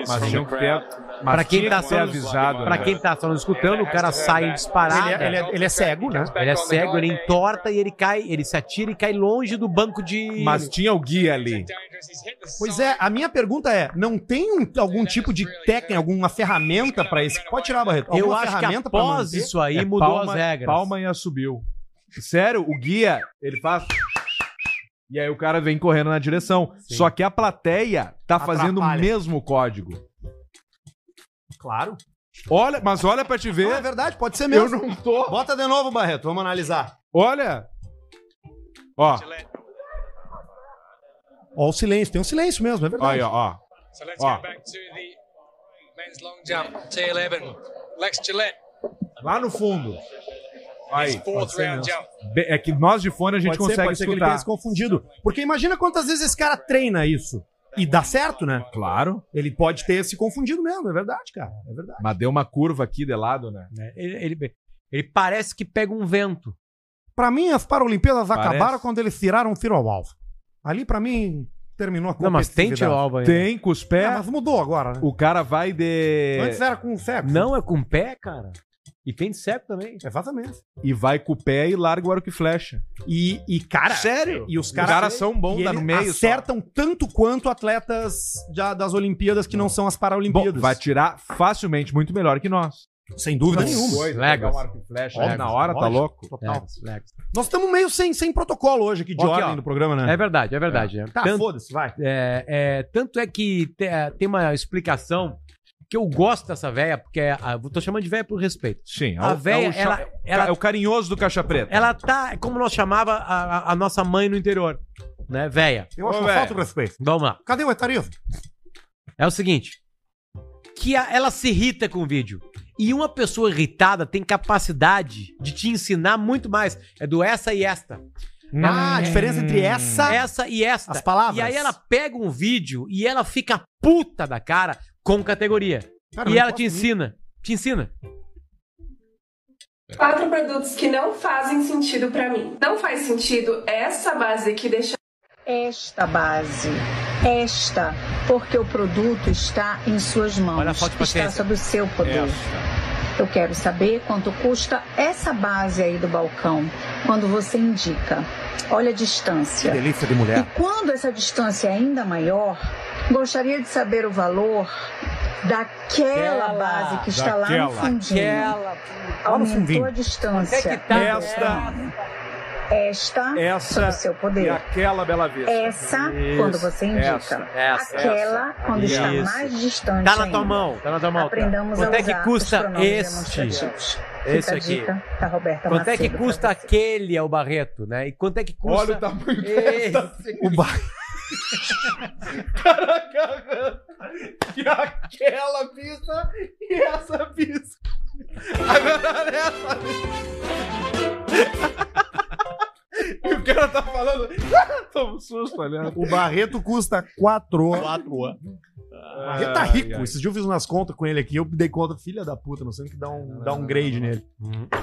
Speaker 2: Mas um tinham que ter, mas
Speaker 1: Pra quem,
Speaker 2: tinha
Speaker 1: tá
Speaker 2: que ter
Speaker 1: só nos,
Speaker 2: avisado.
Speaker 1: pra
Speaker 2: né?
Speaker 1: quem tá só nos escutando, o cara sai disparado.
Speaker 3: Ele é- ele é- ele é cego, né?
Speaker 1: Ele é cego, ele entorta e ele cai, ele se atira e cai longe do banco de.
Speaker 2: Mas tinha o guia ali.
Speaker 3: Pois é, a minha pergunta é: não tem um- algum tipo de técnica, alguma ferramenta pra esse? Pode tirar, Barreto.
Speaker 1: eu
Speaker 3: Alguma
Speaker 1: acho que
Speaker 3: ferramenta pra
Speaker 1: após
Speaker 3: manter?
Speaker 1: isso aí
Speaker 2: É
Speaker 1: mudou
Speaker 2: palma-
Speaker 1: as regras.
Speaker 2: Palma e assumiu. Sério, o guia, ele faz. E aí o cara vem correndo na direção. Só que a plateia tá fazendo o
Speaker 3: Atrapalha.
Speaker 2: mesmo código.
Speaker 3: Claro.
Speaker 2: Olha, mas olha pra te ver.
Speaker 3: Não, é verdade, pode ser mesmo.
Speaker 2: Eu não tô.
Speaker 3: Bota de novo, Barreto, vamos analisar.
Speaker 2: Olha. Ó.
Speaker 3: Ó, o silêncio, tem um silêncio mesmo, é verdade.
Speaker 2: Aí, ó, ó.
Speaker 15: So let's
Speaker 2: Ó.
Speaker 15: go back to the men's long jump, T11. Lex Gillette,
Speaker 2: Lá no fundo. Aí.
Speaker 15: fourth round jump.
Speaker 2: Be- É que nós de fone a gente
Speaker 3: Pode ser,
Speaker 2: consegue
Speaker 3: pode ser que ele
Speaker 2: escutar.
Speaker 3: tenha se confundido. Porque imagina quantas vezes esse cara treina isso. E dá certo, né?
Speaker 2: Claro.
Speaker 3: Ele pode ter se confundido mesmo, é verdade, cara. É verdade.
Speaker 2: Mas deu uma curva aqui de lado, né?
Speaker 1: né? Ele, ele- ele parece que pega um vento.
Speaker 3: Pra mim, as Paralimpíadas
Speaker 2: Parece.
Speaker 3: acabaram quando eles tiraram o tiro ao alvo. Ali, pra mim, terminou a
Speaker 1: Não, mas tem
Speaker 3: competitividade.
Speaker 1: tiro ao alvo né? ainda.
Speaker 2: Tem com os pés.
Speaker 3: É, mas mudou agora, né?
Speaker 2: O cara vai de.
Speaker 3: Antes era com o sexo.
Speaker 1: Não, é com o pé, cara. E tem de CEP também.
Speaker 3: Exatamente.
Speaker 2: E vai com o pé e larga o arco e flecha.
Speaker 3: E, e cara.
Speaker 2: Sério?
Speaker 3: E os
Speaker 2: Os
Speaker 3: caras
Speaker 2: caras são bons
Speaker 3: e
Speaker 2: da
Speaker 3: eles
Speaker 2: no meio. só.
Speaker 3: acertam tanto quanto atletas da- das Olimpíadas que não são as
Speaker 2: Bom,
Speaker 3: Paralimpíadas.
Speaker 2: vai tirar facilmente muito melhor que nós.
Speaker 3: Sem dúvida nenhuma.
Speaker 1: Legas.
Speaker 2: flecha
Speaker 3: Óbvio,
Speaker 2: na hora, tá
Speaker 3: lógico,
Speaker 2: louco?
Speaker 3: Total.
Speaker 1: Legas, Legas.
Speaker 3: Nós estamos meio sem, sem protocolo hoje aqui de
Speaker 1: Aqui,
Speaker 3: ordem
Speaker 1: ó.
Speaker 3: do programa, né?
Speaker 1: É verdade, é verdade. né?
Speaker 3: Tá,
Speaker 1: Tanto-
Speaker 3: foda-se, vai.
Speaker 1: É, é, tanto é que te- é, tem uma explicação que eu gosto dessa véia, porque é a, eu tô chamando de véia por respeito.
Speaker 2: Sim,
Speaker 3: Ah,
Speaker 1: A véia,
Speaker 2: É o cha-
Speaker 1: ela- ela-
Speaker 2: é o carinhoso do caixa preta.
Speaker 1: Ela tá, como nós chamava a, a- a nossa mãe no interior, né? Véia.
Speaker 3: Eu acho
Speaker 2: Ô,
Speaker 3: uma
Speaker 2: velho.
Speaker 3: falta de respeito.
Speaker 1: Vamos lá.
Speaker 3: Cadê o etarismo?
Speaker 1: É o seguinte, que a- ela se irrita com o vídeo. E uma pessoa irritada tem capacidade de te ensinar muito mais. É do essa e esta.
Speaker 3: Ah, a diferença entre essa.
Speaker 1: Essa e esta.
Speaker 3: As palavras.
Speaker 1: E aí ela pega um vídeo e ela fica puta da cara com categoria.
Speaker 3: Cara,
Speaker 1: e
Speaker 3: não
Speaker 1: ela
Speaker 3: posso
Speaker 1: te ensina. Te ensina.
Speaker 8: Quatro produtos que não fazem sentido pra mim. Não faz sentido essa base aqui deixar.
Speaker 10: Esta base, esta, porque o produto está em suas mãos,
Speaker 1: Olha a falta de
Speaker 10: está
Speaker 1: paciência.
Speaker 10: sob o seu poder. Eu quero saber quanto custa essa base aí do balcão, quando você indica. Olha a
Speaker 3: Que
Speaker 10: distância.
Speaker 3: delícia de
Speaker 10: E
Speaker 3: mulher.
Speaker 10: quando essa distância é ainda maior, gostaria de saber o valor daquela
Speaker 1: Aquela,
Speaker 10: base que está lá no
Speaker 2: daquela,
Speaker 10: fundinho.
Speaker 1: aquela.
Speaker 3: Lá no
Speaker 10: Aumentou
Speaker 3: fundinho.
Speaker 10: a distância.
Speaker 1: Onde é que tá?
Speaker 2: Esta.
Speaker 10: Esta, sob
Speaker 2: Essa
Speaker 10: o seu
Speaker 2: e
Speaker 10: poder.
Speaker 2: aquela Bela Vista.
Speaker 1: É,
Speaker 10: Essa,
Speaker 1: Isso,
Speaker 10: quando você indica.
Speaker 2: essa,
Speaker 1: essa,
Speaker 10: Aquela,
Speaker 1: essa.
Speaker 10: quando está
Speaker 1: Isso.
Speaker 10: mais distante.
Speaker 1: Tá na tua
Speaker 10: ainda.
Speaker 1: mão. Tá na tua mão.
Speaker 10: Aprendamos
Speaker 1: Quanto
Speaker 10: a
Speaker 1: é que
Speaker 10: usar os
Speaker 1: custa
Speaker 10: pronomes
Speaker 1: este?
Speaker 10: demonstrativos.
Speaker 1: Esse
Speaker 10: Fica a
Speaker 1: aqui.
Speaker 10: dica da Roberta
Speaker 1: Quanto é que
Speaker 10: Macedo pra
Speaker 1: custa
Speaker 10: você.
Speaker 1: aquele ao Barreto, né? E quanto é que custa.
Speaker 2: Olha o tamanho
Speaker 1: Esse.
Speaker 2: dessa.
Speaker 3: O ba...
Speaker 2: Caraca, E aquela pista e essa pista. Agora essa E o cara tá falando. Toma um susto, olhando.
Speaker 3: O Barreto custa 4 horas.
Speaker 2: Quatro
Speaker 3: Ele tá rico. Esses dias eu fiz umas contas com ele aqui. Eu dei conta, filha da puta, não sei o que dá um, dá um grade nele.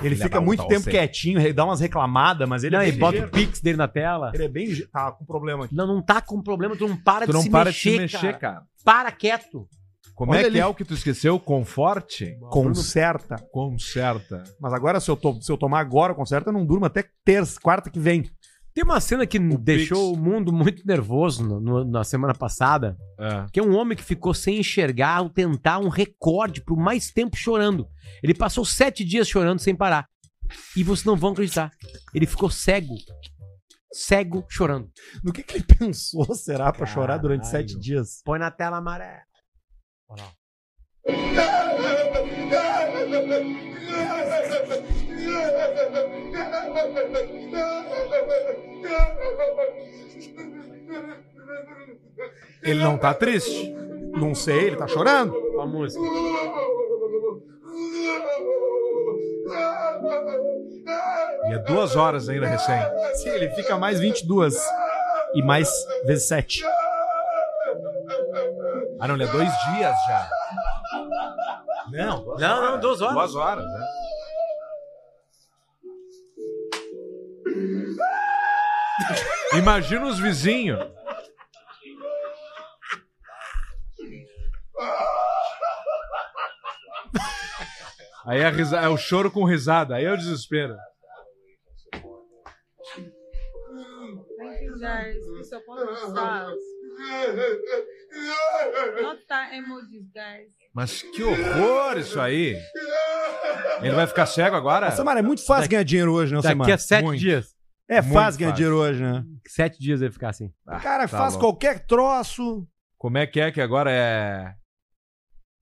Speaker 3: Ele
Speaker 2: Filha
Speaker 3: fica
Speaker 2: da
Speaker 3: muito
Speaker 2: puta,
Speaker 3: tempo
Speaker 2: você.
Speaker 3: quietinho, ele dá umas reclamadas, mas ele
Speaker 1: Hum. Não,
Speaker 3: é
Speaker 1: e
Speaker 3: bem
Speaker 1: bota o
Speaker 3: ligeiro.
Speaker 1: pix dele na tela.
Speaker 3: Ele é bem. lige- Tá com problema aqui.
Speaker 1: Não, não tá com problema, tu não para,
Speaker 2: Tu
Speaker 1: de,
Speaker 2: não
Speaker 1: se
Speaker 2: para de
Speaker 1: mexer,
Speaker 2: se mexer, cara.
Speaker 1: Para quieto.
Speaker 2: Como
Speaker 3: Olha
Speaker 2: é
Speaker 3: ali.
Speaker 2: que é o que tu esqueceu? Conforte?
Speaker 1: Tá
Speaker 3: Conserta.
Speaker 2: Conserta.
Speaker 3: Mas agora, se eu, to- se eu tomar agora o conserta, eu não durmo até terça, quarta que vem.
Speaker 1: Tem uma cena que deixou o mundo muito nervoso no- no- na semana passada,
Speaker 2: É.
Speaker 1: que é um homem que ficou sem enxergar ao tentar um recorde por mais tempo chorando. Ele passou sete dias chorando sem parar. E vocês não vão acreditar. Ele ficou cego. Cego chorando.
Speaker 3: No que, que ele pensou, será, pra chorar durante
Speaker 1: Caralho.
Speaker 3: sete dias?
Speaker 1: Põe na tela amarela. Olha lá.
Speaker 3: Ele não tá triste? Não sei, ele tá chorando.
Speaker 1: Olha a música.
Speaker 2: E é duas horas ainda recém.
Speaker 3: Sim, ele fica mais 22. E mais vezes 7.
Speaker 2: Ah, não, ele é dois dias já. Não, duas
Speaker 1: Não, não, duas horas.
Speaker 2: Duas horas, né? Imagina os vizinhos. Aí a risa... é o choro com risada, aí é o desespero.
Speaker 16: Guys, it's supposed to start. Not that tá emojis, guys.
Speaker 2: Mas que horror isso aí! Ele vai ficar cego agora?
Speaker 3: Samara, é muito fácil ganhar dinheiro hoje, né,
Speaker 1: Daqui
Speaker 3: Samara?
Speaker 1: a sete
Speaker 2: muito.
Speaker 1: dias.
Speaker 3: É
Speaker 2: muito
Speaker 3: fácil ganhar
Speaker 2: fácil.
Speaker 3: dinheiro hoje, né?
Speaker 1: Sete dias ele ficar
Speaker 3: Ah,
Speaker 1: assim.
Speaker 3: Cara,
Speaker 2: tá
Speaker 3: faz
Speaker 2: louco.
Speaker 3: qualquer troço.
Speaker 2: Como é que é que agora é.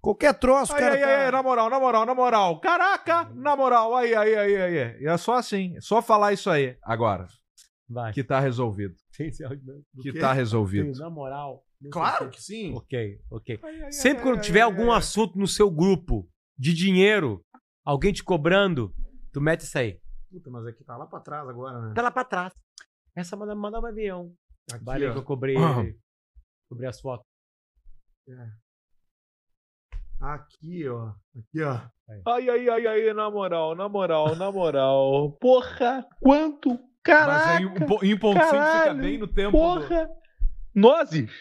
Speaker 3: Qualquer troço,
Speaker 2: Aí,
Speaker 3: cara. tá-
Speaker 2: aí, aí, na moral, na moral, na moral. Caraca, na moral, aí, aí, aí, aí. E é só assim, é só falar isso aí agora.
Speaker 8: Vai.
Speaker 2: Que tá resolvido.
Speaker 3: é
Speaker 2: Que tá resolvido.
Speaker 8: Na moral. não
Speaker 3: Claro
Speaker 8: sei.
Speaker 3: que sim.
Speaker 8: Ok, ok. Sempre quando tiver algum assunto no seu grupo de dinheiro, alguém te cobrando, tu mete isso aí.
Speaker 3: Puta, mas aqui tá lá pra trás agora, né?
Speaker 8: Tá lá pra trás. Essa manda, mandava avião.
Speaker 3: Aqui,
Speaker 8: Vale
Speaker 3: ó.
Speaker 8: que eu cobrei,
Speaker 3: Ah.
Speaker 8: cobrei as fotos.
Speaker 3: Aqui, ó. Aqui, ó.
Speaker 2: Ai, ai, ai, ai, na moral, na moral, na moral. Porra, quanto? Caraca! Mas aí um po- em ponto cinco fica
Speaker 17: caralho,
Speaker 2: bem no tempo.
Speaker 17: Porra! Nozes!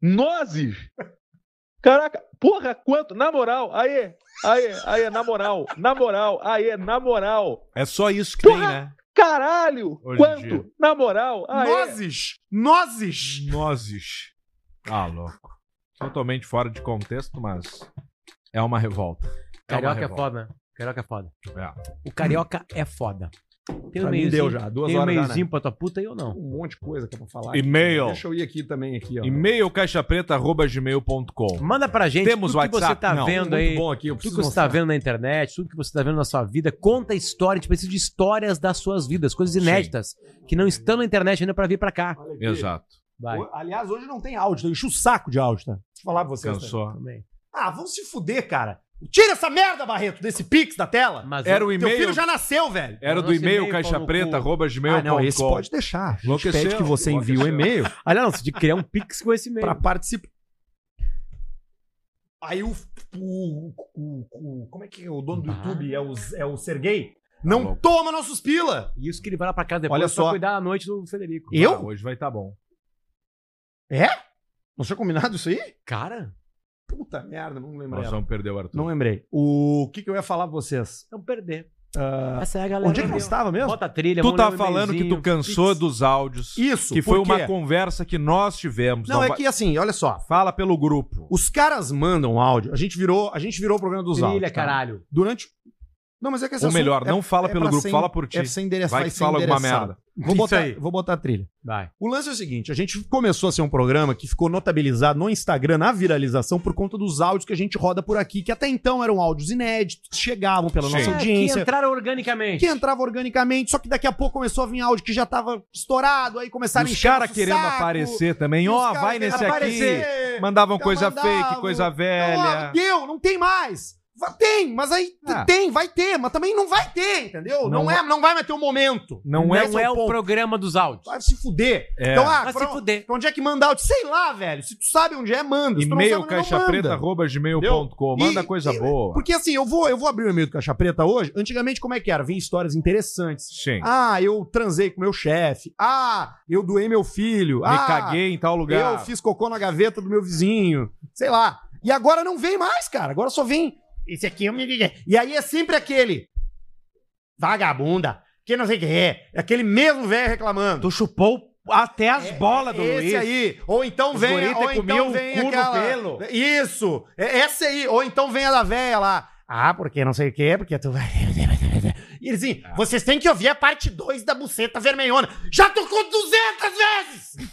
Speaker 17: Nozes! Caraca, porra, quanto? Na moral, aê, aê, aê, na moral, na moral, aê, na moral.
Speaker 2: É só isso que tem, né?
Speaker 17: Caralho,
Speaker 2: Hoje em dia.
Speaker 17: quanto? Na moral,
Speaker 3: Ah, é.
Speaker 17: aê.
Speaker 3: Nozes! Nozes!
Speaker 2: Nozes. Ah, louco. Totalmente fora de contexto, mas é uma revolta. É uma
Speaker 8: Carioca é
Speaker 2: revolta.
Speaker 8: foda. Carioca é foda.
Speaker 2: É.
Speaker 8: O carioca é foda. Tem
Speaker 3: Pra mim
Speaker 8: meiozinho-
Speaker 3: deu já, duas
Speaker 8: tem um
Speaker 3: horas já,
Speaker 8: meiozinho
Speaker 3: né?
Speaker 8: pra tua puta e eu não.
Speaker 3: Um monte de coisa que é pra falar.
Speaker 2: E-mail.
Speaker 3: Deixa eu ir aqui também, aqui, ó.
Speaker 2: E-mail caixapreta.gmail.com
Speaker 8: Manda pra gente
Speaker 2: Temos
Speaker 8: tudo que
Speaker 2: WhatsApp?
Speaker 8: você tá
Speaker 2: Não.
Speaker 8: vendo
Speaker 2: Muito
Speaker 8: aí,
Speaker 2: bom aqui, eu
Speaker 8: tudo que
Speaker 2: preciso
Speaker 8: você tá
Speaker 2: mostrar.
Speaker 8: vendo na internet, tudo que você tá vendo na sua vida, conta história, a gente precisa de histórias das suas vidas, coisas inéditas que não estão na internet ainda pra vir pra cá.
Speaker 2: Exato.
Speaker 8: Vai.
Speaker 3: O- Aliás, hoje não tem áudio, eu enchi o saco de áudio, tá? Deixa eu falar pra vocês.
Speaker 2: Cansou.
Speaker 3: tá? Ah, vão se fuder, cara. Tira essa merda, Barreto, desse pix da tela.
Speaker 8: Mas
Speaker 2: Era o
Speaker 3: Teu
Speaker 2: e-mail-
Speaker 3: filho já nasceu, velho.
Speaker 2: Era do
Speaker 8: Nosso
Speaker 2: e-mail
Speaker 8: e-mail, pau no cu.
Speaker 2: caixapreta.gmail.com.
Speaker 8: Ah, não, esse pode
Speaker 3: deixar. A gente
Speaker 2: Enlouqueceu,
Speaker 3: pede que você envie o
Speaker 2: enlouqueceu.
Speaker 3: e-mail
Speaker 8: Aliás, não, você tinha que criar um pix com esse e-mail.
Speaker 3: pra participar. Aí o, o, o- o- Como é que é o dono do YouTube? É o, é o Sergei?
Speaker 2: Tá
Speaker 3: Não toma nossos pila!
Speaker 8: Isso que ele vai lá pra casa depois
Speaker 3: Olha
Speaker 8: pra
Speaker 3: só.
Speaker 8: cuidar à noite do Federico.
Speaker 3: Eu?
Speaker 8: Ah,
Speaker 2: hoje vai tá bom.
Speaker 3: É? Não tinha combinado isso aí?
Speaker 8: Cara,
Speaker 3: Puta merda, não lembrei.
Speaker 2: Nós
Speaker 3: ela.
Speaker 2: vamos perder o Arthur.
Speaker 3: Não lembrei. O que, que eu ia falar pra vocês?
Speaker 8: não perder.
Speaker 3: Ah,
Speaker 8: Essa é a galera.
Speaker 3: onde é que eu estava mesmo?
Speaker 8: Bota a trilha,
Speaker 2: Tu
Speaker 8: vamos ler
Speaker 2: tá
Speaker 8: um
Speaker 2: falando que tu
Speaker 8: e-mailzinho.
Speaker 2: cansou dos áudios.
Speaker 3: Isso,
Speaker 2: Que foi
Speaker 3: por quê?
Speaker 2: uma conversa que nós tivemos.
Speaker 3: Não, é
Speaker 2: vai-
Speaker 3: que assim, olha só.
Speaker 2: Fala pelo grupo.
Speaker 3: Os caras mandam áudio. A gente virou, a gente virou o programa dos
Speaker 8: Trilha,
Speaker 3: áudios. tá?
Speaker 8: caralho.
Speaker 3: Durante. Não, mas é que esse
Speaker 2: Ou melhor,
Speaker 3: assunto é-
Speaker 2: não fala
Speaker 3: é
Speaker 2: pelo
Speaker 3: pra
Speaker 2: grupo,
Speaker 3: ser-
Speaker 2: fala por ti.
Speaker 3: É sem endereçar,
Speaker 2: Vai que fala alguma merda.
Speaker 3: Vou
Speaker 8: Isso
Speaker 3: botar,
Speaker 8: aí.
Speaker 3: vou botar a trilha.
Speaker 8: Vai.
Speaker 3: O lance é o seguinte: a gente começou a ser um programa que ficou notabilizado no Instagram na viralização por conta dos áudios que a gente roda por aqui, que até então eram áudios inéditos, que chegavam pela nossa
Speaker 8: É, Que
Speaker 3: audiência.
Speaker 8: entraram organicamente.
Speaker 3: Que entrava organicamente, só que daqui a pouco começou a vir áudio que já tava estourado, aí começaram a
Speaker 2: Os
Speaker 3: encher
Speaker 2: caras
Speaker 3: nosso
Speaker 2: querendo
Speaker 3: saco.
Speaker 2: aparecer também.
Speaker 3: E os
Speaker 2: Ó,
Speaker 3: caras
Speaker 2: vai nesse
Speaker 3: querendo
Speaker 2: aqui.
Speaker 3: aparecer. Tá
Speaker 2: Mandavam
Speaker 3: Já
Speaker 2: coisa
Speaker 3: mandavam.
Speaker 2: fake, coisa
Speaker 3: Ah,
Speaker 2: velha.
Speaker 3: deu, não tem mais. Vai- Tem, mas aí t-
Speaker 2: Ah.
Speaker 3: tem, vai ter, mas também não vai ter, entendeu? Não,
Speaker 2: Não
Speaker 3: é, não vai mais ter o momento.
Speaker 2: Não é.
Speaker 3: esse
Speaker 8: Não é
Speaker 3: o
Speaker 8: o
Speaker 3: ponto.
Speaker 8: programa dos áudios.
Speaker 3: Vai se fuder.
Speaker 2: É.
Speaker 3: Então, ah,
Speaker 8: Vai se
Speaker 3: pra,
Speaker 8: fuder.
Speaker 3: pra onde é que manda áudio? Sei lá, velho. Se tu sabe onde é, manda. Se tu não
Speaker 2: E-mail
Speaker 3: sabe, não manda.
Speaker 2: caixapreta.gmail.com. Manda
Speaker 3: E-
Speaker 2: coisa
Speaker 3: e-
Speaker 2: boa.
Speaker 3: Porque assim, eu vou, eu vou abrir o e-mail do Caixa Preta hoje. Antigamente, como é que era? Vinha histórias interessantes.
Speaker 2: Sim.
Speaker 3: Ah, eu transei com meu chefe. Ah, eu doei meu filho.
Speaker 2: Me
Speaker 3: ah,
Speaker 2: caguei em tal lugar.
Speaker 3: eu fiz cocô na gaveta do meu vizinho. Sei lá. E agora não vem mais, cara. Agora só vem. Esse aqui eu me. E aí é sempre aquele. Vagabunda. Que não sei o que é. Aquele mesmo velho reclamando.
Speaker 8: Tu tá chupou até as bolas do
Speaker 3: É, Esse
Speaker 8: Luiz.
Speaker 3: aí. Ou então
Speaker 8: O
Speaker 3: vem,
Speaker 8: Gorita
Speaker 3: ou
Speaker 8: comeu
Speaker 3: então
Speaker 8: o
Speaker 3: vem
Speaker 8: cu no
Speaker 3: aquela.
Speaker 8: pelo.
Speaker 3: Isso. É- Essa aí. Ou então vem a da velha lá. Ah, porque não sei o que, porque tu vai. E eles assim,
Speaker 8: Ah.
Speaker 3: vocês têm que ouvir a parte 2 da buceta vermelhona. Já tocou 200 vezes!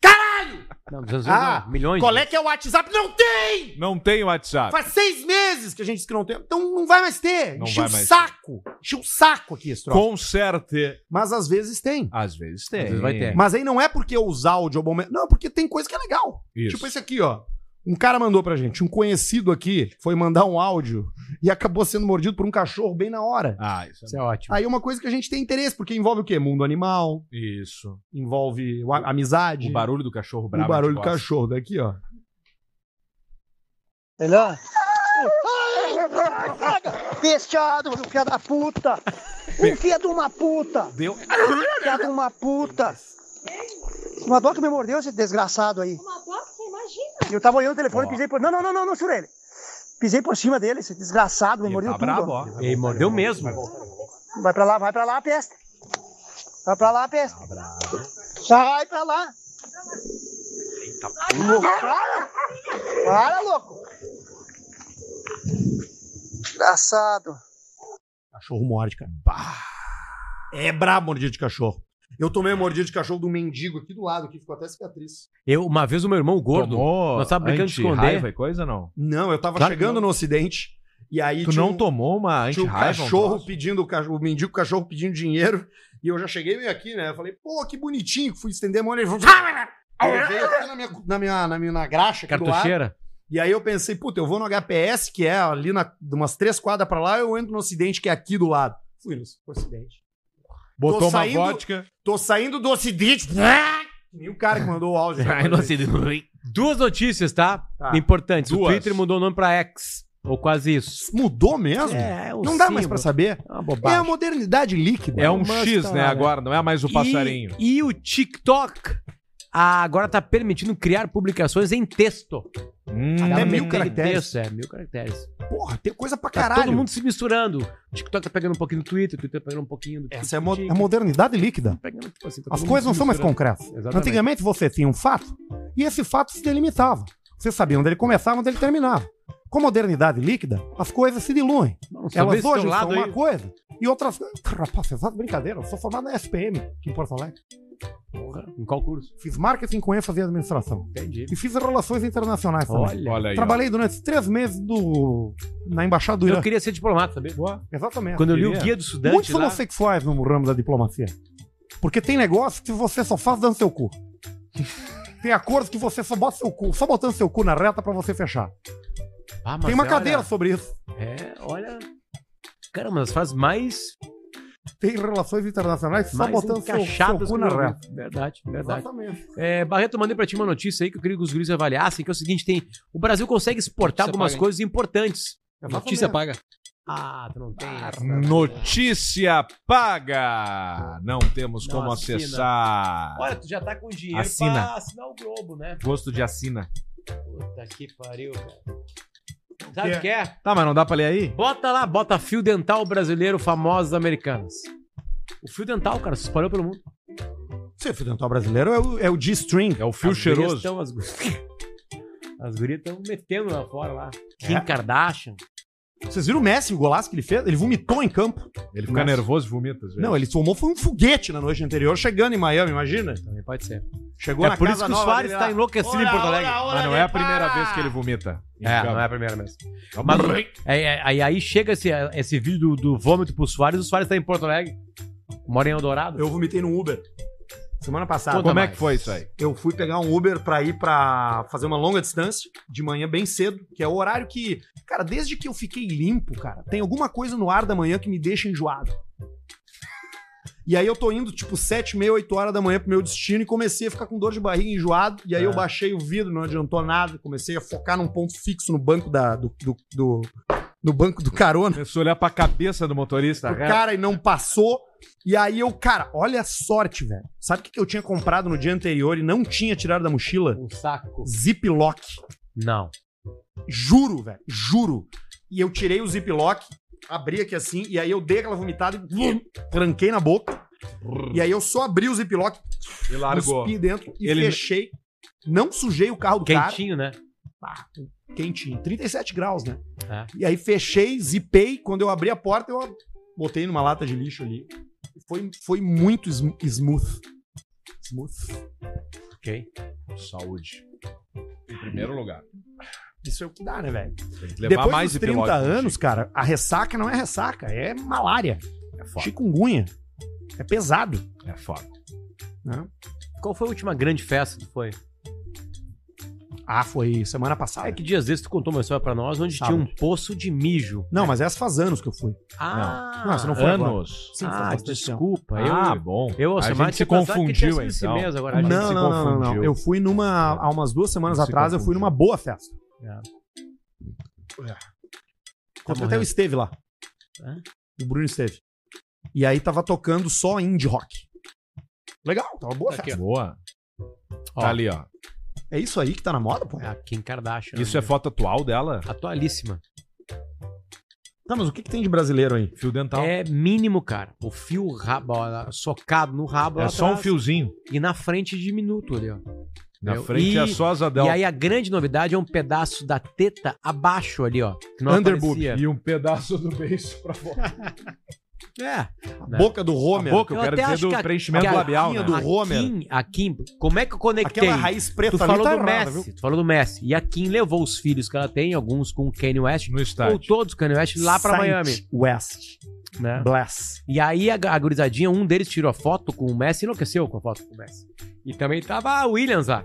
Speaker 3: Caralho!
Speaker 8: Não, 200
Speaker 3: Ah,
Speaker 8: não, milhões. né?
Speaker 3: Qual é que é o WhatsApp? Não tem!
Speaker 2: Não tem WhatsApp.
Speaker 3: Faz seis meses que a gente disse que não tem. Então não vai mais ter.
Speaker 2: Não
Speaker 3: Encheu o
Speaker 2: vai mais
Speaker 3: saco. Encheu o saco aqui esse troço.
Speaker 2: Conserte.
Speaker 3: Mas às vezes tem.
Speaker 2: Às vezes tem.
Speaker 8: Às vezes vai ter.
Speaker 3: Mas aí não é porque os áudio é o momento. Não, porque tem coisa que é legal.
Speaker 2: Isso.
Speaker 3: Tipo esse aqui, ó. Um cara mandou pra gente, um conhecido aqui, foi mandar um áudio e acabou sendo mordido por um cachorro bem na hora.
Speaker 2: Ah, isso.
Speaker 8: Isso é ótimo.
Speaker 3: Aí é uma coisa que a gente tem interesse, porque envolve o quê? Mundo animal,
Speaker 2: Isso.
Speaker 3: envolve o a- amizade,
Speaker 2: O barulho é do cachorro bravo.
Speaker 3: o barulho do cachorro. Daqui, ó.
Speaker 1: Melhor? Bestiado, filha da puta! Um filho de uma puta!
Speaker 2: Deu.
Speaker 1: Filha de uma puta! Uma boca me mordeu, esse desgraçado aí. Uma boca? Imagina! Eu tava olhando o telefone e pisei por... Não, não, não, não, não, segura ele. Pisei por cima dele, esse desgraçado, me mordeu
Speaker 8: Tá
Speaker 1: tudo.
Speaker 8: brabo,
Speaker 1: ó.
Speaker 8: ó. Ele mordeu mesmo.
Speaker 1: Vai pra lá, vai pra lá, peste. Vai pra lá, peste.
Speaker 8: Tá
Speaker 1: Sai pra Tá lá. Louco, para! Para, louco! Engraçado.
Speaker 3: Cachorro morde, cara. Bah. É brabo mordido de cachorro. Eu tomei uma mordida de cachorro do mendigo aqui do lado, que ficou até cicatriz.
Speaker 8: Eu, uma vez o meu irmão gordo,
Speaker 2: Tomou
Speaker 8: nós tava brincando de
Speaker 2: anti-raiva
Speaker 8: esconder.
Speaker 2: e coisa, não?
Speaker 3: Não, eu tava
Speaker 2: Claro que
Speaker 3: chegando
Speaker 2: não.
Speaker 3: no ocidente e aí.
Speaker 2: Tu
Speaker 3: tinha
Speaker 2: não tomou uma
Speaker 3: Tinha um
Speaker 2: anti-raiva? um
Speaker 3: cachorro
Speaker 2: troço?
Speaker 3: pedindo, o cach- o mendigo cachorro pedindo dinheiro. E eu já cheguei meio aqui, né? Eu falei, pô, que bonitinho. Fui estender a mão e ele falou. Aí ele veio até na minha, na minha, na minha na graxa. aqui do lado.
Speaker 8: Cartucheira?
Speaker 3: E aí eu pensei, puta, eu vou no HPS, que é ali na, de umas três quadras pra lá, eu entro no ocidente, que é aqui do lado. Fui no ocidente.
Speaker 2: Botou
Speaker 3: Tô
Speaker 2: uma
Speaker 3: saindo-
Speaker 2: vodka.
Speaker 3: Tô saindo do ocidente. Ah! E o cara que mandou o áudio.
Speaker 8: Ai, não sei. Duas notícias, tá?
Speaker 3: Tá.
Speaker 8: Importantes. O
Speaker 3: Duas.
Speaker 8: Twitter mudou o nome pra X, ou quase isso.
Speaker 3: Mudou mesmo?
Speaker 8: É, o
Speaker 3: não dá
Speaker 8: símbolo.
Speaker 3: mais pra saber.
Speaker 8: É uma
Speaker 3: É a
Speaker 8: bobagem.
Speaker 3: modernidade líquida.
Speaker 2: É um
Speaker 3: Mas
Speaker 2: X,
Speaker 3: tá
Speaker 2: né,
Speaker 3: lá,
Speaker 2: agora, não é mais o
Speaker 8: E-
Speaker 2: passarinho.
Speaker 8: E, o TikTok ah, agora tá permitindo criar publicações em texto.
Speaker 3: Até
Speaker 2: Hum.
Speaker 8: Ela
Speaker 3: mil
Speaker 8: metendo
Speaker 3: caracteres.
Speaker 8: Texto, é, mil caracteres.
Speaker 3: Porra, tem coisa pra
Speaker 8: Tá
Speaker 3: caralho.
Speaker 8: todo mundo se misturando. O TikTok tá pegando um pouquinho do Twitter, o Twitter tá pegando um pouquinho do
Speaker 3: Essa é mo- a modernidade líquida.
Speaker 8: pegando, tipo assim, tá
Speaker 3: As
Speaker 8: todo
Speaker 3: coisas
Speaker 8: mundo
Speaker 3: não são mais
Speaker 8: misturando.
Speaker 3: concretas.
Speaker 8: Exatamente.
Speaker 3: Antigamente você tinha um fato e esse fato se delimitava. Você sabia onde ele começava, onde ele terminava. Com a modernidade líquida, as coisas se diluem.
Speaker 8: Nossa,
Speaker 3: Elas
Speaker 8: talvez
Speaker 3: hoje
Speaker 8: teu
Speaker 3: são
Speaker 8: lado
Speaker 3: uma
Speaker 8: aí-
Speaker 3: coisa e outras coisas. Rapaz, você sabe brincadeira, eu sou formado na SPM aqui em Porto Alegre.
Speaker 8: Em qual curso?
Speaker 3: Fiz marketing com ênfase em administração.
Speaker 8: Entendi.
Speaker 3: E fiz relações internacionais também.
Speaker 8: Olha. Olha aí, ó.
Speaker 3: Trabalhei durante três meses do... na Embaixada do Irã.
Speaker 8: Eu queria ser diplomata, sabia?
Speaker 3: Exatamente.
Speaker 8: Quando eu li o
Speaker 3: Queria.
Speaker 8: Guia do Estudante
Speaker 3: Muitos
Speaker 8: lá-
Speaker 3: homossexuais no ramo da diplomacia. Porque tem negócio que você só faz dando seu cu. tem acordos que você só bota seu cu, só botando seu cu na reta pra você fechar.
Speaker 8: Ah, mas
Speaker 3: tem uma
Speaker 8: olha-
Speaker 3: cadeira sobre isso.
Speaker 8: É, olha. Cara, uma das frases mais,
Speaker 3: Tem relações internacionais só
Speaker 8: mais
Speaker 3: botando seu, seu
Speaker 8: encaixadas
Speaker 3: cu
Speaker 8: que
Speaker 3: na
Speaker 8: eu já ouvi.
Speaker 3: reta.
Speaker 8: Verdade, verdade.
Speaker 3: Exatamente.
Speaker 8: É, Barreto, eu mandei pra ti uma notícia aí que eu queria que os guris avaliassem, que é o seguinte, tem... O Brasil consegue exportar
Speaker 13: Notícia
Speaker 8: algumas
Speaker 13: paga, hein?
Speaker 8: coisas importantes.
Speaker 13: Notícia paga.
Speaker 8: Ah, tu não tem. essa.
Speaker 2: Notícia paga! Não temos
Speaker 8: Não,
Speaker 2: como
Speaker 8: assina.
Speaker 2: acessar.
Speaker 8: Olha, tu já tá com dinheiro
Speaker 2: Assina.
Speaker 8: pra assinar o Globo, né?
Speaker 2: Gosto de assina.
Speaker 8: Puta que pariu, cara. Sabe o que é?
Speaker 2: Tá, mas não dá pra ler aí?
Speaker 8: Bota lá, bota fio dental brasileiro, famosos americanos. O fio dental, cara, se espalhou pelo mundo.
Speaker 3: Seu fio dental brasileiro é o, é o G-string.
Speaker 2: É o fio
Speaker 8: As gurias
Speaker 2: cheiroso.
Speaker 8: tão- as gurias- as gurias estão metendo lá fora lá. Kim Kardashian.
Speaker 3: Vocês viram o Messi, o golaço que ele fez? Ele vomitou em campo.
Speaker 2: Ele fica nervoso e vomita. às vezes.
Speaker 3: Não, ele tomou foi um foguete na noite anterior, chegando em Miami, imagina.
Speaker 8: Também pode ser.
Speaker 3: Chegou
Speaker 8: É
Speaker 3: na
Speaker 8: por
Speaker 3: casa
Speaker 8: isso que o
Speaker 3: nova
Speaker 8: Suárez
Speaker 3: dele
Speaker 8: tá
Speaker 3: lá.
Speaker 8: enlouquecido em
Speaker 3: Ora,
Speaker 8: Porto Alegre.
Speaker 3: ora, ora,
Speaker 2: Mas não é a
Speaker 3: depara!
Speaker 2: primeira vez que ele vomita.
Speaker 8: É, não é a primeira vez. Mas, é, é, aí, aí chega esse, esse vídeo do, do vômito pro Soares, o Soares tá em Porto Alegre. Mora em Eldorado.
Speaker 3: Eu vomitei no Uber. Semana passada.
Speaker 8: Conta
Speaker 2: Como é
Speaker 8: mais.
Speaker 2: que foi isso aí?
Speaker 3: Eu fui pegar um Uber pra ir pra fazer uma longa distância, de manhã bem cedo, que é o horário que, cara, desde que eu fiquei limpo, cara, tem alguma coisa no ar da manhã que me deixa enjoado. E aí eu tô indo, tipo, 7, meia, 8 horas da manhã pro meu destino e comecei a ficar com dor de barriga enjoado. E aí eu baixei o vidro, não adiantou nada. Comecei a focar num ponto fixo no banco da, do, do, do- no banco do carona
Speaker 2: Começou a olhar pra cabeça do motorista.
Speaker 3: pro
Speaker 2: né?
Speaker 3: cara e não passou. E aí eu, cara, olha a sorte, velho. Sabe o que que eu tinha comprado no dia anterior e não tinha tirado da mochila?
Speaker 8: Um saco.
Speaker 3: Ziploc.
Speaker 8: Não.
Speaker 3: Juro, velho, juro. E eu tirei o ziploc, abri aqui assim, e aí eu dei aquela vomitada e blum, tranquei na boca. E aí eu só abri o ziploc,
Speaker 2: E largou.
Speaker 3: cuspi dentro e
Speaker 2: Ele-
Speaker 3: fechei. Não sujei o carro do cara.
Speaker 8: Quentinho, né?
Speaker 3: Ah, quentinho. 37 graus, né?
Speaker 8: É.
Speaker 3: E aí fechei, zipei. Quando eu abri a porta, eu botei numa lata de lixo ali. Foi, foi muito sm- smooth. Smooth.
Speaker 8: Ok.
Speaker 2: Saúde. Em primeiro lugar.
Speaker 3: Isso é o que dá, né, velho?
Speaker 2: Tem que levar
Speaker 3: Depois
Speaker 2: mais
Speaker 3: dos
Speaker 2: epilote
Speaker 3: 30
Speaker 2: contigo.
Speaker 3: anos, cara, a ressaca não é ressaca, é malária.
Speaker 2: É foda.
Speaker 3: Chikungunya. É pesado.
Speaker 2: É foda.
Speaker 3: Né?
Speaker 8: Qual foi a última grande festa que tu foi?
Speaker 3: Ah, foi semana passada.
Speaker 8: É que dias desses tu contou uma história pra nós onde
Speaker 3: Sábado.
Speaker 8: tinha um poço de mijo.
Speaker 3: Não, mas essa faz anos que eu fui.
Speaker 8: Ah,
Speaker 3: Não, você não foi agora.
Speaker 2: Anos.
Speaker 3: Sim,
Speaker 8: ah,
Speaker 3: faz bastante tempo.
Speaker 8: desculpa.
Speaker 2: Ah,
Speaker 8: eu,
Speaker 2: bom.
Speaker 8: Eu,
Speaker 2: a
Speaker 8: Alcemar,
Speaker 2: gente se
Speaker 8: tinha pensado que tinha
Speaker 2: confundiu,
Speaker 8: sido esse
Speaker 2: então.
Speaker 8: mês agora,
Speaker 2: A
Speaker 8: gente.
Speaker 2: gente
Speaker 3: Não,
Speaker 2: se
Speaker 3: não, não, não, não.
Speaker 2: confundiu.
Speaker 3: Eu fui numa. Há umas duas semanas
Speaker 2: Se
Speaker 3: atrás, eu fui
Speaker 2: confundiu. É.
Speaker 3: numa boa festa. É.
Speaker 8: Tá
Speaker 3: Até
Speaker 8: morrendo.
Speaker 3: eu esteve lá.
Speaker 2: É?
Speaker 3: O Bruno esteve. E aí tava tocando só indie rock. Legal, tava boa festa.
Speaker 2: Boa.
Speaker 8: Ó.
Speaker 2: Tá ali, Tá ó.
Speaker 3: É isso aí que tá na moda, pô?
Speaker 8: É a Kim Kardashian.
Speaker 2: Isso é
Speaker 8: né?
Speaker 2: foto atual dela?
Speaker 8: Atualíssima.
Speaker 3: Tá, mas o que, que tem de brasileiro aí?
Speaker 2: Fio dental. É,
Speaker 8: É mínimo, cara. O fio rabo, ó, socado no rabo. lá
Speaker 2: só um
Speaker 8: atrás.
Speaker 2: fiozinho.
Speaker 8: E na frente diminuto ali, ó.
Speaker 2: Na
Speaker 8: Entendeu?
Speaker 2: frente
Speaker 8: E-
Speaker 2: é só as
Speaker 8: E
Speaker 2: adel.
Speaker 8: aí a grande novidade é um pedaço da teta abaixo ali, ó. que não
Speaker 3: Underboob.
Speaker 8: aparecia.
Speaker 2: E um pedaço do beijo pra fora.
Speaker 8: É.
Speaker 3: A boca do Homer.
Speaker 8: A boca, eu,
Speaker 3: Eu
Speaker 8: quero
Speaker 3: até
Speaker 8: dizer
Speaker 3: acho
Speaker 8: do
Speaker 3: que a-
Speaker 8: preenchimento
Speaker 3: que a
Speaker 8: labial,
Speaker 3: quinha
Speaker 8: né?
Speaker 3: do
Speaker 8: A
Speaker 3: Homer.
Speaker 8: quin- A Kim, como é que eu conectei?
Speaker 3: Aquela raiz preta
Speaker 8: tu
Speaker 3: ali
Speaker 8: falou
Speaker 3: tá
Speaker 8: do
Speaker 3: errada,
Speaker 8: Messi,
Speaker 3: viu?
Speaker 8: tu falou do Messi. E a Kim levou os filhos que ela tem, alguns com o Kanye West, no estádio. ou todos com o Kanye West lá pra
Speaker 3: Saint
Speaker 8: Miami,
Speaker 3: West.
Speaker 8: né?
Speaker 3: Bless.
Speaker 8: E aí a, a gurizadinha, um deles tirou a foto com o Messi, enlouqueceu com a foto com o Messi. E também tava a Williams lá.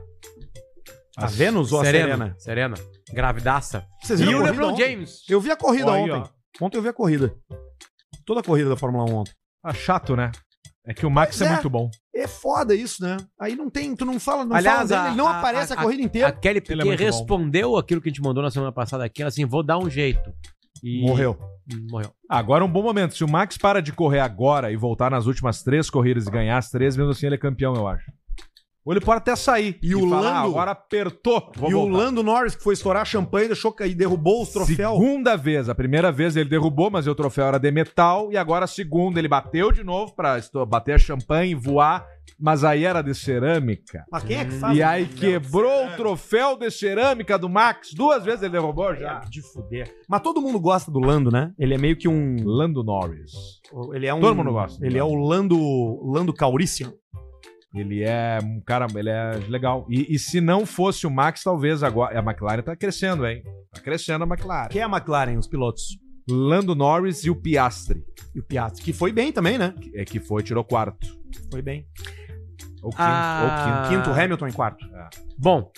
Speaker 3: A Vênus ou a Serena?
Speaker 8: Tá Serena. Gravidaça.
Speaker 3: Vocês
Speaker 8: e
Speaker 3: viram
Speaker 8: o
Speaker 3: a corrida
Speaker 8: LeBron
Speaker 3: ontem?
Speaker 8: James.
Speaker 3: Eu vi a corrida
Speaker 2: Olha aí,
Speaker 3: ontem. Ontem eu vi a corrida. Toda a corrida da Fórmula 1 ontem.
Speaker 2: Ah, chato, né? É que o Max
Speaker 8: Né?
Speaker 3: Pois
Speaker 2: é
Speaker 3: é.
Speaker 2: muito bom.
Speaker 3: É foda isso, né? Aí não tem, tu não fala, não
Speaker 8: Aliás,
Speaker 3: fala dele,
Speaker 8: a-
Speaker 3: ele não aparece a, corrida inteira.
Speaker 8: A
Speaker 3: Ele
Speaker 8: Kelly
Speaker 3: é
Speaker 8: Piquet
Speaker 3: muito bom.
Speaker 8: respondeu aquilo que a gente mandou na semana passada aqui. Ela assim, vou dar um jeito. E-
Speaker 2: Morreu.
Speaker 8: Morreu.
Speaker 2: Agora é um bom momento. Se o Max para de correr agora e voltar nas últimas três corridas e ganhar as três, mesmo assim ele é campeão, eu acho. Ou ele pode até sair. E,
Speaker 3: o
Speaker 2: falar, "Ah,
Speaker 3: Lando-
Speaker 2: agora apertou.
Speaker 3: E o Lando Norris, que foi estourar champanhe, deixou cair, derrubou os troféus.
Speaker 2: Segunda vez. A primeira vez ele derrubou, mas o troféu era de metal. E agora a segunda ele bateu de novo pra esto- bater a champanhe e voar. Mas aí era de cerâmica.
Speaker 3: Mas quem é que faz
Speaker 2: E
Speaker 3: um
Speaker 2: aí
Speaker 3: troféu de
Speaker 2: quebrou o
Speaker 3: cerâmica?
Speaker 2: troféu de cerâmica do Max. Duas vezes ele derrubou já.
Speaker 3: De fuder. Mas todo mundo gosta do Lando, né? Ele é meio que um.
Speaker 2: Lando Norris.
Speaker 3: Ele é um.
Speaker 2: Todo mundo gosta.
Speaker 3: Ele é o Lando. Lando Calrissian.
Speaker 2: Ele é um cara, ele é legal. E, e se não fosse o Max, talvez agora. A McLaren tá crescendo, hein? Tá crescendo a McLaren.
Speaker 3: Quem é a McLaren, os pilotos?
Speaker 2: Lando Norris e o Piastri.
Speaker 3: E o Piastri, que foi bem também, né?
Speaker 2: É que foi, tirou quarto.
Speaker 3: Foi bem.
Speaker 2: Ou quinto.
Speaker 8: Ah.
Speaker 2: Ou quinto. É.
Speaker 3: Quinto, Hamilton em quarto.
Speaker 8: Bom,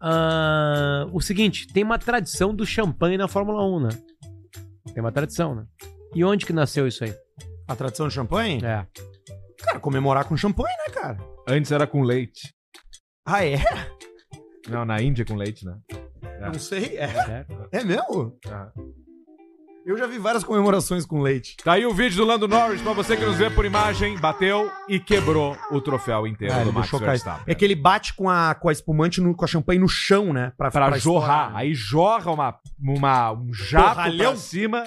Speaker 8: ah, o seguinte, tem uma tradição do champanhe na Fórmula 1, né? Tem uma tradição, né? E onde que nasceu isso aí?
Speaker 3: A tradição de champanhe?
Speaker 8: É.
Speaker 3: Cara, comemorar com champanhe, né, cara?
Speaker 2: Antes era com leite.
Speaker 3: Ah, é?
Speaker 2: Não, na Índia é com leite, né? É.
Speaker 3: Não sei. É,
Speaker 8: Certo.
Speaker 3: é mesmo?
Speaker 2: Ah.
Speaker 3: Eu já vi várias comemorações com leite.
Speaker 2: Tá aí o vídeo do Lando Norris pra você que nos vê por imagem. Bateu e quebrou o troféu inteiro
Speaker 3: Ah,
Speaker 2: do
Speaker 3: ele
Speaker 2: Max
Speaker 3: deixou cair.
Speaker 2: Verstappen. né?
Speaker 3: É que ele bate com a, com a espumante, no- com a champanhe no chão, né?
Speaker 2: Pra,
Speaker 3: estourar,
Speaker 2: jorrar.
Speaker 3: né?
Speaker 2: Aí jorra uma, uma, um jato
Speaker 3: Porralhão.
Speaker 2: pra cima,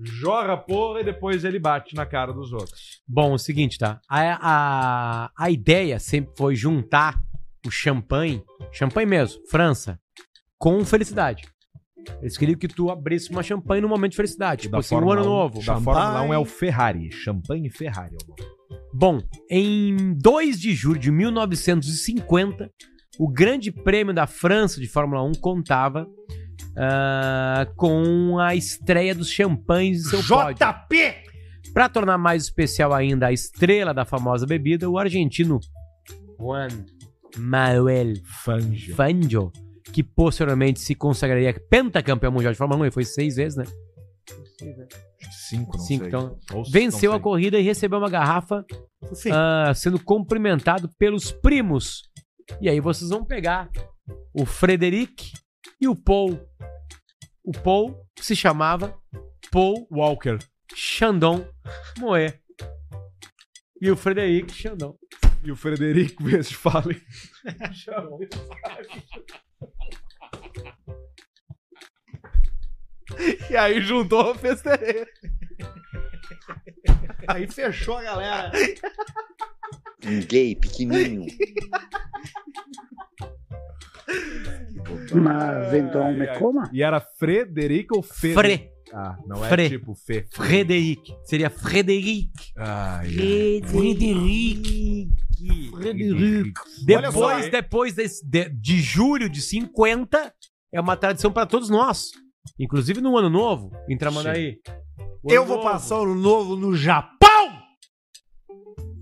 Speaker 2: jorra a porra e depois ele bate na cara dos outros.
Speaker 8: Bom, é o seguinte, tá? A, a, a ideia sempre foi juntar o champanhe, champanhe mesmo, França, com felicidade. Eles queriam que tu abrisse uma champanhe num momento de felicidade. Tipo
Speaker 2: Da
Speaker 8: assim, um
Speaker 2: Fórmula 1
Speaker 8: ano novo.
Speaker 2: Da Fórmula 1 é o Ferrari. Champanhe Ferrari. é o nome.
Speaker 8: Bom, em 2 de julho de 1950, o Grande Prêmio da França de Fórmula 1 contava ah, com a estreia dos champanhes em seu pódio.
Speaker 3: JP!
Speaker 8: Para tornar mais especial ainda a estrela da famosa bebida, o argentino Juan Manuel
Speaker 2: Fangio,
Speaker 8: Fangio, que posteriormente se consagraria pentacampeão mundial de Fórmula 1, e foi seis vezes, né?
Speaker 2: Acho que Cinco, não
Speaker 8: Cinco,
Speaker 2: sei.
Speaker 8: então.
Speaker 2: Ou se-
Speaker 8: Venceu
Speaker 2: não
Speaker 8: a
Speaker 2: sei.
Speaker 8: corrida e recebeu uma garrafa
Speaker 3: Sim.
Speaker 8: ah, sendo cumprimentado pelos primos. E aí vocês vão pegar o Frederic e o Paul. O Paul se chamava Paul
Speaker 2: Walker.
Speaker 8: Chandon Moé. E o Frederic Chandon.
Speaker 2: E o Frederico Westphalen. e aí juntou o festeiro.
Speaker 3: Aí fechou a galera.
Speaker 7: Um gay pequenininho.
Speaker 6: Mas
Speaker 2: um
Speaker 6: então me coma.
Speaker 2: E era Frederico ou Fre?
Speaker 8: Fre.
Speaker 2: Ah, não é
Speaker 8: Fre.
Speaker 2: tipo Fê.
Speaker 8: Frederic. Seria Frederic.
Speaker 2: Ai,
Speaker 8: Frederic. Frederic.
Speaker 3: Olha só,
Speaker 8: Depois,
Speaker 3: hein?
Speaker 8: depois desse- de, de julho de 50, é uma tradição para todos nós. Inclusive no ano novo, em Tramandaí. O
Speaker 3: Eu
Speaker 8: Ano
Speaker 3: vou
Speaker 8: Novo,
Speaker 3: passar o ano novo no Japão!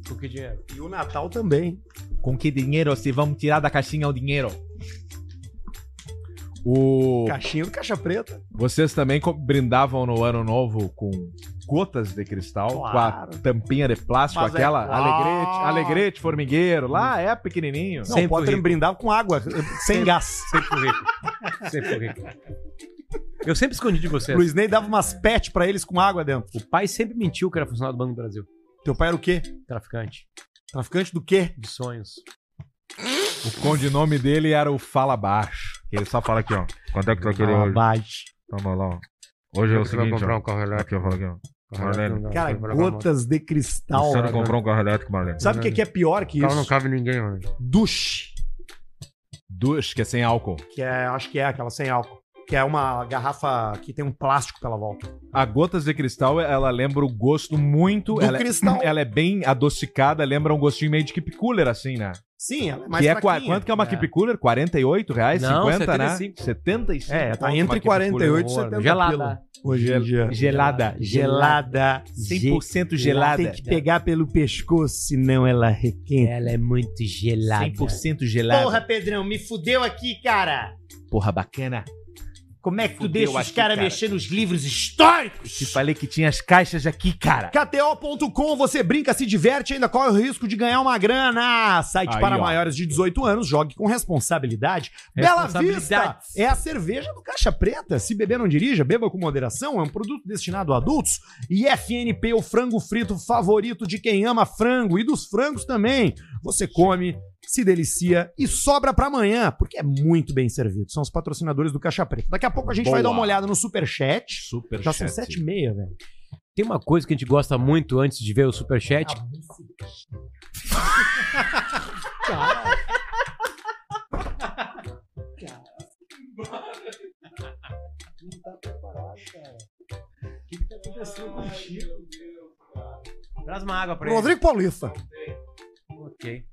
Speaker 8: Com que dinheiro?
Speaker 3: E o Natal também.
Speaker 2: Com que dinheiro se vamos tirar da caixinha o dinheiro? O...
Speaker 3: Caixinha do Caixa Preta.
Speaker 2: Vocês também co- brindavam no ano novo com gotas de cristal,
Speaker 3: Claro.
Speaker 2: com a tampinha de plástico,
Speaker 3: Mas é
Speaker 2: aquela
Speaker 3: claro.
Speaker 2: alegrete, alegrete, formigueiro, lá é pequenininho.
Speaker 3: Não,
Speaker 8: Sempre
Speaker 3: o Potter
Speaker 8: rico.
Speaker 3: brindava com água, sem gás.
Speaker 8: Sempre fui rico. Sempre fui rico. Eu sempre escondi de vocês.
Speaker 3: Luiz Ney dava umas pet pra eles com água dentro.
Speaker 8: O pai sempre mentiu que era funcionário do Banco do Brasil.
Speaker 3: Teu pai era o quê?
Speaker 8: Traficante
Speaker 3: Traficante do quê?
Speaker 8: de sonhos.
Speaker 2: O condinome dele era o Fala Baixo. que Ele só fala aqui, ó. Quanto é que tu vai querer hoje?
Speaker 3: Abate.
Speaker 2: Toma lá, ó. Hoje é o seguinte,
Speaker 8: um
Speaker 2: ó. Aqui, eu falo aqui, ó. Marlene,
Speaker 3: Cara, gotas de cristal.
Speaker 2: você não comprou um carro elétrico, Marlene.
Speaker 3: Sabe o que, que é pior que isso?
Speaker 8: cabe ninguém, mano.
Speaker 3: Duche.
Speaker 2: Duas, que é sem álcool.
Speaker 3: Que é, acho que é aquela sem álcool. Que é uma garrafa que tem um plástico pela volta.
Speaker 2: A Gotas de Cristal, ela lembra o gosto muito.
Speaker 3: Do
Speaker 2: ela,
Speaker 3: cristal.
Speaker 2: ela é bem adocicada, lembra um gostinho meio de keep cooler, assim, né?
Speaker 3: Sim, ela é
Speaker 2: que é qua-
Speaker 3: fraquinha.
Speaker 2: quanto que é uma keep cooler? 48 reais?
Speaker 3: Não,
Speaker 2: 50,
Speaker 3: 75.
Speaker 2: né? 75.
Speaker 3: É, tá
Speaker 2: conto
Speaker 3: entre
Speaker 2: uma Keep
Speaker 3: 48 e
Speaker 2: Cooler,
Speaker 3: 70
Speaker 2: Gelada.
Speaker 3: Hoje em dia.
Speaker 2: Gelada.
Speaker 3: Gelada.
Speaker 2: 100% gelada.
Speaker 3: Tem que pegar pelo pescoço, senão ela é requenta. Ela é muito gelada.
Speaker 2: 100% gelada.
Speaker 3: Porra, Pedrão, me fudeu aqui, cara.
Speaker 2: Porra, bacana.
Speaker 3: Como é que tu
Speaker 2: Fudeu
Speaker 3: deixa os
Speaker 2: aqui,
Speaker 3: caras
Speaker 2: cara.
Speaker 3: mexer nos livros históricos?
Speaker 2: Te falei que tinha as caixas aqui, cara.
Speaker 3: KTO.com, você brinca, se diverte e ainda corre o risco de ganhar uma grana. Site
Speaker 2: Aí,
Speaker 3: para
Speaker 2: ó.
Speaker 3: maiores de 18 anos, jogue com responsabilidade. Bela Vista
Speaker 2: Responsabilidades.
Speaker 3: é a cerveja do Caixa Preta. Se beber, não dirija, beba com moderação. É um produto destinado a adultos. E FNP, o frango frito favorito de quem ama frango e dos frangos também. Você come, se delicia e sobra pra amanhã, porque é muito bem servido. São os patrocinadores do Caixa Preta. Daqui a pouco a gente vai
Speaker 1: Boa.
Speaker 3: dar uma olhada no Superchat.
Speaker 2: Superchat.
Speaker 3: Já são 7h30, velho.
Speaker 1: Tem uma coisa que a gente gosta muito antes de ver o superchat. Traz uma água pra ele.
Speaker 3: Rodrigo Paulista.
Speaker 1: Ok.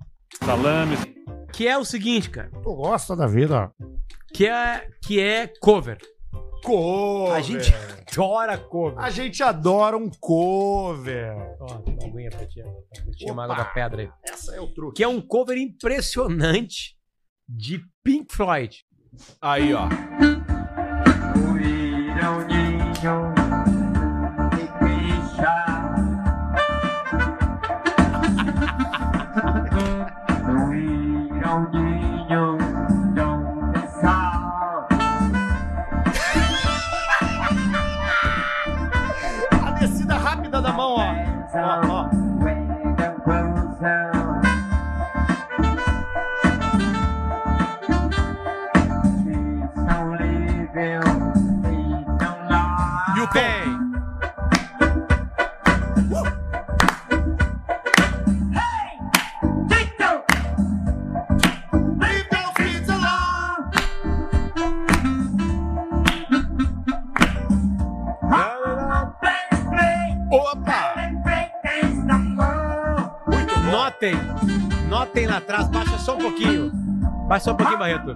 Speaker 3: Salame.
Speaker 1: Que é o seguinte, cara.
Speaker 3: Tu gosta da vida.
Speaker 1: Que é, que é cover.
Speaker 3: Cover.
Speaker 1: A gente adora cover.
Speaker 3: A gente adora um cover.
Speaker 1: Ó, tem uma aguinha pra ti. ó. Tá Tinha uma
Speaker 3: Opa.
Speaker 1: água da pedra aí.
Speaker 3: Essa é o truque.
Speaker 1: Que é um cover impressionante de Pink Floyd.
Speaker 2: Aí, ó.
Speaker 3: A descida rápida da mão, ó. Ó, ó.
Speaker 1: E o pé. Notem, notem lá atrás, baixa só um pouquinho. Baixa só um pouquinho, Barreto.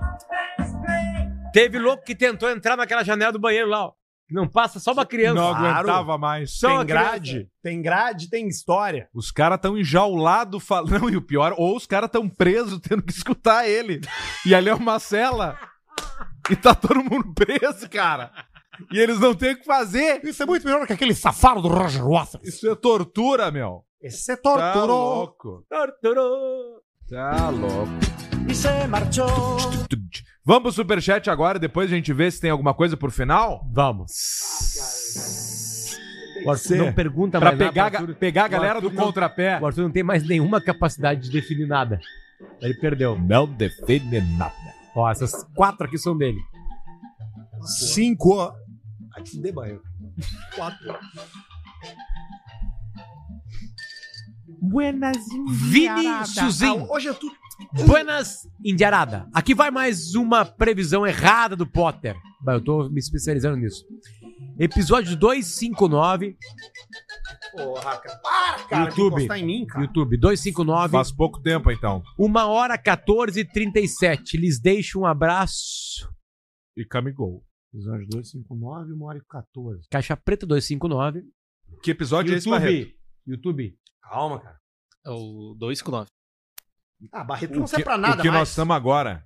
Speaker 1: Teve louco que tentou entrar naquela janela do banheiro lá, ó. Não passa só uma criança.
Speaker 2: Não
Speaker 3: Claro.
Speaker 2: aguentava mais.
Speaker 1: Só
Speaker 3: Tem
Speaker 1: uma
Speaker 3: grade, tem grade, tem história.
Speaker 2: Os caras estão enjaulados falando. Não, e o pior, ou os caras estão presos tendo que escutar ele. E ali é uma cela. E tá todo mundo preso, cara. E eles não têm o que fazer.
Speaker 3: Isso é muito melhor que aquele safado do Roger Waters.
Speaker 2: Isso é tortura, meu.
Speaker 3: Esse é
Speaker 2: Tá
Speaker 3: torturou.
Speaker 2: louco.
Speaker 1: Torturou.
Speaker 2: Tá louco.
Speaker 3: E você é marchou.
Speaker 2: Vamos pro superchat agora, depois a gente vê se tem alguma coisa pro final?
Speaker 1: Vamos. O Arthur
Speaker 2: Você,
Speaker 1: não pergunta
Speaker 2: pra
Speaker 1: mais nada.
Speaker 2: pegar
Speaker 1: o
Speaker 2: a ga- pegar a
Speaker 1: o
Speaker 2: galera
Speaker 1: Arthur
Speaker 2: do
Speaker 1: não-
Speaker 2: contrapé.
Speaker 1: O Arthur não tem mais nenhuma capacidade de definir nada. Ele perdeu.
Speaker 2: Não defende nada.
Speaker 1: Ó, essas quatro aqui são dele.
Speaker 3: Cinco. ó. Vai te fuder, banheiro. Quatro.
Speaker 18: Buenas
Speaker 1: Viniciusinho.
Speaker 3: Ah, Hoje é tudo.
Speaker 1: Buenas, Indiarada. Aqui vai mais uma previsão errada do Potter. Bah, Eu tô me especializando nisso. Episódio 259,
Speaker 3: Porra, cara. Para, cara, de
Speaker 1: YouTube.
Speaker 3: encostar em mim, cara.
Speaker 1: YouTube 259.
Speaker 2: Faz pouco tempo, então.
Speaker 1: Uma hora 14 e 37. Lhes deixo um abraço.
Speaker 2: E camigol.
Speaker 3: Episódio 259, 1 hora e 14.
Speaker 1: Caixa Preta 259.
Speaker 2: Que episódio é esse, Barreto?
Speaker 1: YouTube. YouTube.
Speaker 3: Calma, cara.
Speaker 8: É o 259.
Speaker 3: Ah, Barreto
Speaker 2: O
Speaker 3: não
Speaker 2: que,
Speaker 3: serve pra
Speaker 2: o
Speaker 3: nada
Speaker 2: que
Speaker 3: mais.
Speaker 2: nós estamos agora?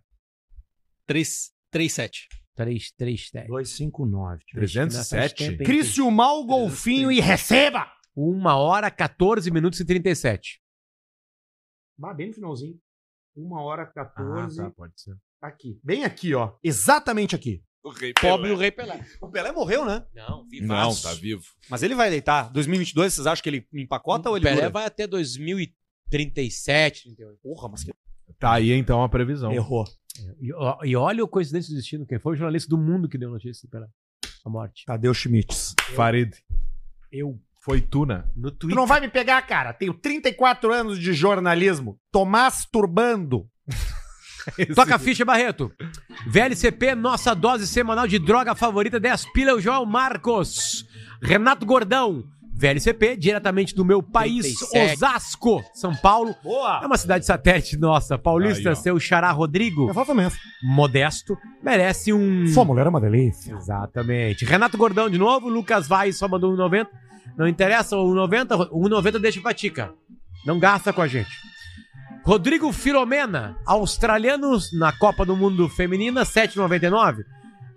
Speaker 8: 337.
Speaker 1: 337.
Speaker 3: 259.
Speaker 2: 307?
Speaker 3: Criciumal, Golfinho e receba!
Speaker 1: Uma hora 14 minutos e 37.
Speaker 3: Mas bem no finalzinho. 1 hora 14.
Speaker 2: Ah, tá, pode ser.
Speaker 3: Aqui. Bem aqui, ó. Exatamente aqui.
Speaker 8: O rei
Speaker 19: Pobre o Rei Pelé.
Speaker 3: O Pelé morreu, né?
Speaker 8: Não,
Speaker 19: Vivaço.
Speaker 2: Não, tá vivo.
Speaker 19: Mas ele vai deitar. 2022, vocês acham que ele empacota ou
Speaker 8: O
Speaker 19: ele
Speaker 8: Pelé
Speaker 19: dura?
Speaker 8: vai até 2037, 38.
Speaker 19: Porra, mas que...
Speaker 2: Tá aí então a previsão.
Speaker 3: Errou.
Speaker 1: É, E, ó- e olha o coincidência do destino. Quem foi o jornalista do mundo que deu notícia pela a morte?
Speaker 3: Tadeu Schmitz.
Speaker 2: Farid.
Speaker 1: Eu.
Speaker 2: Foi né? Tuna.
Speaker 1: No
Speaker 3: Tu
Speaker 1: Twitter.
Speaker 3: não vai me pegar, cara. Tenho 34 anos de jornalismo. Tomás Turbando.
Speaker 1: Toca a ficha, Barreto. VLCP, nossa dose semanal de droga favorita, 10 pila, o Joel Marcos. Renato Gordão. VLCP, diretamente do meu país,
Speaker 20: 37.
Speaker 1: Osasco, São Paulo. É uma cidade satélite nossa. Paulista,
Speaker 3: Aí, ó.
Speaker 1: seu xará Rodrigo.
Speaker 3: Exatamente.
Speaker 1: Modesto, merece um.
Speaker 3: É, Sua mulher é uma delícia.
Speaker 1: Exatamente. Renato Gordão de novo, Lucas vai só mandou 1,90. Não interessa, o 1,90, o 1,90 deixa pra Tica. Não gasta com a gente. Rodrigo Filomena, australianos na Copa do Mundo Feminina, 7,99.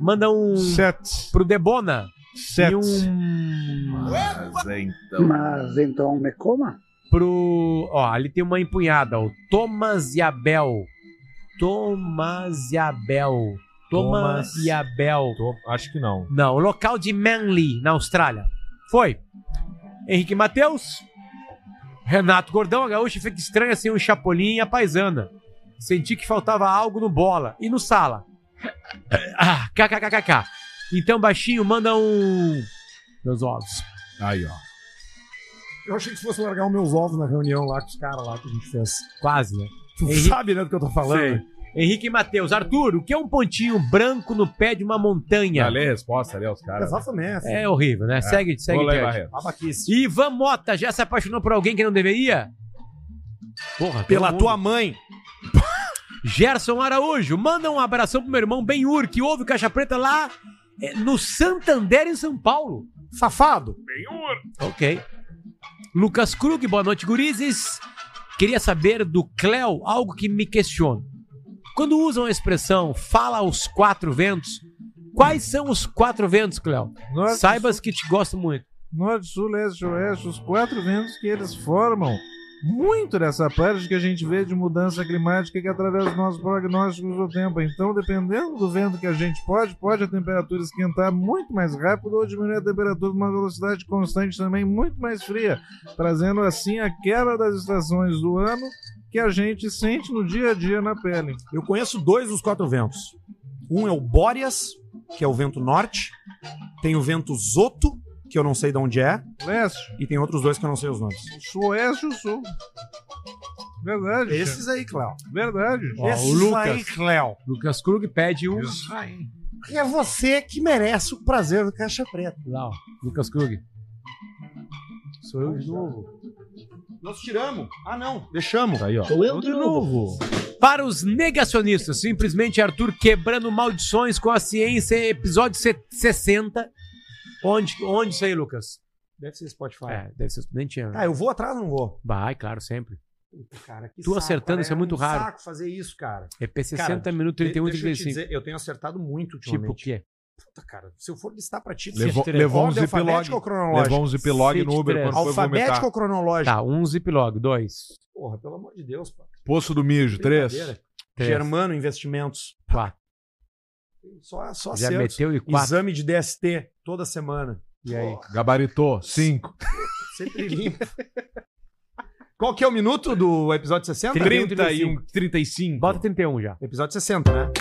Speaker 1: Manda um pro Debona. E um
Speaker 9: Mas então. Mas então me coma?
Speaker 1: pro... Ó, ali tem uma empunhada, o Thomas e Abel. Thomas e Abel. Thomas,
Speaker 2: Thomas.
Speaker 1: e Abel.
Speaker 2: Acho que não.
Speaker 1: Não, local de Manly, na Austrália. Foi. Henrique Matheus, Renato Gordão, a gaúcha fica estranha sem o Chapolin e a paisana. Senti que faltava algo no bola e no sala. Ah, kkkk. Então, baixinho, manda um. Meus ovos.
Speaker 2: Aí, ó.
Speaker 3: Eu achei que fosse largar os meus ovos na reunião lá com os caras lá que a gente fez.
Speaker 1: Quase, né?
Speaker 3: Tu
Speaker 1: Henrique-
Speaker 3: sabe, né, do que eu tô falando?
Speaker 1: Sei. Henrique Matheus, Arthur, o que é um pontinho branco no pé de uma montanha?
Speaker 2: Lê a resposta ali aos caras.
Speaker 3: Exatamente.
Speaker 1: É horrível, né?
Speaker 2: É.
Speaker 1: Segue, segue
Speaker 2: Vou ler,
Speaker 1: adiante.
Speaker 2: Barreto.
Speaker 3: Babaquice.
Speaker 1: Ivan Mota já se apaixonou por alguém que não deveria? Porra,
Speaker 3: Pela tua
Speaker 1: mãe. Gerson Araújo, manda um abração pro meu irmão Benhur, que ouve o Caixa Preta lá eh, no Santander, em São Paulo.
Speaker 3: Safado.
Speaker 1: Ok. Lucas Krug, boa noite, gurizes. Queria saber do Cléo algo que me questiona. Quando usam a expressão fala aos quatro ventos, quais são os quatro ventos, Cléo?
Speaker 2: Norte,
Speaker 1: Saibas que te gosto muito.
Speaker 2: Norte, sul, leste, oeste, os quatro ventos que eles formam. Muito dessa parte que a gente vê de mudança climática que através dos nossos prognósticos do tempo. Então, dependendo do vento que a gente pode, pode a temperatura esquentar muito mais rápido ou diminuir a temperatura com uma velocidade constante também muito mais fria, trazendo assim a queda das estações do ano que a gente sente no dia a dia na pele.
Speaker 3: Eu conheço dois dos quatro ventos. Um é o Bóreas, que é o vento norte. Tem o vento Zoto, que eu não sei de onde é.
Speaker 2: Leste.
Speaker 3: E tem outros dois que eu não sei os nomes.
Speaker 2: Sul, oeste e o sul. Verdade.
Speaker 3: Esses aí, Cléo.
Speaker 2: Verdade.
Speaker 1: Ó,
Speaker 3: Esses
Speaker 1: o Lucas.
Speaker 3: aí, Cléo.
Speaker 1: Lucas Krug pede um.
Speaker 3: É você que merece o prazer do Caixa Preta.
Speaker 1: Lá, ó. Lucas Krug. Sou
Speaker 3: Tá
Speaker 1: eu de novo.
Speaker 3: Nós tiramos. Ah, não. Deixamos.
Speaker 2: Tá Aí, ó.
Speaker 3: eu de novo.
Speaker 1: Para os negacionistas, simplesmente Arthur quebrando maldições com a ciência, episódio se- 60. Onde, onde isso aí, Lucas?
Speaker 3: Deve ser Spotify.
Speaker 1: É, deve ser. Nem tinha.
Speaker 3: Ah, eu vou atrás ou não vou?
Speaker 1: Vai, claro, sempre.
Speaker 3: Puta, cara, que
Speaker 1: Tu acertando, isso é muito raro.
Speaker 3: saco fazer isso, cara.
Speaker 1: É P60
Speaker 3: Cara,
Speaker 1: minuto
Speaker 3: de-
Speaker 1: 31 e
Speaker 3: deixa eu te
Speaker 1: 35.
Speaker 3: dizer, eu tenho acertado muito
Speaker 1: tipo o
Speaker 3: ultimamente.
Speaker 1: quê?
Speaker 3: Puta, cara, se eu for listar pra ti,
Speaker 2: Levou,
Speaker 3: Ordem
Speaker 2: levou um
Speaker 3: alfabética
Speaker 2: ziplock.
Speaker 3: ou cronológica?
Speaker 2: Levou um ziplock no
Speaker 1: 23.
Speaker 2: Uber quando foi
Speaker 3: Alfabética
Speaker 2: vomitar.
Speaker 3: ou cronológica?
Speaker 1: Tá, um ziplog, dois,
Speaker 3: Porra, pelo amor de Deus, pô.
Speaker 2: Poço do mijo, três.
Speaker 3: Brincadeira.
Speaker 1: Três.
Speaker 3: Germano Investimentos.
Speaker 1: quatro.
Speaker 3: Só, só
Speaker 1: Já
Speaker 3: acertos.
Speaker 1: meteu e quatro.
Speaker 3: Exame de DST toda semana. E aí?
Speaker 2: Gabaritou, cinco.
Speaker 3: Sempre limpo. Qual que é o minuto do episódio 60?
Speaker 2: 31, 35.
Speaker 1: Bota 31 já.
Speaker 3: Episódio 60, né?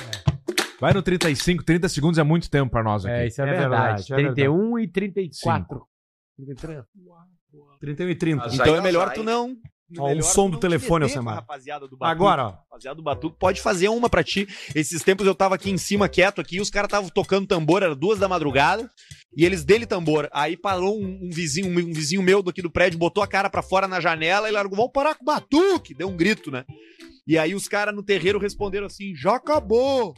Speaker 2: Vai no 35, 30 segundos é muito tempo pra nós aqui.
Speaker 1: É, isso é,
Speaker 3: É
Speaker 1: verdade.
Speaker 3: verdade, é verdade.
Speaker 1: 31 e 34. 33.
Speaker 3: 31 e
Speaker 2: Ah,
Speaker 3: 30.
Speaker 20: Então é
Speaker 2: tá
Speaker 20: melhor tu não.
Speaker 3: Ó,
Speaker 20: Melhor
Speaker 3: o som
Speaker 20: tu
Speaker 3: do
Speaker 20: não
Speaker 3: telefone,
Speaker 20: te meter com a
Speaker 3: Alcemar.
Speaker 20: Rapaziada do Batuque.
Speaker 3: Agora, ó.
Speaker 20: Rapaziada do Batuque, pode fazer uma pra ti. Esses tempos eu tava aqui em cima, quieto aqui, e os caras estavam tocando tambor, era duas da madrugada, e eles dele tambor. Aí parou um, um vizinho um, vizinho meu daqui do prédio, botou a cara pra fora na janela e largou, vamos parar com o Batuque! Deu um grito, né? E aí os caras no terreiro responderam assim, já acabou!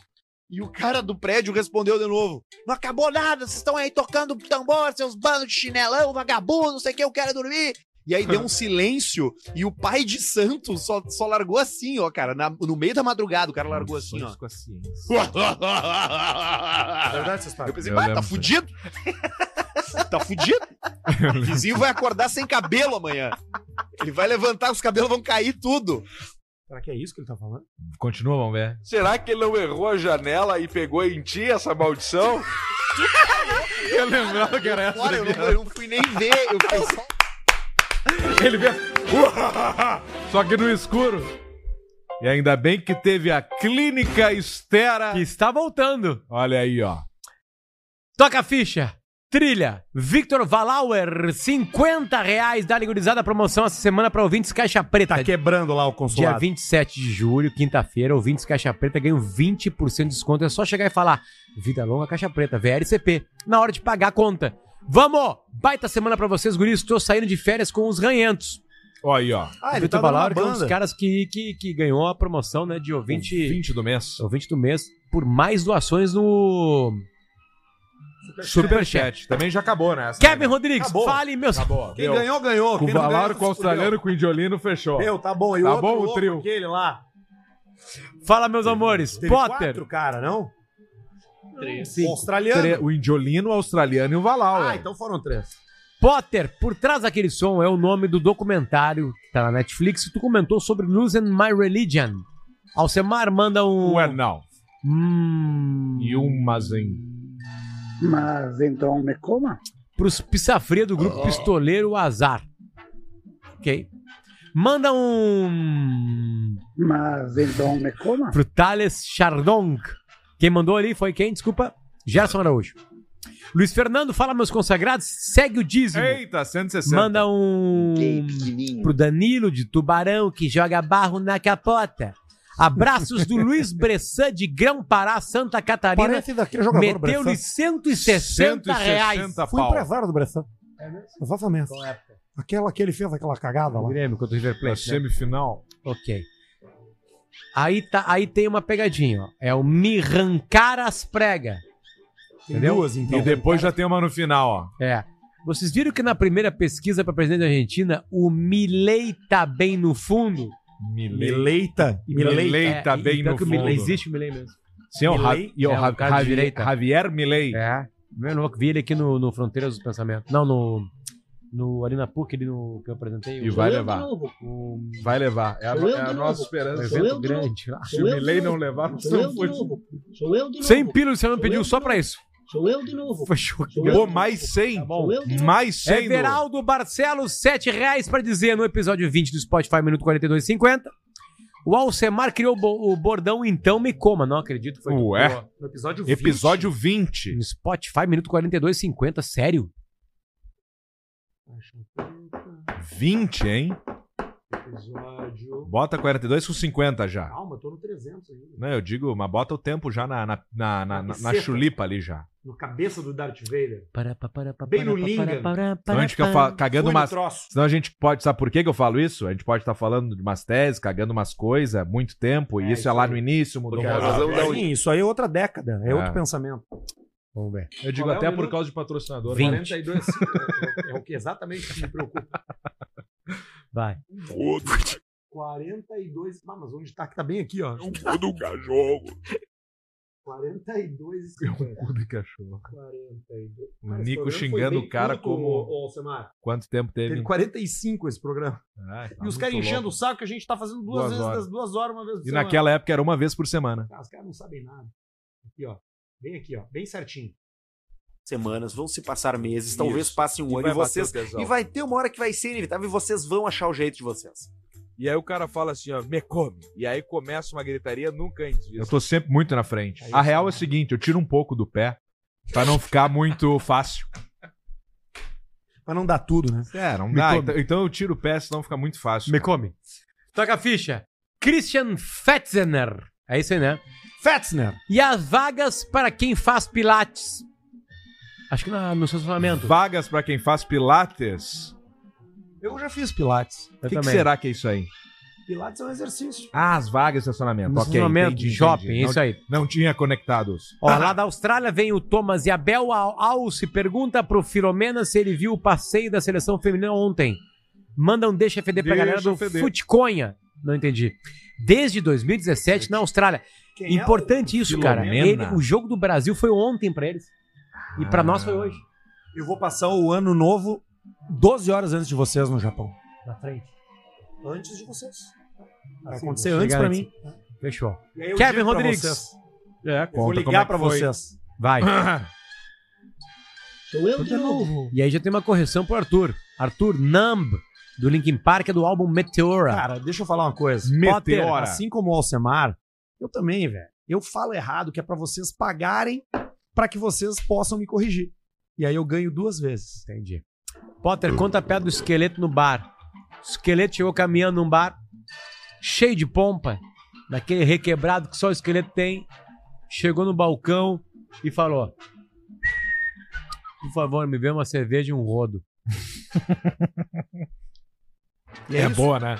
Speaker 20: E o cara do prédio respondeu de novo: Não acabou nada, vocês estão aí tocando tambor, seus bandos de chinelão, vagabundo, não sei o que, eu quero dormir. E aí deu um silêncio e o pai de santo só, só largou assim, ó, cara. na- no meio da madrugada, o cara largou assim, ó.
Speaker 2: É
Speaker 3: Verdade essa história.
Speaker 20: Eu pensei,
Speaker 2: Eu
Speaker 20: "Bah,
Speaker 2: lembro
Speaker 20: tá
Speaker 2: disso.
Speaker 20: fudido. tá fudido. O vizinho vai acordar sem cabelo amanhã. Ele vai levantar, os cabelos vão cair tudo.
Speaker 3: Será que é isso que ele tá falando?
Speaker 2: Continua, vamos ver.
Speaker 21: Será que ele não errou a janela e pegou em ti essa maldição?
Speaker 2: Eu lembrava que era essa.
Speaker 20: Olha, eu, não- eu não fui nem ver, eu fiquei só.
Speaker 2: Ele vê. Só que no escuro. E ainda bem que teve a clínica Estera.
Speaker 1: Que está voltando.
Speaker 2: Olha aí, ó.
Speaker 1: Toca a ficha. Trilha, Victor Valauer, 50 reais da Ligurizada promoção essa semana para ouvintes Caixa Preta.
Speaker 3: Tá quebrando lá o
Speaker 1: Dia
Speaker 3: consulado.
Speaker 1: 27 de julho, quinta-feira, ouvintes Caixa Preta um ganham 20% de desconto. É só chegar e falar, vida longa Caixa Preta, VLCP, na hora de pagar a conta. Vamos! Baita semana pra vocês, guris. Tô saindo de férias com os ranhentos.
Speaker 2: Olha aí, ó.
Speaker 1: Ah,
Speaker 2: ele
Speaker 1: Vitor
Speaker 2: tá dando uma
Speaker 1: Balauro, que é um dos
Speaker 2: banda.
Speaker 1: caras que, que, que ganhou a promoção, né, de ouvinte... Ouvinte
Speaker 2: do mês.
Speaker 1: Ouvinte do mês, por mais doações no... Superchat.
Speaker 2: Também já acabou, né? Essa
Speaker 1: Kevin
Speaker 2: aí, né?
Speaker 1: Rodrigues,
Speaker 2: Acabou.
Speaker 1: fale, meus...
Speaker 2: Acabou.
Speaker 3: Quem
Speaker 2: Deu.
Speaker 3: ganhou, ganhou.
Speaker 2: Com
Speaker 3: Quem
Speaker 2: o
Speaker 3: não ganhou,
Speaker 2: Valaro, com o
Speaker 3: se fudeu.
Speaker 2: australiano, com o indiolino, fechou.
Speaker 3: Meu, tá bom. E
Speaker 2: Tá
Speaker 3: o outro
Speaker 2: bom o
Speaker 3: louco,
Speaker 2: trio.
Speaker 3: Aquele lá.
Speaker 1: Fala, meus amores.
Speaker 3: Teve
Speaker 1: Potter.
Speaker 3: quatro, cara, não?
Speaker 1: Três.
Speaker 3: O australiano.
Speaker 2: Tre- O indiolino, o australiano e o Valau.
Speaker 3: Ah, então foram três.
Speaker 1: Potter, por trás daquele som é o nome do documentário, tá na Netflix, que tu comentou sobre Losing My Religion. Alcemar manda um.
Speaker 2: Well, now.
Speaker 1: Hum.
Speaker 2: E um mazinho.
Speaker 22: Mas então me coma.
Speaker 1: Pros pissafria do
Speaker 22: Oh.
Speaker 1: grupo Pistoleiro Azar. Ok. Manda um.
Speaker 22: Mas então me coma.
Speaker 1: Pro Thales Chardong. Quem mandou ali foi quem? Desculpa. Gerson Araújo. Luiz Fernando, fala meus consagrados, segue o dízimo.
Speaker 2: Eita, 160.
Speaker 1: Manda um. Pro Danilo de Tubarão, que joga barro na capota. Abraços do Luiz Bressan de Grão Pará, Santa Catarina.
Speaker 3: Parece daquele jogador,
Speaker 1: Meteu-lhe
Speaker 3: Bressan.
Speaker 1: 160 reais.
Speaker 3: Fui empresário do Bressan. É mesmo? Exatamente. Aquela que ele fez, aquela cagada lá.
Speaker 1: Grêmio contra o River
Speaker 2: Na
Speaker 1: Plate. né?
Speaker 2: semifinal.
Speaker 1: Ok. Aí, tá, aí tem uma pegadinha, ó. É o Me Rancar as Prega. Entendeu?
Speaker 3: então.
Speaker 2: e depois já tem uma no final, ó.
Speaker 1: É. Vocês viram que na primeira pesquisa para presidente da Argentina, o Milei tá bem no fundo? É,
Speaker 3: Mileita.
Speaker 2: Milei tá
Speaker 1: e-
Speaker 2: bem
Speaker 1: e pior
Speaker 2: no
Speaker 1: que o Milei-
Speaker 2: fundo.
Speaker 1: Existe o Milei mesmo.
Speaker 2: Sim, o
Speaker 1: Milei?
Speaker 2: Ra- e o
Speaker 1: É,
Speaker 2: Ra-
Speaker 1: o cara de
Speaker 2: Javi-
Speaker 1: direita.
Speaker 2: Javier Milei.
Speaker 1: É. Meu louco, vi ele aqui no, no Fronteiras dos Pensamentos. Não, no. no ali na PUC, ali no que eu apresentei. um
Speaker 2: E
Speaker 1: o-
Speaker 2: vai
Speaker 1: o-
Speaker 2: levar.
Speaker 1: O,
Speaker 2: Vai levar. É a,
Speaker 1: Sou eu
Speaker 2: é a
Speaker 1: de
Speaker 2: nossa
Speaker 1: novo.
Speaker 2: esperança.
Speaker 1: um evento
Speaker 2: né?
Speaker 1: grande lá.
Speaker 2: Se o Milei não levar, nós
Speaker 1: Sou eu
Speaker 2: estamos
Speaker 1: de
Speaker 2: fudidos.
Speaker 1: Sou eu de novo. 100 pila o Luciano pediu só pra isso.
Speaker 23: Sou eu de novo.
Speaker 1: Foi chocante.
Speaker 2: Pô, mais 100. mais 100. do-
Speaker 1: Tá É Everaldo Barcelos, 7 reais pra dizer no episódio 20 do Spotify, minuto 42,50. O Alcemar criou bo- o bordão Então Me Coma, não acredito. Foi tu
Speaker 2: Ué.
Speaker 1: que criou. No episódio 20.
Speaker 2: É. Episódio 20.
Speaker 1: No Spotify, minuto 42,50, sério?
Speaker 2: 20, hein?
Speaker 1: Episódio.
Speaker 2: Bota 42 com 50 já.
Speaker 1: Calma, tô no 300 ainda.
Speaker 2: Não, eu digo, mas bota o tempo já na, na, na, na, na- na chulipa ali já.
Speaker 3: No cabeça do Darth Vader.
Speaker 1: Para, pa, para, pa,
Speaker 3: Bem
Speaker 1: para,
Speaker 3: no
Speaker 1: pa,
Speaker 3: Lingan.
Speaker 1: para, para,
Speaker 2: Senão a gente fica
Speaker 1: para.
Speaker 2: fa- cagando
Speaker 3: Fui no
Speaker 2: umas.
Speaker 3: troço.
Speaker 2: Senão a gente pode. Sabe por que que eu falo isso? A gente pode estar falando de umas teses, cagando umas coisas há muito tempo. e isso é lá no início, mudou
Speaker 3: Porque
Speaker 2: um
Speaker 3: a
Speaker 2: monte de
Speaker 3: razão
Speaker 2: coisa.
Speaker 3: da- Sim, isso aí é outra década. É,
Speaker 2: É.
Speaker 3: outro pensamento.
Speaker 1: Vamos ver.
Speaker 2: Eu digo
Speaker 3: Qual é
Speaker 2: até
Speaker 3: o
Speaker 2: por
Speaker 3: minuto?
Speaker 2: causa de patrocinador. né?
Speaker 1: 20.
Speaker 3: 42 é o que exatamente que me preocupa.
Speaker 1: Vai.
Speaker 3: 42. Ah, mas onde tá? Que tá bem aqui, ó. 42 e 50.
Speaker 2: Cu do
Speaker 3: 42.
Speaker 2: cachorro. O
Speaker 3: Cara, esse
Speaker 2: Nico
Speaker 3: programa foi
Speaker 2: xingando
Speaker 3: bem
Speaker 2: o cara
Speaker 3: curto,
Speaker 2: como.
Speaker 3: ô, ô, Alcemar.
Speaker 2: Quanto tempo teve?
Speaker 3: Teve 45 esse programa.
Speaker 2: Ai, tá
Speaker 3: e os
Speaker 2: muito
Speaker 3: caras enchendo
Speaker 2: louco.
Speaker 3: o saco que a gente tá fazendo duas,
Speaker 2: Duas
Speaker 3: vezes
Speaker 2: horas.
Speaker 3: das duas horas uma vez por
Speaker 2: E
Speaker 3: semana.
Speaker 2: naquela época era uma vez por semana.
Speaker 3: Ah, os caras não sabem nada. Aqui, ó. Bem aqui, ó. Bem certinho.
Speaker 24: Semanas, vão se passar meses, talvez
Speaker 2: Isso.
Speaker 24: passe um
Speaker 2: E
Speaker 24: ano
Speaker 2: vai
Speaker 24: e vocês.
Speaker 2: bater o tesão.
Speaker 24: E vai ter uma hora que vai ser inevitável e vocês vão achar o jeito de vocês.
Speaker 25: E aí o cara fala assim, ó, me come. E aí começa uma gritaria nunca antes disso.
Speaker 2: Eu tô sempre muito na frente. A real é o seguinte, eu tiro um pouco do pé pra não ficar muito fácil.
Speaker 3: Mas não dá tudo, né?
Speaker 2: É, não
Speaker 1: Me
Speaker 2: dá.
Speaker 1: come.
Speaker 2: Então, então eu tiro o pé, senão fica muito fácil.
Speaker 1: Me come. Toca a ficha. Christian Fetzener. É isso aí, né?
Speaker 3: Fetzner.
Speaker 1: E as vagas para quem faz pilates? Acho que na- no seu funcionamento.
Speaker 2: Vagas pra quem faz pilates.
Speaker 3: Eu já fiz pilates.
Speaker 2: O
Speaker 1: Eu
Speaker 2: que, que
Speaker 1: também.
Speaker 2: será que é isso aí?
Speaker 3: Pilates é um exercício.
Speaker 2: Ah, as vagas de estacionamento.
Speaker 1: No
Speaker 2: ok,
Speaker 1: estacionamento,
Speaker 2: entendi, entendi.
Speaker 1: shopping,
Speaker 2: Não-
Speaker 1: isso aí.
Speaker 2: Não tinha conectados.
Speaker 1: Ó, lá da Austrália vem o Thomas e Abel Al- Alce. Pergunta pro Filomena se ele viu o passeio da seleção feminina ontem. Manda um deixa feder pra
Speaker 2: Deixa
Speaker 1: galera do
Speaker 2: feder.
Speaker 1: Futconha. Não entendi. Desde 2017 na Austrália.
Speaker 3: Quem é
Speaker 1: Importante isso, cara.
Speaker 2: Filomena?
Speaker 1: Ele- o jogo do Brasil foi ontem pra eles. E pra nós foi hoje.
Speaker 3: Eu vou passar o ano novo 12 horas antes de vocês no Japão.
Speaker 1: Na frente.
Speaker 3: Antes de vocês. Vai
Speaker 1: Assim,
Speaker 3: acontecer
Speaker 1: vou
Speaker 3: antes
Speaker 1: chegar
Speaker 3: pra
Speaker 1: antes.
Speaker 3: mim.
Speaker 1: Fechou.
Speaker 3: E aí eu
Speaker 1: Kevin
Speaker 3: digo pra
Speaker 1: Rodrigues.
Speaker 3: vocês.
Speaker 2: É,
Speaker 3: Eu vou ligar pra vocês.
Speaker 1: Vai.
Speaker 23: Sou eu
Speaker 3: Tudo
Speaker 23: de
Speaker 3: é
Speaker 23: novo.
Speaker 3: novo.
Speaker 1: E aí já tem uma correção pro Arthur. Arthur Numb, do Linkin Park, é do álbum Meteora.
Speaker 3: Cara, deixa eu falar uma coisa.
Speaker 2: Meteora.
Speaker 3: Potter, assim como o Alcemar, eu também, velho. Eu falo errado que é pra vocês pagarem pra que vocês possam me corrigir. E aí eu ganho duas vezes.
Speaker 8: Entendi. Potter, conta a pé do esqueleto no bar. O esqueleto chegou caminhando num bar cheio de pompa, daquele requebrado que só o esqueleto tem. Chegou no balcão e falou: Por favor, me vê uma cerveja e um rodo.
Speaker 2: É, boa, né?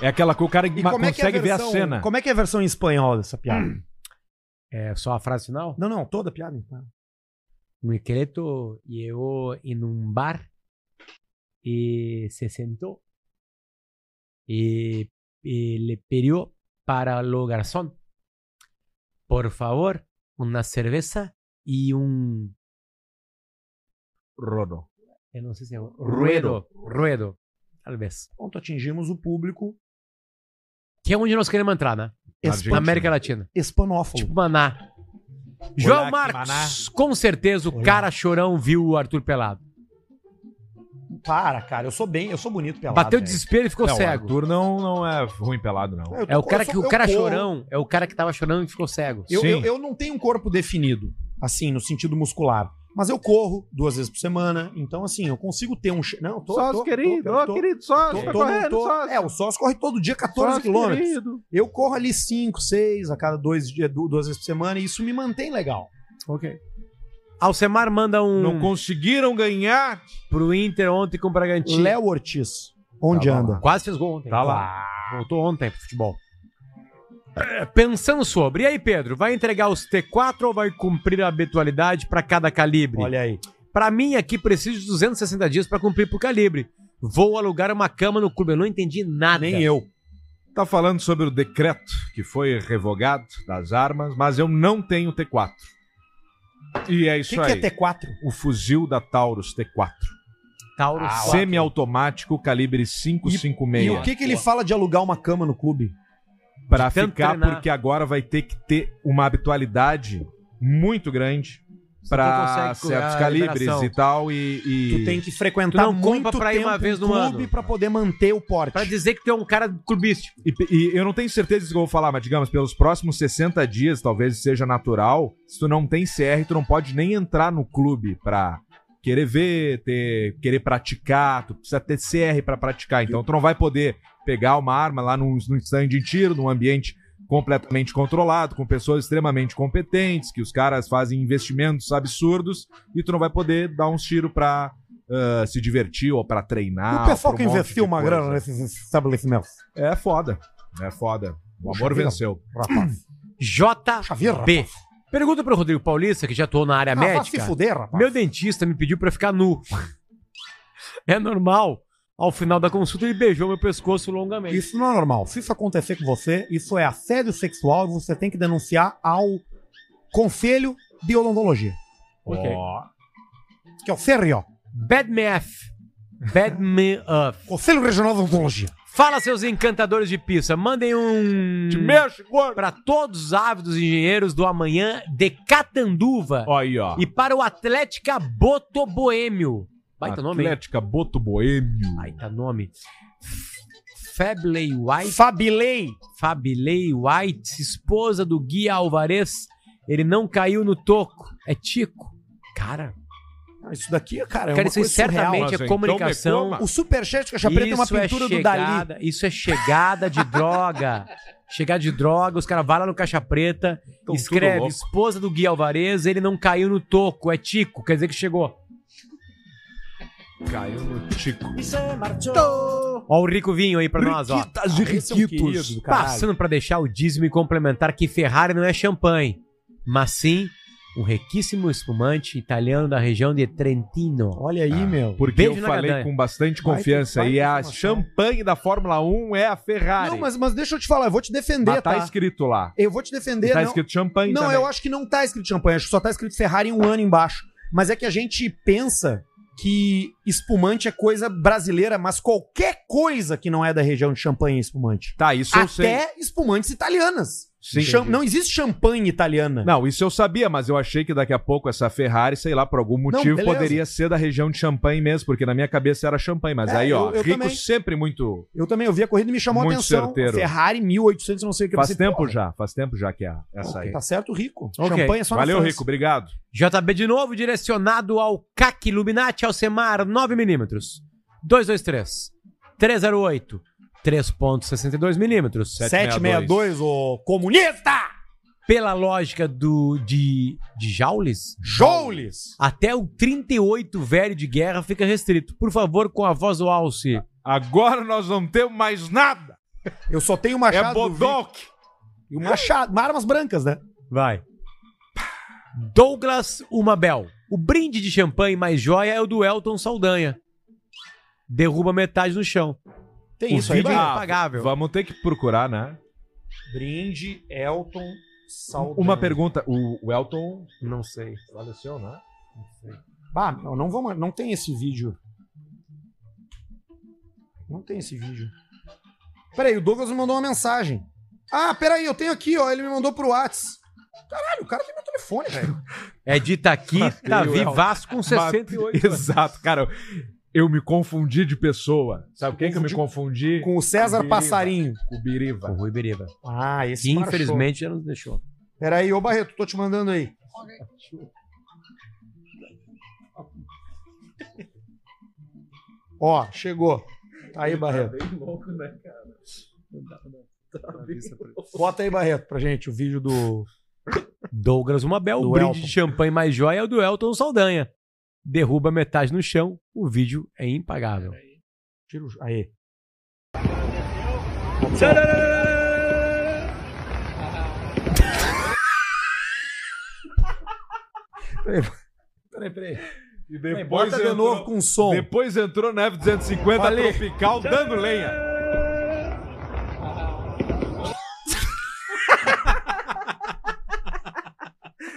Speaker 2: É aquela que o cara
Speaker 3: E
Speaker 2: ma-
Speaker 3: como é que é a
Speaker 2: consegue ver a
Speaker 3: versão-
Speaker 2: cena. Hum.
Speaker 3: Como é que é a versão em espanhol dessa piada?
Speaker 8: É só a frase final?
Speaker 3: Não, não, toda a piada. então.
Speaker 8: Un esqueleto llegó en un bar y se sentó y, y le pidió para lo garzón, por favor, una cerveza y un rodo. Eh, no sé si ruedo, ruedo, tal vez.
Speaker 3: Pronto, atingimos o público
Speaker 8: Que é onde nós queremos entrar, né?
Speaker 3: Espan-
Speaker 8: Na América Latina.
Speaker 3: Espanófilo.
Speaker 8: Tipo Maná. João Marcos, com certeza o cara chorão viu o Arthur pelado.
Speaker 3: Para, cara, eu sou bem, eu sou bonito pelado.
Speaker 8: Bateu
Speaker 3: velho.
Speaker 8: desespero e ficou
Speaker 2: Não, o
Speaker 8: cego.
Speaker 2: Arthur não, não é ruim pelado, não.
Speaker 3: Eu tô-
Speaker 8: É o cara
Speaker 3: eu sou-
Speaker 8: que o
Speaker 3: eu
Speaker 8: cara
Speaker 3: corro.
Speaker 8: chorão, é o cara que tava chorando e ficou cego.
Speaker 3: Eu, eu, eu não tenho um corpo definido, assim, no sentido muscular. Mas eu corro duas vezes por semana, então assim, eu consigo ter um... che- Não, tô...
Speaker 2: Sócio
Speaker 3: tô-
Speaker 2: querido,
Speaker 3: tô-
Speaker 2: ó,
Speaker 3: tô-
Speaker 2: querido, sócio,
Speaker 3: tô-
Speaker 2: tá
Speaker 3: tô-
Speaker 2: correndo,
Speaker 3: tô-
Speaker 2: sócio.
Speaker 3: É, o sócio corre todo dia 14
Speaker 2: Sócio
Speaker 3: quilômetros.
Speaker 2: querido.
Speaker 3: Eu corro ali 5, 6 a cada dois dias, du- duas vezes por semana e isso me mantém legal.
Speaker 8: Ok. Alcemar manda um.
Speaker 2: Não conseguiram ganhar
Speaker 8: pro Inter ontem com o Bragantino.
Speaker 3: Léo Ortiz, onde
Speaker 8: Tá lá,
Speaker 3: anda?
Speaker 8: lá. Quase fez gol ontem.
Speaker 3: Tá lá.
Speaker 8: Voltou ontem pro futebol. É, Pensando sobre. E aí, Pedro, vai entregar os T4 ou vai cumprir a habitualidade para cada calibre?
Speaker 3: Olha aí.
Speaker 8: Pra mim, aqui preciso de 260 dias pra cumprir pro calibre. Vou alugar uma cama no clube. Eu não entendi nada.
Speaker 2: Nem eu. Tá falando sobre o decreto que foi revogado das armas, mas eu não tenho T4. E é isso
Speaker 3: que
Speaker 2: aí.
Speaker 3: é T4?
Speaker 2: O fuzil da Taurus T4.
Speaker 8: Tauro
Speaker 2: Semiautomático, calibre
Speaker 3: Ah, E
Speaker 2: 556.
Speaker 3: o que, que ele fala de alugar uma cama no clube?
Speaker 2: Pra
Speaker 3: De tanto
Speaker 2: ficar,
Speaker 3: treinar.
Speaker 2: porque agora vai ter que ter uma habitualidade muito grande para
Speaker 8: consegue curar
Speaker 2: certos
Speaker 8: a
Speaker 2: calibres
Speaker 8: liberação.
Speaker 2: e tal. E, e-
Speaker 3: Tu tem que
Speaker 8: Tu
Speaker 3: frequentar
Speaker 8: não
Speaker 3: Tá
Speaker 8: compra
Speaker 3: muito
Speaker 8: pra ir
Speaker 3: tempo
Speaker 8: uma vez
Speaker 3: um
Speaker 8: no
Speaker 3: clube
Speaker 8: ano.
Speaker 3: pra poder manter o porte.
Speaker 8: Pra dizer que tu é um cara clubístico.
Speaker 2: E, e eu não tenho certeza disso que eu vou falar, mas digamos, pelos próximos 60 dias, talvez seja natural, se tu não tem CR, tu não pode nem entrar no clube pra querer ver, ter, querer praticar, tu precisa ter CR pra praticar, então tu não vai poder pegar uma arma lá num, num stand de tiro, num ambiente completamente controlado, com pessoas extremamente competentes, que os caras fazem investimentos absurdos, e tu não vai poder dar uns tiros pra ah, se divertir ou pra
Speaker 3: E
Speaker 2: treinar.
Speaker 3: o pessoal
Speaker 2: pra um
Speaker 3: que
Speaker 2: monte de
Speaker 3: investiu uma
Speaker 2: coisa.
Speaker 3: grana nesses estabelecimentos.
Speaker 2: É foda. É foda. O
Speaker 3: Poxa
Speaker 2: amor
Speaker 3: vida,
Speaker 2: venceu.
Speaker 3: Rapaz.
Speaker 8: JB. Pergunta pro Rodrigo Paulista, que já atuou na área
Speaker 3: Ah, vá
Speaker 8: é médica.
Speaker 3: se fuder, rapaz.
Speaker 8: Meu dentista me pediu pra ficar nu. é normal. Ao final da consulta, ele beijou meu pescoço longamente.
Speaker 3: Isso não é normal. Se isso acontecer com você, isso é assédio sexual e você tem que denunciar ao Conselho de Odontologia,
Speaker 8: Ok.
Speaker 3: que é o CRO.
Speaker 8: Bad me
Speaker 3: É
Speaker 8: up. Bad me up.
Speaker 3: Conselho Regional de Odontologia.
Speaker 8: Fala, seus encantadores de pizza. Mandem um. Te
Speaker 2: mexe,
Speaker 8: Para todos os ávidos engenheiros do amanhã de Catanduva.
Speaker 2: Aí, ó.
Speaker 8: E para o Atlética Boto Boêmio. Baita nome, hein?
Speaker 2: Atlética Boto Boêmio.
Speaker 8: Baita nome. Fabley White.
Speaker 3: Fabilei.
Speaker 8: Fabilei White, esposa do Guia Alvarez. Ele não caiu no toco. É Tico. Cara,
Speaker 3: Ah, Isso daqui, cara, é
Speaker 8: Cara,
Speaker 3: uma
Speaker 8: isso
Speaker 3: coisa
Speaker 8: certamente
Speaker 3: surreal.
Speaker 8: é Então, comunicação. me coma.
Speaker 3: O superchat do Caixa Preta é uma
Speaker 8: Isso
Speaker 3: pintura do Dali.
Speaker 8: chegada, Isso é chegada de droga. Chegar de droga, os caras vão lá no Caixa Preta,
Speaker 3: Então,
Speaker 2: tudo
Speaker 8: escreve,
Speaker 2: louco.
Speaker 8: esposa do Gui Alvarez, ele não caiu no toco, é Tico, quer dizer que chegou.
Speaker 2: Caiu no Tico.
Speaker 3: é
Speaker 8: Ó o Rico Vinho aí pra nós, ó.
Speaker 2: Riquitas e
Speaker 3: Ah,
Speaker 8: Esse é um
Speaker 2: riquitos.
Speaker 8: querido do caralho. Passando pra deixar o dízimo e complementar que Ferrari não é champanhe, mas sim um riquíssimo espumante italiano da região de Trentino.
Speaker 3: Olha aí, meu.
Speaker 2: Porque
Speaker 8: Beijo
Speaker 2: eu
Speaker 8: na
Speaker 2: falei
Speaker 8: gadanha.
Speaker 2: com bastante confiança.
Speaker 3: Vai ter-
Speaker 2: e
Speaker 3: vai
Speaker 2: a champanhe da Fórmula 1 é a Ferrari.
Speaker 3: Não, mas, mas deixa eu te falar, eu vou te defender,
Speaker 2: Mas tá,
Speaker 3: tá?
Speaker 2: escrito lá.
Speaker 3: Eu vou te defender,
Speaker 2: E tá
Speaker 3: não.
Speaker 2: escrito champanhe
Speaker 3: Não,
Speaker 2: também.
Speaker 3: eu acho que não tá escrito champanhe, acho que só tá escrito Ferrari um ano embaixo. Mas é que a gente pensa que espumante é coisa brasileira, mas qualquer coisa que não é da região de champanhe é espumante.
Speaker 2: Tá, isso eu sei.
Speaker 3: Até espumantes italianas.
Speaker 2: Sim.
Speaker 3: Cham-
Speaker 2: Entendi.
Speaker 3: Não existe champanhe italiana.
Speaker 2: Não, isso eu sabia, mas eu achei que daqui a pouco essa Ferrari, sei lá, por algum motivo,
Speaker 3: beleza.
Speaker 2: poderia ser da região de Champagne mesmo, porque na minha cabeça era Champagne. Mas
Speaker 3: É,
Speaker 2: aí, ó,
Speaker 3: eu- eu
Speaker 2: rico
Speaker 3: também.
Speaker 2: sempre muito.
Speaker 3: Eu também ouvi a corrida e me chamou a
Speaker 2: Muito
Speaker 3: atenção.
Speaker 2: certeiro.
Speaker 3: Ferrari 1800, não sei o que. eu
Speaker 2: Faz
Speaker 3: pensei,
Speaker 2: tempo
Speaker 3: porra,
Speaker 2: já, faz tempo já que é essa aí.
Speaker 3: né? Tá certo, rico.
Speaker 8: Ok.
Speaker 3: Champanhe é só na
Speaker 2: Valeu,
Speaker 3: França.
Speaker 2: Rico, obrigado.
Speaker 8: JB de novo, direcionado ao CAC Illuminati Alcemar 9mm. 223. 308. 3.62mm.
Speaker 3: 762, ô comunista!
Speaker 8: Pela lógica do de, de Joules?
Speaker 3: Joules!
Speaker 8: Até o 38 velho de guerra fica restrito. Por favor, com a voz do Alce.
Speaker 2: Agora nós não temos mais nada.
Speaker 3: Eu só tenho o machado.
Speaker 2: É Bodoc.
Speaker 3: E o machado, armas brancas, né?
Speaker 8: Vai. Douglas Umabel. O brinde de champanhe mais joia é o do Elton Saldanha. Derruba metade no chão.
Speaker 3: Tem
Speaker 8: o
Speaker 3: isso aí,
Speaker 8: vídeo é
Speaker 3: Barra?
Speaker 8: impagável.
Speaker 2: Vamos ter que procurar, né?
Speaker 3: Brinde, Elton, Saldanha.
Speaker 2: Uma pergunta. O, o Elton, não sei, faleceu, né?
Speaker 3: Ah, não, não, vamos, não tem esse vídeo. Não tem esse vídeo. Peraí, o Douglas me mandou uma mensagem. Ah, peraí, eu tenho aqui, ó. Ele me mandou pro Whats. Caralho, o cara tem meu telefone, velho.
Speaker 8: É de Itaqui, tá
Speaker 2: Bateu, Elton.
Speaker 8: vivaço com 68 anos.
Speaker 2: Exato, cara. Eu me confundi de pessoa. Sabe quem que eu me confundi?
Speaker 3: Com o César
Speaker 2: Biriba.
Speaker 3: Passarinho.
Speaker 2: O Biriva.
Speaker 8: O Rui Beriba.
Speaker 3: Ah, esse
Speaker 8: Que
Speaker 3: marchou.
Speaker 8: infelizmente já nos deixou.
Speaker 3: Peraí, ô Barreto, tô te mandando aí. Ó, chegou. Tá aí, Barreto.
Speaker 26: louco, né, cara? Não dá, não. Tá bem louco.
Speaker 3: Bota aí, Barreto, pra gente o vídeo do.
Speaker 8: Douglas Umabel,
Speaker 3: Do
Speaker 8: o brinde
Speaker 3: Elton.
Speaker 8: de champanhe mais joia é o do Elton Saldanha. Derruba metade no chão, o vídeo é impagável.
Speaker 3: Tira o... Aí. Peraí, peraí.
Speaker 2: E
Speaker 3: Peraí, bota de novo com som.
Speaker 2: Depois entrou na F-250
Speaker 3: Falei.
Speaker 2: Tropical dando lenha.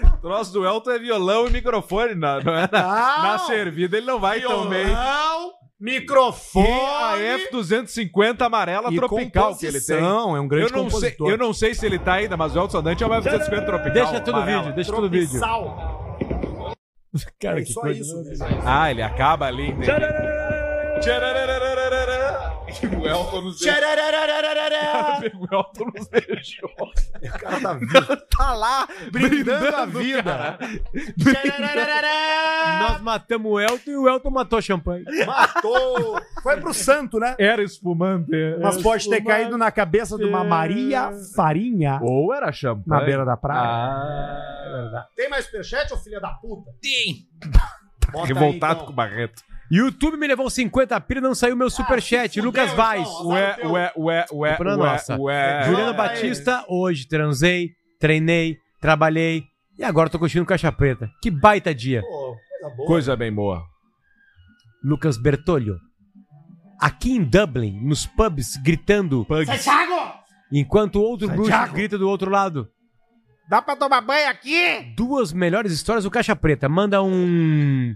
Speaker 2: O troço do Elton é violão e microfone. Na, não é na,
Speaker 3: Não.
Speaker 2: na servida ele não vai tão bem.
Speaker 3: Violão,
Speaker 2: E
Speaker 3: microfone.
Speaker 2: a F-250 amarela
Speaker 3: E
Speaker 2: tropical que ele tem.
Speaker 3: composição, é um grande
Speaker 2: eu não sei,
Speaker 3: compositor.
Speaker 2: Eu não sei se ele tá ainda, mas o Elton Sandante é uma F-250 tropical.
Speaker 8: Deixa tudo o
Speaker 2: amarela.
Speaker 8: vídeo, deixa tudo o vídeo. Cara,
Speaker 3: É
Speaker 8: que
Speaker 3: só
Speaker 8: coisa.
Speaker 3: isso. né?
Speaker 2: Ah, ele acaba ali. entendeu? Tchararararararara. E o Elton nos deixou.
Speaker 3: Tchararararararara.
Speaker 2: O Elton nos deixou.
Speaker 3: O cara tá vivo. Tá lá, brindando, a vida.
Speaker 2: cara.
Speaker 3: Tcharararararara.
Speaker 8: Nós matamos o Elton e o Elton matou a champanhe.
Speaker 3: Matou. Foi pro santo, né?
Speaker 2: Era espumante.
Speaker 8: É.
Speaker 3: Mas pode ter caído na cabeça de uma Maria Farinha
Speaker 2: Ou era champanhe.
Speaker 3: na beira da praia.
Speaker 2: Ah, é verdade.
Speaker 3: Tem mais superchat, ô filha da puta? Tem. Bota aí,
Speaker 2: Revoltado
Speaker 3: então.
Speaker 2: com o Barreto.
Speaker 8: YouTube me levou 50 pila e não saiu meu superchat. Lucas Vaz.
Speaker 3: então,
Speaker 2: Ué, ué, ué, ué,
Speaker 8: Culpa não é
Speaker 2: ué,
Speaker 8: nossa.
Speaker 2: ué.
Speaker 8: Juliana
Speaker 3: Fala
Speaker 8: Batista, hoje transei, treinei, trabalhei e agora tô curtindo Caixa Preta. Que baita dia.
Speaker 3: Pô, tá coisa boa.
Speaker 2: Coisa bem boa.
Speaker 8: Lucas Bertolho. Aqui em Dublin, nos pubs, gritando,
Speaker 3: É,
Speaker 11: Santiago!
Speaker 8: enquanto outro bruxo
Speaker 3: Santiago!
Speaker 8: grita do outro lado.
Speaker 3: Dá pra tomar banho aqui?
Speaker 8: Duas melhores histórias do Caixa Preta. Manda um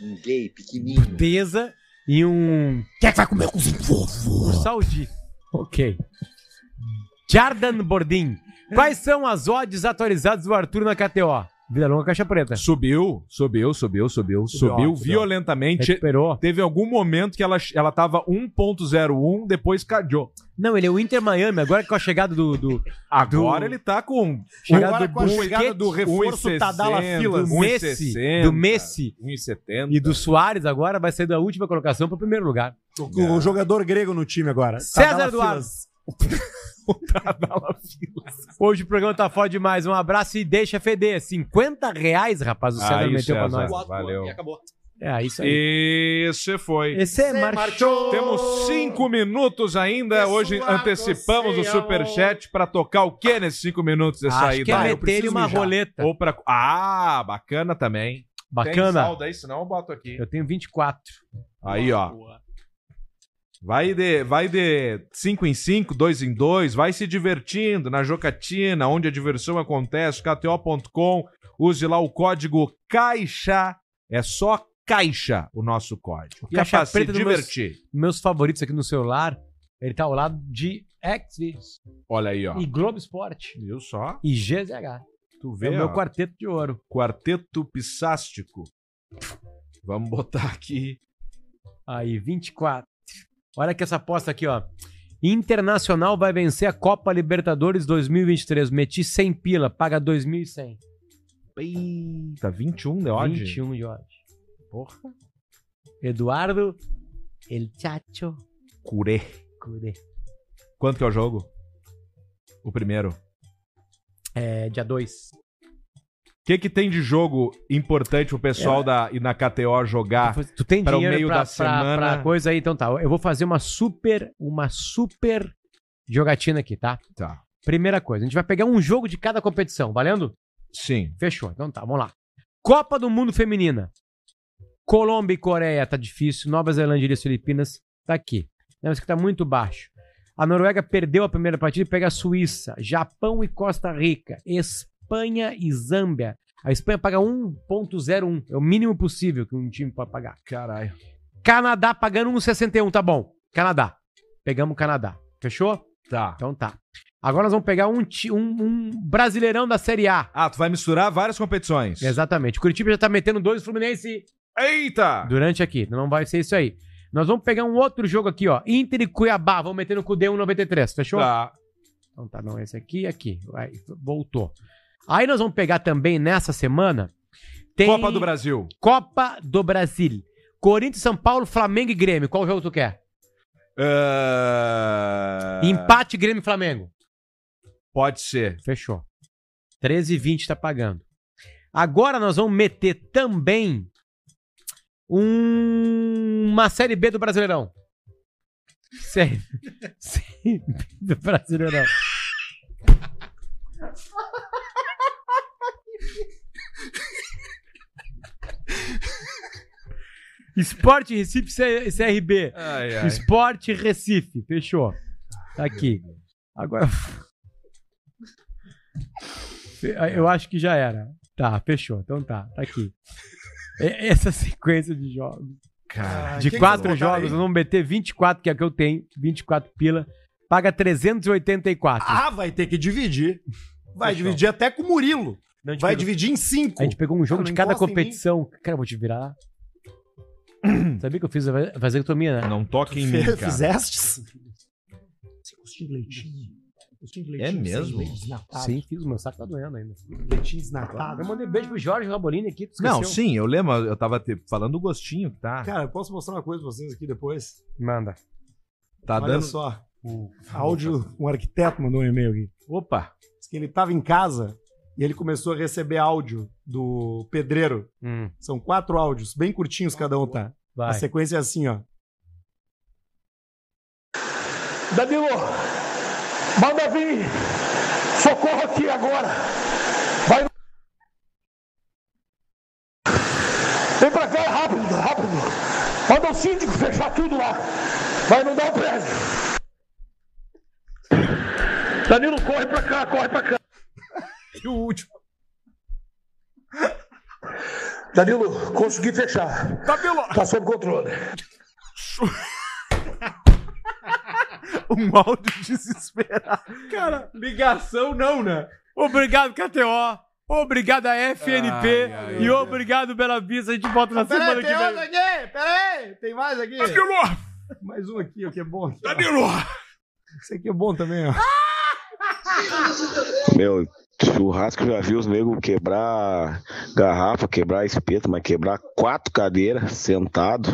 Speaker 7: Um gay
Speaker 9: Ah.
Speaker 7: pequenininho.
Speaker 8: Teza e um
Speaker 3: Quem é que vai comer o cozinho fofo?
Speaker 8: Saudi. Ok. Jardan Bordin. Quais são as odds atualizadas do Arthur na KTO? Vida Longa Caixa Preta.
Speaker 2: Subiu, subiu, subiu, subiu,
Speaker 3: Subiu,
Speaker 2: subiu
Speaker 3: ó, subiu.
Speaker 2: violentamente.
Speaker 8: Recuperou.
Speaker 2: É Teve algum momento que ela, ela tava 1.01, depois cadeou.
Speaker 8: Não, ele é o Inter Miami. Agora com a chegada do. do
Speaker 2: Agora
Speaker 8: do-
Speaker 2: ele tá com
Speaker 8: Chegada
Speaker 3: Agora
Speaker 8: do
Speaker 3: com a
Speaker 8: Busquets,
Speaker 3: chegada do reforço
Speaker 2: 1,60,
Speaker 3: Tadala Filas.
Speaker 2: tá
Speaker 8: do Messi,
Speaker 2: 1,60.
Speaker 8: do Messi
Speaker 2: 1,70.
Speaker 8: e do Soares agora vai sair da última colocação para o primeiro lugar.
Speaker 3: O, o jogador grego no time agora. Tá
Speaker 8: César
Speaker 3: Tadala
Speaker 8: Eduardo.
Speaker 3: Filas.
Speaker 8: Hoje o programa tá foda demais. Um abraço e deixa feder. 50 reais, rapaz, o César
Speaker 2: Aí,
Speaker 8: meteu pra
Speaker 2: César.
Speaker 8: nós.
Speaker 2: Valeu.
Speaker 27: E acabou.
Speaker 8: É, isso aí.
Speaker 2: Esse foi.
Speaker 8: Esse é marchou.
Speaker 2: Temos cinco minutos ainda. Hoje antecipamos o superchat pra tocar o que nesses cinco minutos dessa
Speaker 8: Acho que
Speaker 2: saída?
Speaker 8: é
Speaker 2: aí?
Speaker 8: meter uma roleta.
Speaker 2: Ou pra... Ah, bacana também. Tem
Speaker 8: Bacana.
Speaker 2: saldo aí, senão eu boto aqui.
Speaker 8: Eu tenho 24.
Speaker 2: Aí, ó. Vai de, vai de 5 em 5, 2 em 2, vai se divertindo na Jocatina, onde a diversão acontece, kto.com, use lá o código CAIXA, é só CAIXA o nosso código. E é
Speaker 8: Caixa
Speaker 2: pra se
Speaker 8: preta do
Speaker 2: divertir.
Speaker 8: Meus favoritos aqui no celular, ele tá ao lado de
Speaker 1: Xvideos
Speaker 2: Olha aí, ó.
Speaker 1: e Globo Esporte
Speaker 2: Viu só?
Speaker 1: e GZH.
Speaker 2: Tu vê,
Speaker 1: É o meu
Speaker 2: ó.
Speaker 1: quarteto de ouro.
Speaker 2: Quarteto Pissástico. Vamos botar aqui.
Speaker 1: Aí, 24. Olha que essa aposta aqui, ó. Internacional vai vencer a Copa Libertadores 2023. Meti 100 pila, paga 2.100.
Speaker 3: Tá
Speaker 2: Eita, 21 de odd.
Speaker 1: 21 de odd. Porra. Eduardo El Chacho
Speaker 2: Curé.
Speaker 1: Cure.
Speaker 2: Quanto que é o jogo? O primeiro.
Speaker 1: É, dia 2.
Speaker 2: O que, que tem de jogo importante o
Speaker 3: É.
Speaker 2: pessoal da, e na KTO jogar
Speaker 1: Tu tem
Speaker 2: Ah, pra o
Speaker 1: dinheiro
Speaker 2: meio
Speaker 1: pra,
Speaker 2: da
Speaker 1: pra-
Speaker 2: semana?
Speaker 1: pra coisa aí, então tá. Eu vou fazer uma super, uma super jogatina aqui, tá?
Speaker 2: Tá.
Speaker 1: Primeira coisa, a gente vai pegar um jogo de cada competição, valendo?
Speaker 2: Sim.
Speaker 1: Fechou, então tá, vamos lá. Copa do Mundo Feminina. Colômbia e Coreia tá difícil. Nova Zelândia e Ilhas Filipinas tá aqui. Não, isso aqui tá muito baixo. A Noruega perdeu a primeira partida e pega a Suíça. Japão e Costa Rica. Espanha e Zâmbia. A Espanha paga 1.01. É o mínimo possível que um time pode pagar.
Speaker 2: Caralho.
Speaker 1: Canadá pagando 1,61, tá bom. Canadá. Pegamos o Canadá. Fechou?
Speaker 2: Tá.
Speaker 1: Então tá. Agora nós vamos pegar um, ti- um- um brasileirão da Série A.
Speaker 2: Ah, tu vai misturar várias competições.
Speaker 1: Exatamente. O Curitiba já tá metendo dois, o Fluminense
Speaker 2: Eita!
Speaker 1: durante aqui. Não vai ser isso aí. Nós vamos pegar um outro jogo aqui, ó. Inter e Cuiabá. Vamos meter no um Cudê 1,93. Fechou?
Speaker 2: Tá.
Speaker 1: Então tá, não, esse aqui e aqui. Vai, voltou. Aí nós vamos pegar também nessa semana. tem
Speaker 2: Copa do Brasil.
Speaker 1: Copa do Brasil. Corinthians, São Paulo, Flamengo e Grêmio. Qual jogo tu quer?
Speaker 2: Ah,
Speaker 1: Empate Grêmio e Flamengo.
Speaker 2: Pode ser.
Speaker 1: Fechou. 13,20 tá pagando. Agora nós vamos meter também um- uma Série B do Brasileirão. Série, série B do Brasileirão. Esporte Recife C- CRB.
Speaker 2: Ai, ai.
Speaker 1: Esporte Recife. Fechou. Tá aqui. Agora. Eu acho que já era. Tá, fechou. Então tá, tá aqui. E- Essa sequência de jogos.
Speaker 2: Cara,
Speaker 1: de
Speaker 2: quem
Speaker 1: quatro
Speaker 2: que botaram
Speaker 1: jogos,
Speaker 2: aí?
Speaker 1: eu vou meter 24, que é o que eu tenho. 24 pila. Paga 384.
Speaker 3: Ah, vai ter que dividir. Vai
Speaker 1: Fechou.
Speaker 3: dividir até com o Murilo.
Speaker 1: Não, a gente
Speaker 3: Vai
Speaker 1: pegou-
Speaker 3: dividir em cinco.
Speaker 1: A gente pegou um jogo
Speaker 3: Cara,
Speaker 1: de
Speaker 3: não
Speaker 1: cada
Speaker 3: encosta em mim.
Speaker 1: competição. Cara, eu vou te virar. Sabia que eu fiz a va- vasectomia, né?
Speaker 2: Não toque em mim,
Speaker 3: Fe-
Speaker 2: cara.
Speaker 3: Fizestes? Você gostinho de leitinho. Gostinho de leitinho
Speaker 2: É mesmo?
Speaker 3: sem leite desnatado.
Speaker 1: Sim, fiz. Meu saco tá doendo ainda.
Speaker 3: Leitinho
Speaker 1: Eu
Speaker 3: desnatado.
Speaker 1: mandei beijo pro Jorge Rabolini aqui. tu esqueceu?
Speaker 2: Não, sim, eu lembro, eu tava te- falando o gostinho que tá.
Speaker 3: Cara, eu posso mostrar uma coisa pra vocês aqui depois?
Speaker 1: Manda.
Speaker 2: tá
Speaker 3: Olha
Speaker 2: dando.
Speaker 3: só.
Speaker 1: Tipo,
Speaker 3: Áudio, um arquiteto mandou um e-mail aqui.
Speaker 2: Opa!
Speaker 3: Diz que ele tava em casa e ele começou a receber áudio do pedreiro.
Speaker 1: Hum,
Speaker 3: São quatro áudios, bem curtinhos cada um, tá? A
Speaker 1: vai.
Speaker 3: sequência é assim, ó.
Speaker 28: Danilo, manda vir. Socorro aqui agora. Vai. Vem pra cá, é rápido, rápido. Manda o síndico fechar tudo lá. Vai inundar o prédio. Danilo, corre pra cá, corre pra cá.
Speaker 2: E o último.
Speaker 28: Danilo, consegui fechar. Danilo. Tá sob controle.
Speaker 2: Um áudio desesperado.
Speaker 29: Cara, ligação não, né?
Speaker 1: Obrigado, KTO. Obrigado a FNP.
Speaker 2: Ai, ai,
Speaker 1: e
Speaker 2: ai.
Speaker 1: obrigado, Bela Vista. A gente volta na semana que
Speaker 3: tem
Speaker 1: vem.
Speaker 3: outro aqui! Peraí, tem mais aqui! Mais um aqui, ó, que é bom. Aqui, ó. Esse aqui é bom também, ó.
Speaker 8: Meu, churrasco eu já vi os negros quebrar garrafa, quebrar espeto, mas quebrar quatro cadeiras sentado.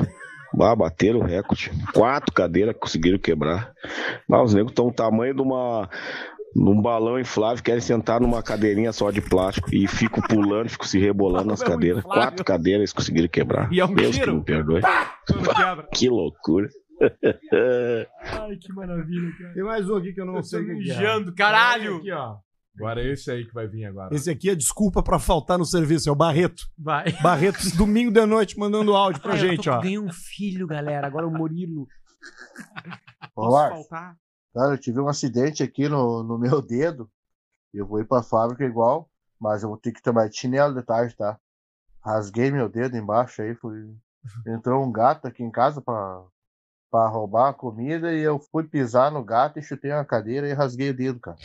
Speaker 8: Bah, bateram o recorde. Quatro cadeiras que conseguiram quebrar. Bah, os negros estão o tamanho de uma. Num balão inflável, querem sentar numa cadeirinha só de plástico e fico pulando, fico se rebolando nas cadeiras. Quatro cadeiras eles conseguiram quebrar.
Speaker 2: E é um
Speaker 8: Deus
Speaker 2: tiro.
Speaker 8: que me perdoe.
Speaker 2: quebra.
Speaker 8: Que loucura.
Speaker 1: Ai, que maravilha, cara.
Speaker 3: Tem mais um aqui que eu não sei o que que é.
Speaker 1: Mijando, caralho.
Speaker 3: Aqui, ó.
Speaker 2: Agora é esse aí que vai vir agora.
Speaker 3: Esse aqui é desculpa pra faltar no serviço, é o Barreto.
Speaker 1: Vai.
Speaker 3: Barreto, domingo de noite, mandando áudio pra
Speaker 1: Ah, eu
Speaker 3: gente,
Speaker 1: tô-
Speaker 3: ó.
Speaker 1: Ganhei um filho, galera. Agora o Murilo.
Speaker 9: Olá,
Speaker 1: faltar?
Speaker 9: cara, eu tive um acidente aqui no, no meu dedo. Eu vou ir pra fábrica igual, mas eu vou ter que tomar de chinelo de tarde, tá? Rasguei meu dedo embaixo aí, fui. Entrou um gato aqui em casa pra, para roubar a comida e eu fui pisar no gato e chutei uma cadeira e rasguei o dedo, cara.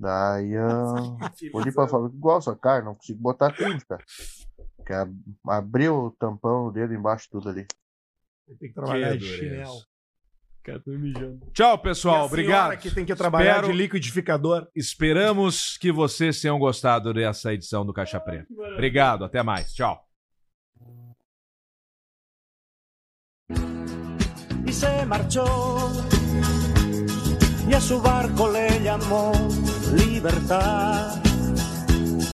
Speaker 9: Daí eu olhei pra fábrica igual, só, cara, não consigo botar tudo, cara. Porque ab- abriu o tampão, o dedo embaixo, tudo ali.
Speaker 3: Tem que trabalhar
Speaker 2: Que
Speaker 3: de chinelo.
Speaker 1: Cara, tô mijando.
Speaker 2: Tchau,
Speaker 3: E
Speaker 2: pessoal.
Speaker 3: a senhora
Speaker 2: Obrigado.
Speaker 3: que tem que trabalhar de
Speaker 2: liquidificador. Esperamos que vocês tenham gostado dessa edição do Caixa Preta. Obrigado, até mais. Tchau.
Speaker 30: y se marchó. Y a su barco le llamó libertad.